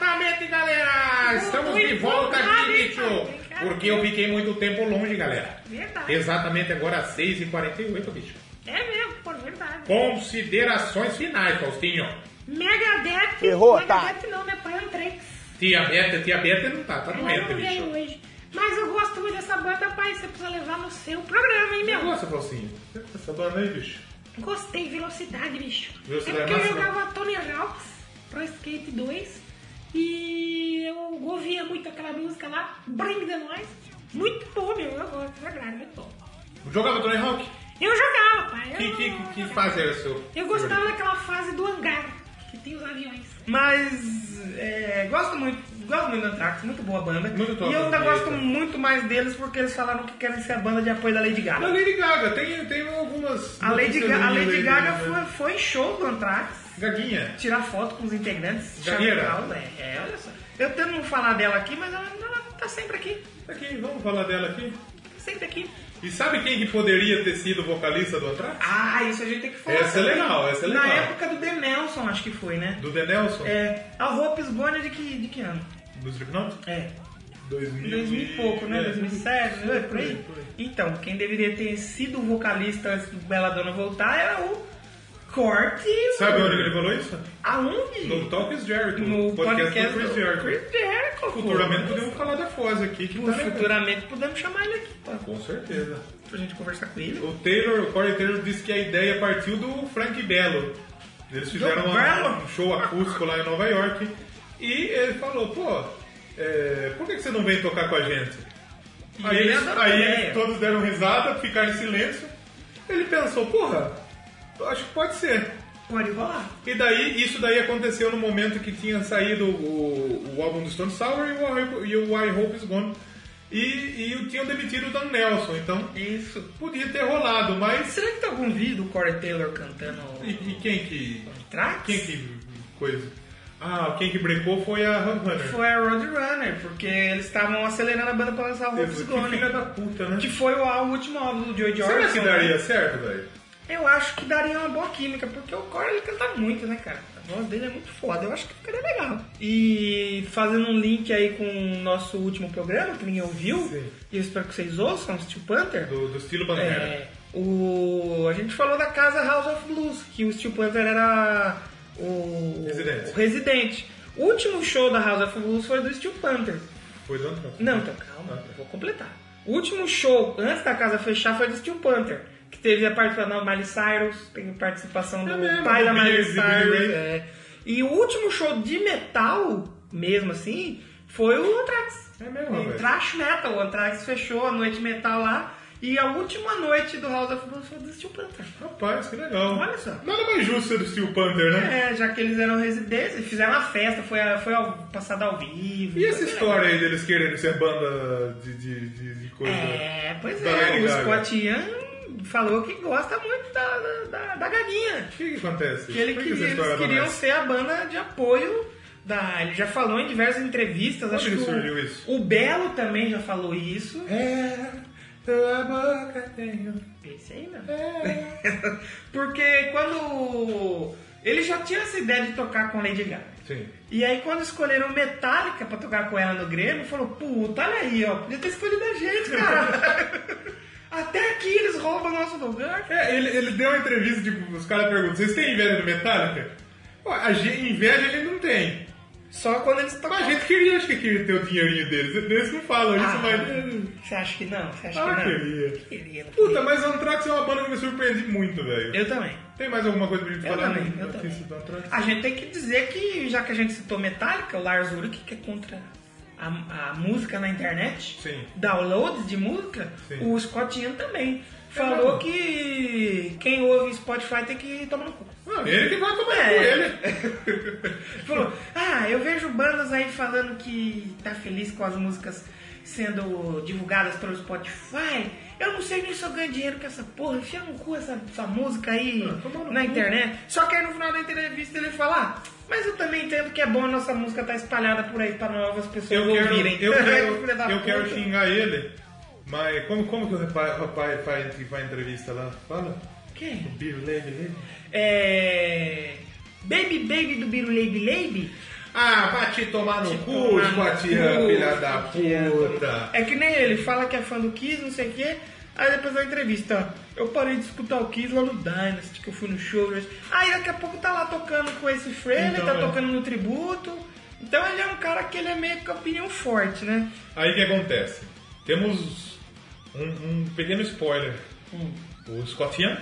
Speaker 2: Ah, estamos de
Speaker 3: Muito
Speaker 2: volta
Speaker 3: obrigado,
Speaker 2: aqui,
Speaker 3: hein,
Speaker 2: bicho!
Speaker 3: cara? Tem cara.
Speaker 2: Porque eu fiquei muito tempo longe, galera.
Speaker 3: Verdade.
Speaker 2: Exatamente agora às 6h48, bicho.
Speaker 3: É mesmo, pô, verdade.
Speaker 2: Considerações finais, Faustinho.
Speaker 3: Megadeth.
Speaker 6: Errou,
Speaker 3: Megadeth não, né? Anthrax.
Speaker 2: Tia Beta, tia Beta não tá, tá
Speaker 3: Eu não é,
Speaker 2: doente,
Speaker 3: veio
Speaker 2: bicho.
Speaker 3: hoje. Mas eu gosto muito dessa banda, pai. Você precisa levar no seu programa, hein, meu?
Speaker 2: Nossa, Faustinho. Essa dona aí, bicho.
Speaker 3: Gostei, velocidade, bicho.
Speaker 2: Velocidade
Speaker 3: é porque eu
Speaker 2: máxima.
Speaker 1: né?
Speaker 3: jogava Tony Hawk's Pro Skate 2 e eu ouvia muito aquela música lá, Bring the Noise. Muito bom, meu. Eu gosto, é verdade, muito bom.
Speaker 2: Jogava Tony Hawk?
Speaker 3: Eu jogava, pai. Eu,
Speaker 2: Que, que, que
Speaker 3: jogava.
Speaker 2: fase era o seu?
Speaker 3: eu gostava daquela fase do hangar, que tem os aviões.
Speaker 1: Mas é, gosto muito, gosto muito do Anthrax, muito boa banda.
Speaker 2: Muito top,
Speaker 1: e eu ainda
Speaker 2: muito
Speaker 1: gosto
Speaker 2: bonita.
Speaker 1: muito mais deles porque eles falaram que querem ser a banda de apoio da Lady
Speaker 2: Da
Speaker 1: Gaga.
Speaker 2: Lady Gaga, tem, tem algumas.
Speaker 1: A Lady,
Speaker 2: notícias
Speaker 1: Ga- a
Speaker 2: ruins
Speaker 1: Lady
Speaker 2: aí,
Speaker 1: Gaga
Speaker 2: né?
Speaker 1: foi, foi em show do Anthrax,
Speaker 2: Gaguinha.
Speaker 1: tirar foto com os integrantes.
Speaker 2: Gagueira.
Speaker 1: chamar ela, É, é, olha só. Eu tento não falar dela aqui, mas ela, ela tá sempre aqui, tá
Speaker 2: Aqui, vamos falar dela aqui.
Speaker 1: sempre aqui.
Speaker 2: E sabe quem que poderia ter sido vocalista do Anthrax?
Speaker 1: Ah, isso a gente tem que falar.
Speaker 2: Essa é
Speaker 1: também.
Speaker 2: legal, essa é
Speaker 1: Na
Speaker 2: legal.
Speaker 1: época do The Nelson, acho que foi, né?
Speaker 2: Do The Nelson?
Speaker 1: É, a Hope is Gone é de que, de que ano?
Speaker 2: Do Slipknot?
Speaker 1: É,
Speaker 2: 2000
Speaker 1: 2000 e pouco, né?
Speaker 2: É.
Speaker 1: 2007, né? por aí.
Speaker 2: Por aí.
Speaker 1: Então, quem deveria ter sido o vocalista antes do Belladonna voltar era o Corte.
Speaker 2: Sabe onde ele falou isso?
Speaker 1: Aonde?
Speaker 2: No Talks Jericho.
Speaker 1: No podcast
Speaker 2: do Chris
Speaker 1: do
Speaker 2: Jericho.
Speaker 1: Chris Jericho, pô.
Speaker 2: Futuramente podemos falar da Foz aqui, que
Speaker 1: Pô,
Speaker 2: tá legal.
Speaker 1: Futuramente podemos chamar ele aqui, pô,
Speaker 2: Com certeza.
Speaker 1: pra gente conversar com ele.
Speaker 2: O Taylor, o Corey Taylor disse que a ideia partiu do Frank Bello. Eles fizeram uma-
Speaker 1: Bello?
Speaker 2: um show acústico lá em Nova York. E ele falou, pô, é, por que que você não vem tocar com a gente?
Speaker 1: E
Speaker 2: Aí,
Speaker 1: ele
Speaker 2: eles-
Speaker 1: adorou
Speaker 2: aí
Speaker 1: a ideia.
Speaker 2: eles todos deram risada, ficaram em silêncio. Ele pensou, porra, acho que pode ser.
Speaker 1: Pode rolar.
Speaker 2: E daí, isso daí aconteceu no momento que tinha saído o, o álbum do Stone Sour e o, I Hope- e o I Hope Is Gone. E, e tinham demitido o Dan Nelson, então
Speaker 1: Isso.
Speaker 2: podia ter rolado, mas...
Speaker 1: Será que tem algum vídeo do Corey Taylor cantando
Speaker 2: E, e quem que...
Speaker 1: Trax?
Speaker 2: Quem que... coisa... Ah, quem que brecou foi a Hunter.
Speaker 1: Foi a Roadrunner, porque eles estavam acelerando a banda pra lançar a Hope is
Speaker 2: Que
Speaker 1: Gone.
Speaker 2: filha da puta, né?
Speaker 1: Que foi o, o último álbum do Joy Jordan.
Speaker 2: Será que daria certo, velho?
Speaker 1: Eu acho que daria uma boa química, porque o Corey ele canta muito, né, cara? A voz dele é muito foda, eu acho que ficaria legal. E fazendo um link aí com o nosso último programa, que ninguém ouviu,
Speaker 2: Sim.
Speaker 1: e eu espero que vocês ouçam, Steel Panther.
Speaker 2: Do, do estilo Pantera.
Speaker 1: É, o, a gente falou da casa House of Blues, que o Steel Panther era o
Speaker 2: Residente.
Speaker 1: o residente. O último show da House of Blues foi do Steel Panther.
Speaker 2: Foi do Anthrax.
Speaker 1: Não, então calma, eu vou completar. O último show antes da casa fechar foi do Steel Panther, que teve a participação da Miley Cyrus, teve a participação do
Speaker 2: É mesmo,
Speaker 1: pai da
Speaker 2: do
Speaker 1: Miley
Speaker 2: Billy- do Billy
Speaker 1: Cyrus.
Speaker 2: Ray.
Speaker 1: é. E o último show de metal, mesmo assim, foi o Anthrax.
Speaker 2: É mesmo,
Speaker 1: O
Speaker 2: velho.
Speaker 1: Thrash Metal, o Anthrax fechou a noite metal lá. E a última noite do House of Blues foi do Steel Panther.
Speaker 2: Ah, Rapaz, que legal.
Speaker 1: Olha só.
Speaker 2: Nada mais justo ser do Steel Panther, né?
Speaker 1: É, já que eles eram residentes, eles fizeram uma festa, foi, a- foi ao, passada ao vivo.
Speaker 2: E essa
Speaker 1: foi legal.
Speaker 2: história aí deles querendo ser banda de, de, de, de coisa?
Speaker 1: É, pois
Speaker 2: da
Speaker 1: é,
Speaker 2: Lady
Speaker 1: o
Speaker 2: Gaga.
Speaker 1: Scott Ian falou que gosta muito da, da, da- da galinha.
Speaker 2: O que, que acontece?
Speaker 1: Que ele
Speaker 2: Por
Speaker 1: queria-
Speaker 2: essa história é?
Speaker 1: eles
Speaker 2: do
Speaker 1: queriam
Speaker 2: Messi?
Speaker 1: ser a banda de apoio da. Ele já falou em diversas entrevistas,
Speaker 2: Onde
Speaker 1: acho
Speaker 2: que
Speaker 1: que
Speaker 2: surgiu
Speaker 1: o,
Speaker 2: isso?
Speaker 1: o Belo também já falou isso.
Speaker 2: É, tua boca um- tenho.
Speaker 1: Esse aí não.
Speaker 2: É.
Speaker 1: Porque quando. Ele já tinha essa ideia de tocar com Lady Gaga.
Speaker 2: Sim.
Speaker 1: E aí quando escolheram Metallica pra tocar com ela no Grêmio, falou, puta, olha aí, ó, podia ter escolhido a gente, cara. Até aqui eles roubam nosso lugar, cara.
Speaker 2: É, ele, ele deu uma entrevista, tipo, os caras perguntam, vocês têm inveja do Metallica? Ó, a gente, inveja ele não tem.
Speaker 1: Só quando eles tocam.
Speaker 2: Mas a gente queria, acho que queria ter o dinheirinho deles. Eles não falam isso,
Speaker 1: Ah,
Speaker 2: mas...
Speaker 1: Você acha que não? Você acha que
Speaker 2: Ah,
Speaker 1: não?
Speaker 2: queria.
Speaker 1: Queria, não
Speaker 2: Puta,
Speaker 1: queria.
Speaker 2: mas Anthrax é uma banda que me surpreende muito, velho.
Speaker 1: Eu também.
Speaker 2: Tem mais alguma coisa pra gente
Speaker 1: Eu
Speaker 2: falar?
Speaker 1: também,
Speaker 2: de
Speaker 1: eu
Speaker 2: notícia
Speaker 1: também.
Speaker 2: do Anthrax?
Speaker 1: A gente tem que dizer que, já que a gente citou Metallica, o Lars Ulrich, que é contra a, a música na internet,
Speaker 2: Sim.
Speaker 1: downloads de música,
Speaker 2: Sim. É
Speaker 1: o Scott Ian também falou que quem ouve Spotify tem que tomar no cu.
Speaker 2: Não, Ah, ele que vai tomar
Speaker 1: É.
Speaker 2: com ele.
Speaker 1: Falou, ah, eu vejo bandas aí falando que tá feliz com as músicas sendo divulgadas pelo Spotify. Eu não sei nem se eu ganho dinheiro com essa porra, enfia no cu essa, essa música aí
Speaker 2: Ah, toma no
Speaker 1: na
Speaker 2: cu.
Speaker 1: internet. Só que aí no final da entrevista ele fala, ah, mas eu também entendo que é bom a nossa música tá espalhada por aí pra novas pessoas
Speaker 2: Eu quero,
Speaker 1: ouvirem.
Speaker 2: eu quero,
Speaker 1: Filha da
Speaker 2: eu quero
Speaker 1: puta.
Speaker 2: xingar ele, mas como, como que o rapaz, rapaz faz, que faz entrevista lá? Fala. O
Speaker 1: Quem?
Speaker 2: Bill Levy, Levy.
Speaker 1: É... Baby Baby do Biru Lady Lady?
Speaker 3: Ah, vai te tomar no cu,
Speaker 1: tomar no
Speaker 3: Escotia,
Speaker 1: cu,
Speaker 3: filha da
Speaker 1: Escotia.
Speaker 3: puta.
Speaker 1: É que nem ele, fala que é fã do Kiss, não sei o quê. Aí depois da entrevista, ó, eu parei de escutar o Kiss lá no Dynasty, que eu fui no show. né? Aí daqui a pouco tá lá tocando com esse Frehley,
Speaker 2: Então,
Speaker 1: tá
Speaker 2: é.
Speaker 1: tocando no tributo. Então ele é um cara que ele é meio que opinião forte, né?
Speaker 2: Aí o que acontece? Temos um, um pequeno spoiler.
Speaker 1: Hum.
Speaker 2: O Scott Ian,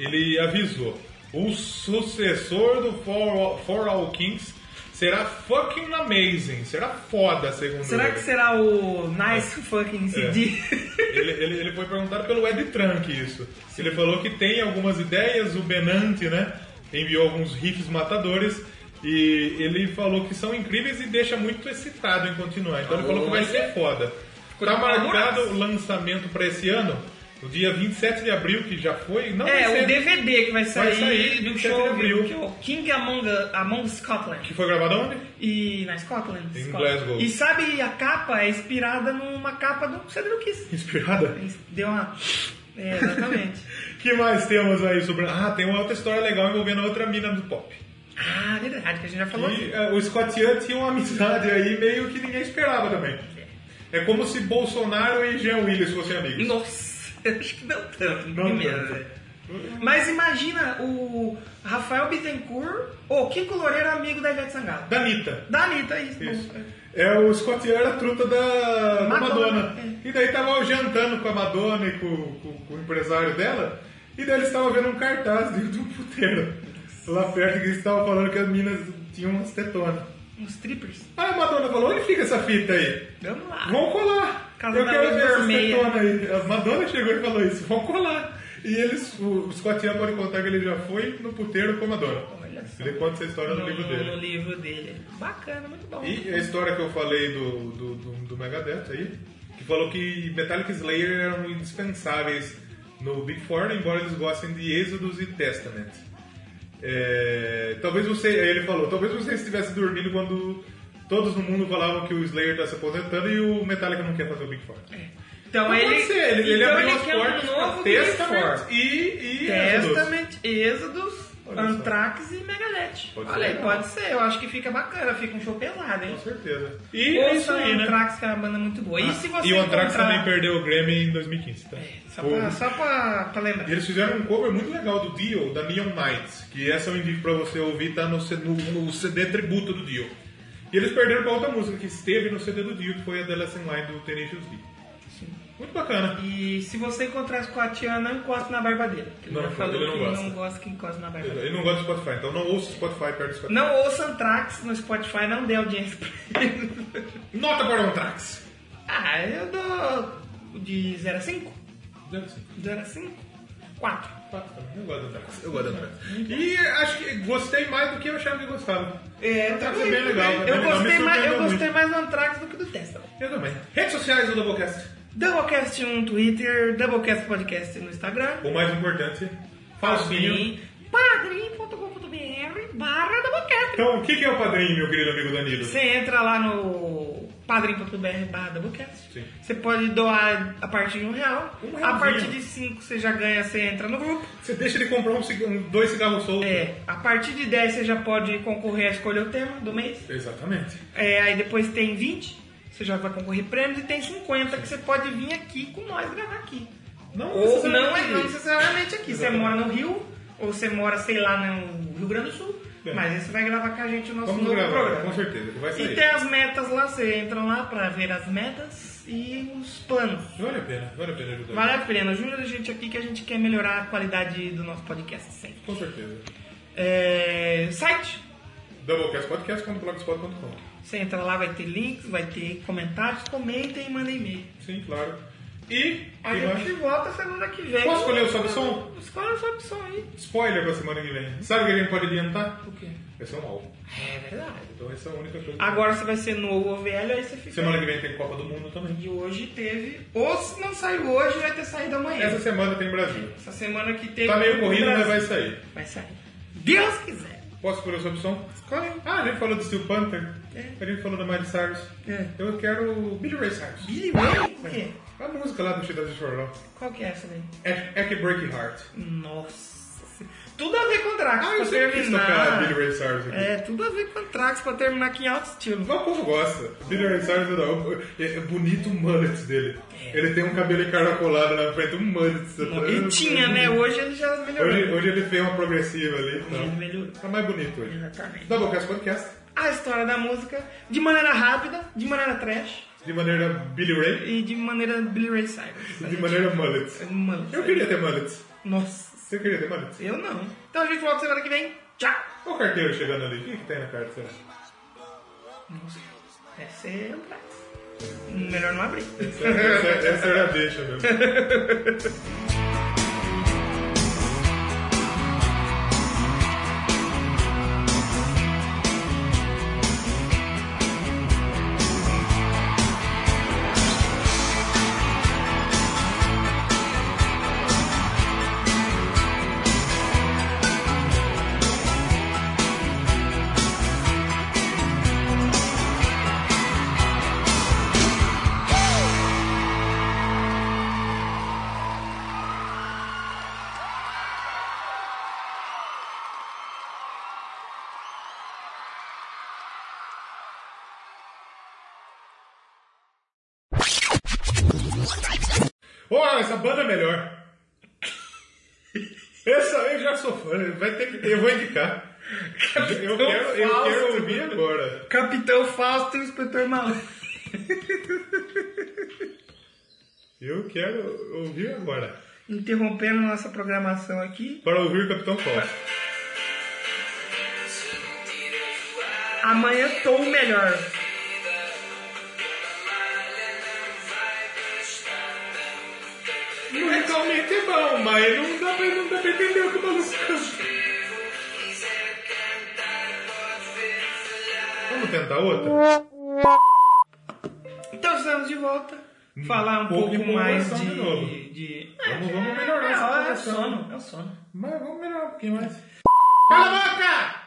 Speaker 2: ele avisou. O sucessor do For All, For All Kings será fucking amazing. Será foda, segundo
Speaker 1: Será
Speaker 2: ele.
Speaker 1: que será o Nice
Speaker 2: É.
Speaker 1: Fucking CD?
Speaker 2: Ele, ele, ele foi perguntado pelo Ed Trunk isso. Ele falou que tem algumas ideias, o Benante, né? Enviou alguns riffs matadores e ele falou que são incríveis e deixa muito excitado em continuar. Então ele falou que vai ser foda. Tá marcado o lançamento para esse ano, no dia 27 de abril, que já foi. Não
Speaker 1: é,
Speaker 2: vai
Speaker 1: o
Speaker 2: ser,
Speaker 1: DVD que vai sair,
Speaker 2: sair
Speaker 1: do
Speaker 2: 27
Speaker 1: show
Speaker 2: de abril.
Speaker 1: que é o King Among, Among Scotland.
Speaker 2: que foi gravado onde?
Speaker 1: E na Scotland.
Speaker 2: Em
Speaker 1: Scotland.
Speaker 2: Glasgow.
Speaker 1: E sabe, a capa é inspirada numa capa do Cedro Kiss.
Speaker 2: Inspirada?
Speaker 1: Deu uma. É, exatamente.
Speaker 2: que mais temos aí sobre. Ah, tem uma outra história legal envolvendo a outra mina do pop.
Speaker 1: ah, verdade, que a gente já falou.
Speaker 2: E eh, o Scott Ian tinha uma amizade aí meio que ninguém esperava também. É como se Bolsonaro e Jean Willis fossem amigos.
Speaker 1: Nossa, acho que não tanto.
Speaker 2: Não
Speaker 1: Não mesmo,
Speaker 2: tanto.
Speaker 1: né? Mas imagina o Rafael Bittencourt ou Kiko Loureiro, amigo da Ivete Sangalo. tá
Speaker 2: Da Anitta.
Speaker 1: Da Anitta, isso.
Speaker 2: Isso.
Speaker 1: bom.
Speaker 2: É, o Scott Ian era truta da, da
Speaker 1: Madonna,
Speaker 2: Madonna. E daí tava jantando com a Madonna e com, com- com o empresário dela. E daí eles estavam vendo um cartaz dentro de um puteiro. Lá perto que eles estavam falando que as minas tinham umas tetonas.
Speaker 1: Uns strippers.
Speaker 2: Aí a Madonna falou, onde fica essa fita aí?
Speaker 1: Vamos lá.
Speaker 2: Vão colar.
Speaker 1: Casa
Speaker 2: eu
Speaker 1: da
Speaker 2: quero
Speaker 1: Luz
Speaker 2: ver essas
Speaker 1: Vermelha.
Speaker 2: tetonas aí. A Madonna chegou e falou isso. Vão colar. E eles, o o Scott Ian pode contar que ele já foi no puteiro com a Madonna.
Speaker 1: Olha só.
Speaker 2: Ele conta essa história no, livro
Speaker 1: No
Speaker 2: dele.
Speaker 1: livro dele. Bacana, muito bom.
Speaker 2: E a história que eu falei do, do, do, do Megadeth aí, que falou que Metallica e Slayer eram indispensáveis no Big Four, embora eles gostem de Êxodos e Testament. É, talvez você, aí ele falou, talvez você estivesse dormindo quando todos no mundo falavam que o Slayer está se aposentando e o Metallica não quer fazer o Big Four.
Speaker 1: Então
Speaker 2: Pode
Speaker 1: ele,
Speaker 2: ser, ele, ele
Speaker 1: então
Speaker 2: abriu
Speaker 1: ele
Speaker 2: as
Speaker 1: quer
Speaker 2: portas
Speaker 1: um
Speaker 2: para
Speaker 1: novo Big
Speaker 2: Testament
Speaker 1: Four.
Speaker 2: e, e Exodus.
Speaker 1: Testament, Êxodos,
Speaker 2: Olha só.
Speaker 1: Anthrax e Megadeth.
Speaker 2: Pode
Speaker 1: Olha,
Speaker 2: ser
Speaker 1: aí,
Speaker 2: legal.
Speaker 1: pode ser. Eu acho que fica bacana, fica um show pesado, hein?
Speaker 2: Com certeza. E é isso
Speaker 1: Ouça
Speaker 2: aí,
Speaker 1: o
Speaker 2: né? Ah,
Speaker 1: Anthrax, que é uma banda muito boa. e se você
Speaker 2: e o Anthrax
Speaker 1: encontrar- É,
Speaker 2: também perdeu o Grammy em 2015, tá?
Speaker 1: Só,
Speaker 2: O-
Speaker 1: pra, só pra, pra lembrar.
Speaker 2: E eles fizeram um cover muito legal do Dio, da Neon Knights, que essa eu indico pra você ouvir, tá no, C- no- no CD tributo do Dio. E eles perderam pra outra música que esteve no CD do Dio, que foi a The Last in Line do Tenacious D. Muito bacana.
Speaker 1: E se você encontrar com a tia, não encosta na barba dele. Ele
Speaker 2: Não,
Speaker 1: já falou
Speaker 2: ele não
Speaker 1: que
Speaker 2: gosta.
Speaker 1: não gosta que encosta na barba dele.
Speaker 2: Ele não gosta do Spotify, então não ouça o Spotify perto do Spotify.
Speaker 1: Não ouça Anthrax no Spotify, não dê audiência pra ele.
Speaker 2: Nota para o Anthrax!
Speaker 1: Ah, eu dou de 0 a 5. 0 a 5? 4.
Speaker 2: Eu gosto do Anthrax. Eu gosto do Anthrax. E acho que gostei mais do que eu achava que gostava.
Speaker 1: É, eu
Speaker 2: Tá
Speaker 1: também.
Speaker 2: bem legal, né?
Speaker 1: eu
Speaker 2: Não me
Speaker 1: gostei, mais, eu
Speaker 2: surpreendeu
Speaker 1: gostei mais do Anthrax do que do Testament.
Speaker 2: Eu também. Redes sociais do Doublecast.
Speaker 1: Doublecast um no Twitter, Doublecast Podcast no Instagram.
Speaker 2: O mais importante, Faustinho.
Speaker 1: Padrim.com.br barra Doublecast.
Speaker 2: Então, o que que é o padrinho, meu querido amigo Danilo?
Speaker 1: Você entra lá no padrim.br barra Doublecast.
Speaker 2: Sim.
Speaker 1: Você pode doar a partir de um real.
Speaker 2: Um
Speaker 1: a
Speaker 2: realzinho.
Speaker 1: partir de cinco você já ganha, você entra no grupo.
Speaker 2: Você deixa ele comprar um cigarro, dois cigarros soltos.
Speaker 1: É, a partir de 10 você já pode concorrer a escolher o tema do mês.
Speaker 2: Exatamente.
Speaker 1: É, aí depois tem 20, você já vai concorrer prêmios, e tem 50 que você pode vir aqui com nós gravar aqui.
Speaker 2: Não
Speaker 1: Ou não, é, não
Speaker 2: necessariamente.
Speaker 1: necessariamente aqui. Você
Speaker 2: Exatamente.
Speaker 1: mora no Rio, ou você mora, sei lá, no Rio Grande do Sul.
Speaker 2: É.
Speaker 1: Mas aí você vai gravar com a gente o nosso
Speaker 2: Vamos
Speaker 1: um novo
Speaker 2: gravar,
Speaker 1: programa.
Speaker 2: com certeza, que vai sair.
Speaker 1: E tem as metas lá, você entra lá pra ver as metas e os planos.
Speaker 2: Vale a pena, vale a pena ajudar.
Speaker 1: Vale a pena, ajuda a gente aqui que a gente quer melhorar a qualidade do nosso podcast sempre.
Speaker 2: Com certeza.
Speaker 1: É, site,
Speaker 2: Doublecastpodcast.blogspot.com
Speaker 1: você entra lá, vai ter links, vai ter comentários, comentem e mandem e-mail.
Speaker 2: Sim, claro. E,
Speaker 1: A
Speaker 2: tem
Speaker 1: gente
Speaker 2: mais?
Speaker 1: volta semana que vem.
Speaker 2: Posso escolher o sobe som?
Speaker 1: Escolhe o sobe som aí.
Speaker 2: spoiler pra semana que vem. Sabe o que a gente pode adiantar?
Speaker 1: O quê?
Speaker 2: Esse é um alvo.
Speaker 1: É verdade.
Speaker 2: Então essa é a única coisa.
Speaker 1: Agora se vai ser novo ou velho, aí você fica.
Speaker 2: Semana que vem tem Copa do Mundo então também.
Speaker 1: E hoje teve. Ou se não saiu hoje, vai ter saído amanhã.
Speaker 2: Essa
Speaker 1: Essa,
Speaker 2: semana tem Brasil.
Speaker 1: semana que teve.
Speaker 2: Tá meio corrido, mas
Speaker 1: Brasil.
Speaker 2: vai sair.
Speaker 1: Vai sair. Deus quiser.
Speaker 2: Posso escolher o sob som?
Speaker 1: Escolhe um. aí.
Speaker 2: Ah, a gente falou do Steel Panther.
Speaker 1: É.
Speaker 2: A gente falou da Miley Cyrus.
Speaker 1: É.
Speaker 2: Eu quero o Billy Ray Cyrus.
Speaker 1: Billy Ray? Por quê?
Speaker 2: A música lá do Cidade de Choró.
Speaker 1: Qual que é essa daí?
Speaker 2: É, é que Break Your Heart.
Speaker 1: Nossa. senhora. Tudo a ver com Drax
Speaker 2: Ah, eu
Speaker 1: pra
Speaker 2: sempre quis tocar Billy
Speaker 1: terminar.
Speaker 2: Ray Cyrus aqui.
Speaker 1: É, tudo a ver com Drax pra terminar aqui em alto estilo.
Speaker 2: Mas o povo gosta. Billy Ray Cyrus eu não. É é bonito o mullet dele.
Speaker 1: É.
Speaker 2: Ele tem um cabelo encaracolado na frente, um mullet.
Speaker 1: E tinha, né? Hoje ele já melhorou.
Speaker 2: Hoje, hoje ele fez uma progressiva ali.
Speaker 1: Hoje ele
Speaker 2: Então.
Speaker 1: melhorou.
Speaker 2: Tá mais bonito hoje.
Speaker 1: Exatamente.
Speaker 2: Doublecast Podcast,
Speaker 1: A história da música, de maneira rápida, de maneira trash
Speaker 2: de maneira Billy Ray
Speaker 1: e de maneira Billy Ray Cyrus. tá É,
Speaker 2: e de maneira mullet.
Speaker 1: Mano,
Speaker 2: Eu queria ter mullet.
Speaker 1: Nossa,
Speaker 2: Você queria ter mullet?
Speaker 1: eu não. Então a gente volta semana que vem. Tchau!
Speaker 2: Olha o carteiro chegando ali. O que, que tem na carta? será?
Speaker 1: Deve ser um Drax. Melhor não abrir.
Speaker 2: Essa, essa era a deixa mesmo. Ô, essa banda é melhor. Essa eu já sou fã, né? vai ter que, eu vou indicar. Eu quero, eu quero
Speaker 1: Fausto.
Speaker 2: ouvir agora.
Speaker 1: Capitão Fausto e o Inspetor Maluco.
Speaker 2: Eu quero ouvir agora.
Speaker 1: Interrompendo nossa programação aqui.
Speaker 2: Para ouvir o Capitão Fausto.
Speaker 1: Amanhã tô o melhor.
Speaker 2: Musicalmente é bom, mas não dá pra, não dá pra entender o que o maluco tá canta. Vamos tentar outra?
Speaker 1: Então estamos de volta. Falar um
Speaker 2: pouco
Speaker 1: pouco,
Speaker 2: de
Speaker 1: mais
Speaker 2: empolgação é de novo.
Speaker 1: de. de...
Speaker 2: Vamos, vamos melhorar
Speaker 1: É, ó,
Speaker 2: essa
Speaker 1: é o
Speaker 2: conversa.
Speaker 1: sono, é o sono.
Speaker 2: Mas vamos melhorar um pouquinho mais.
Speaker 1: Cala a boca!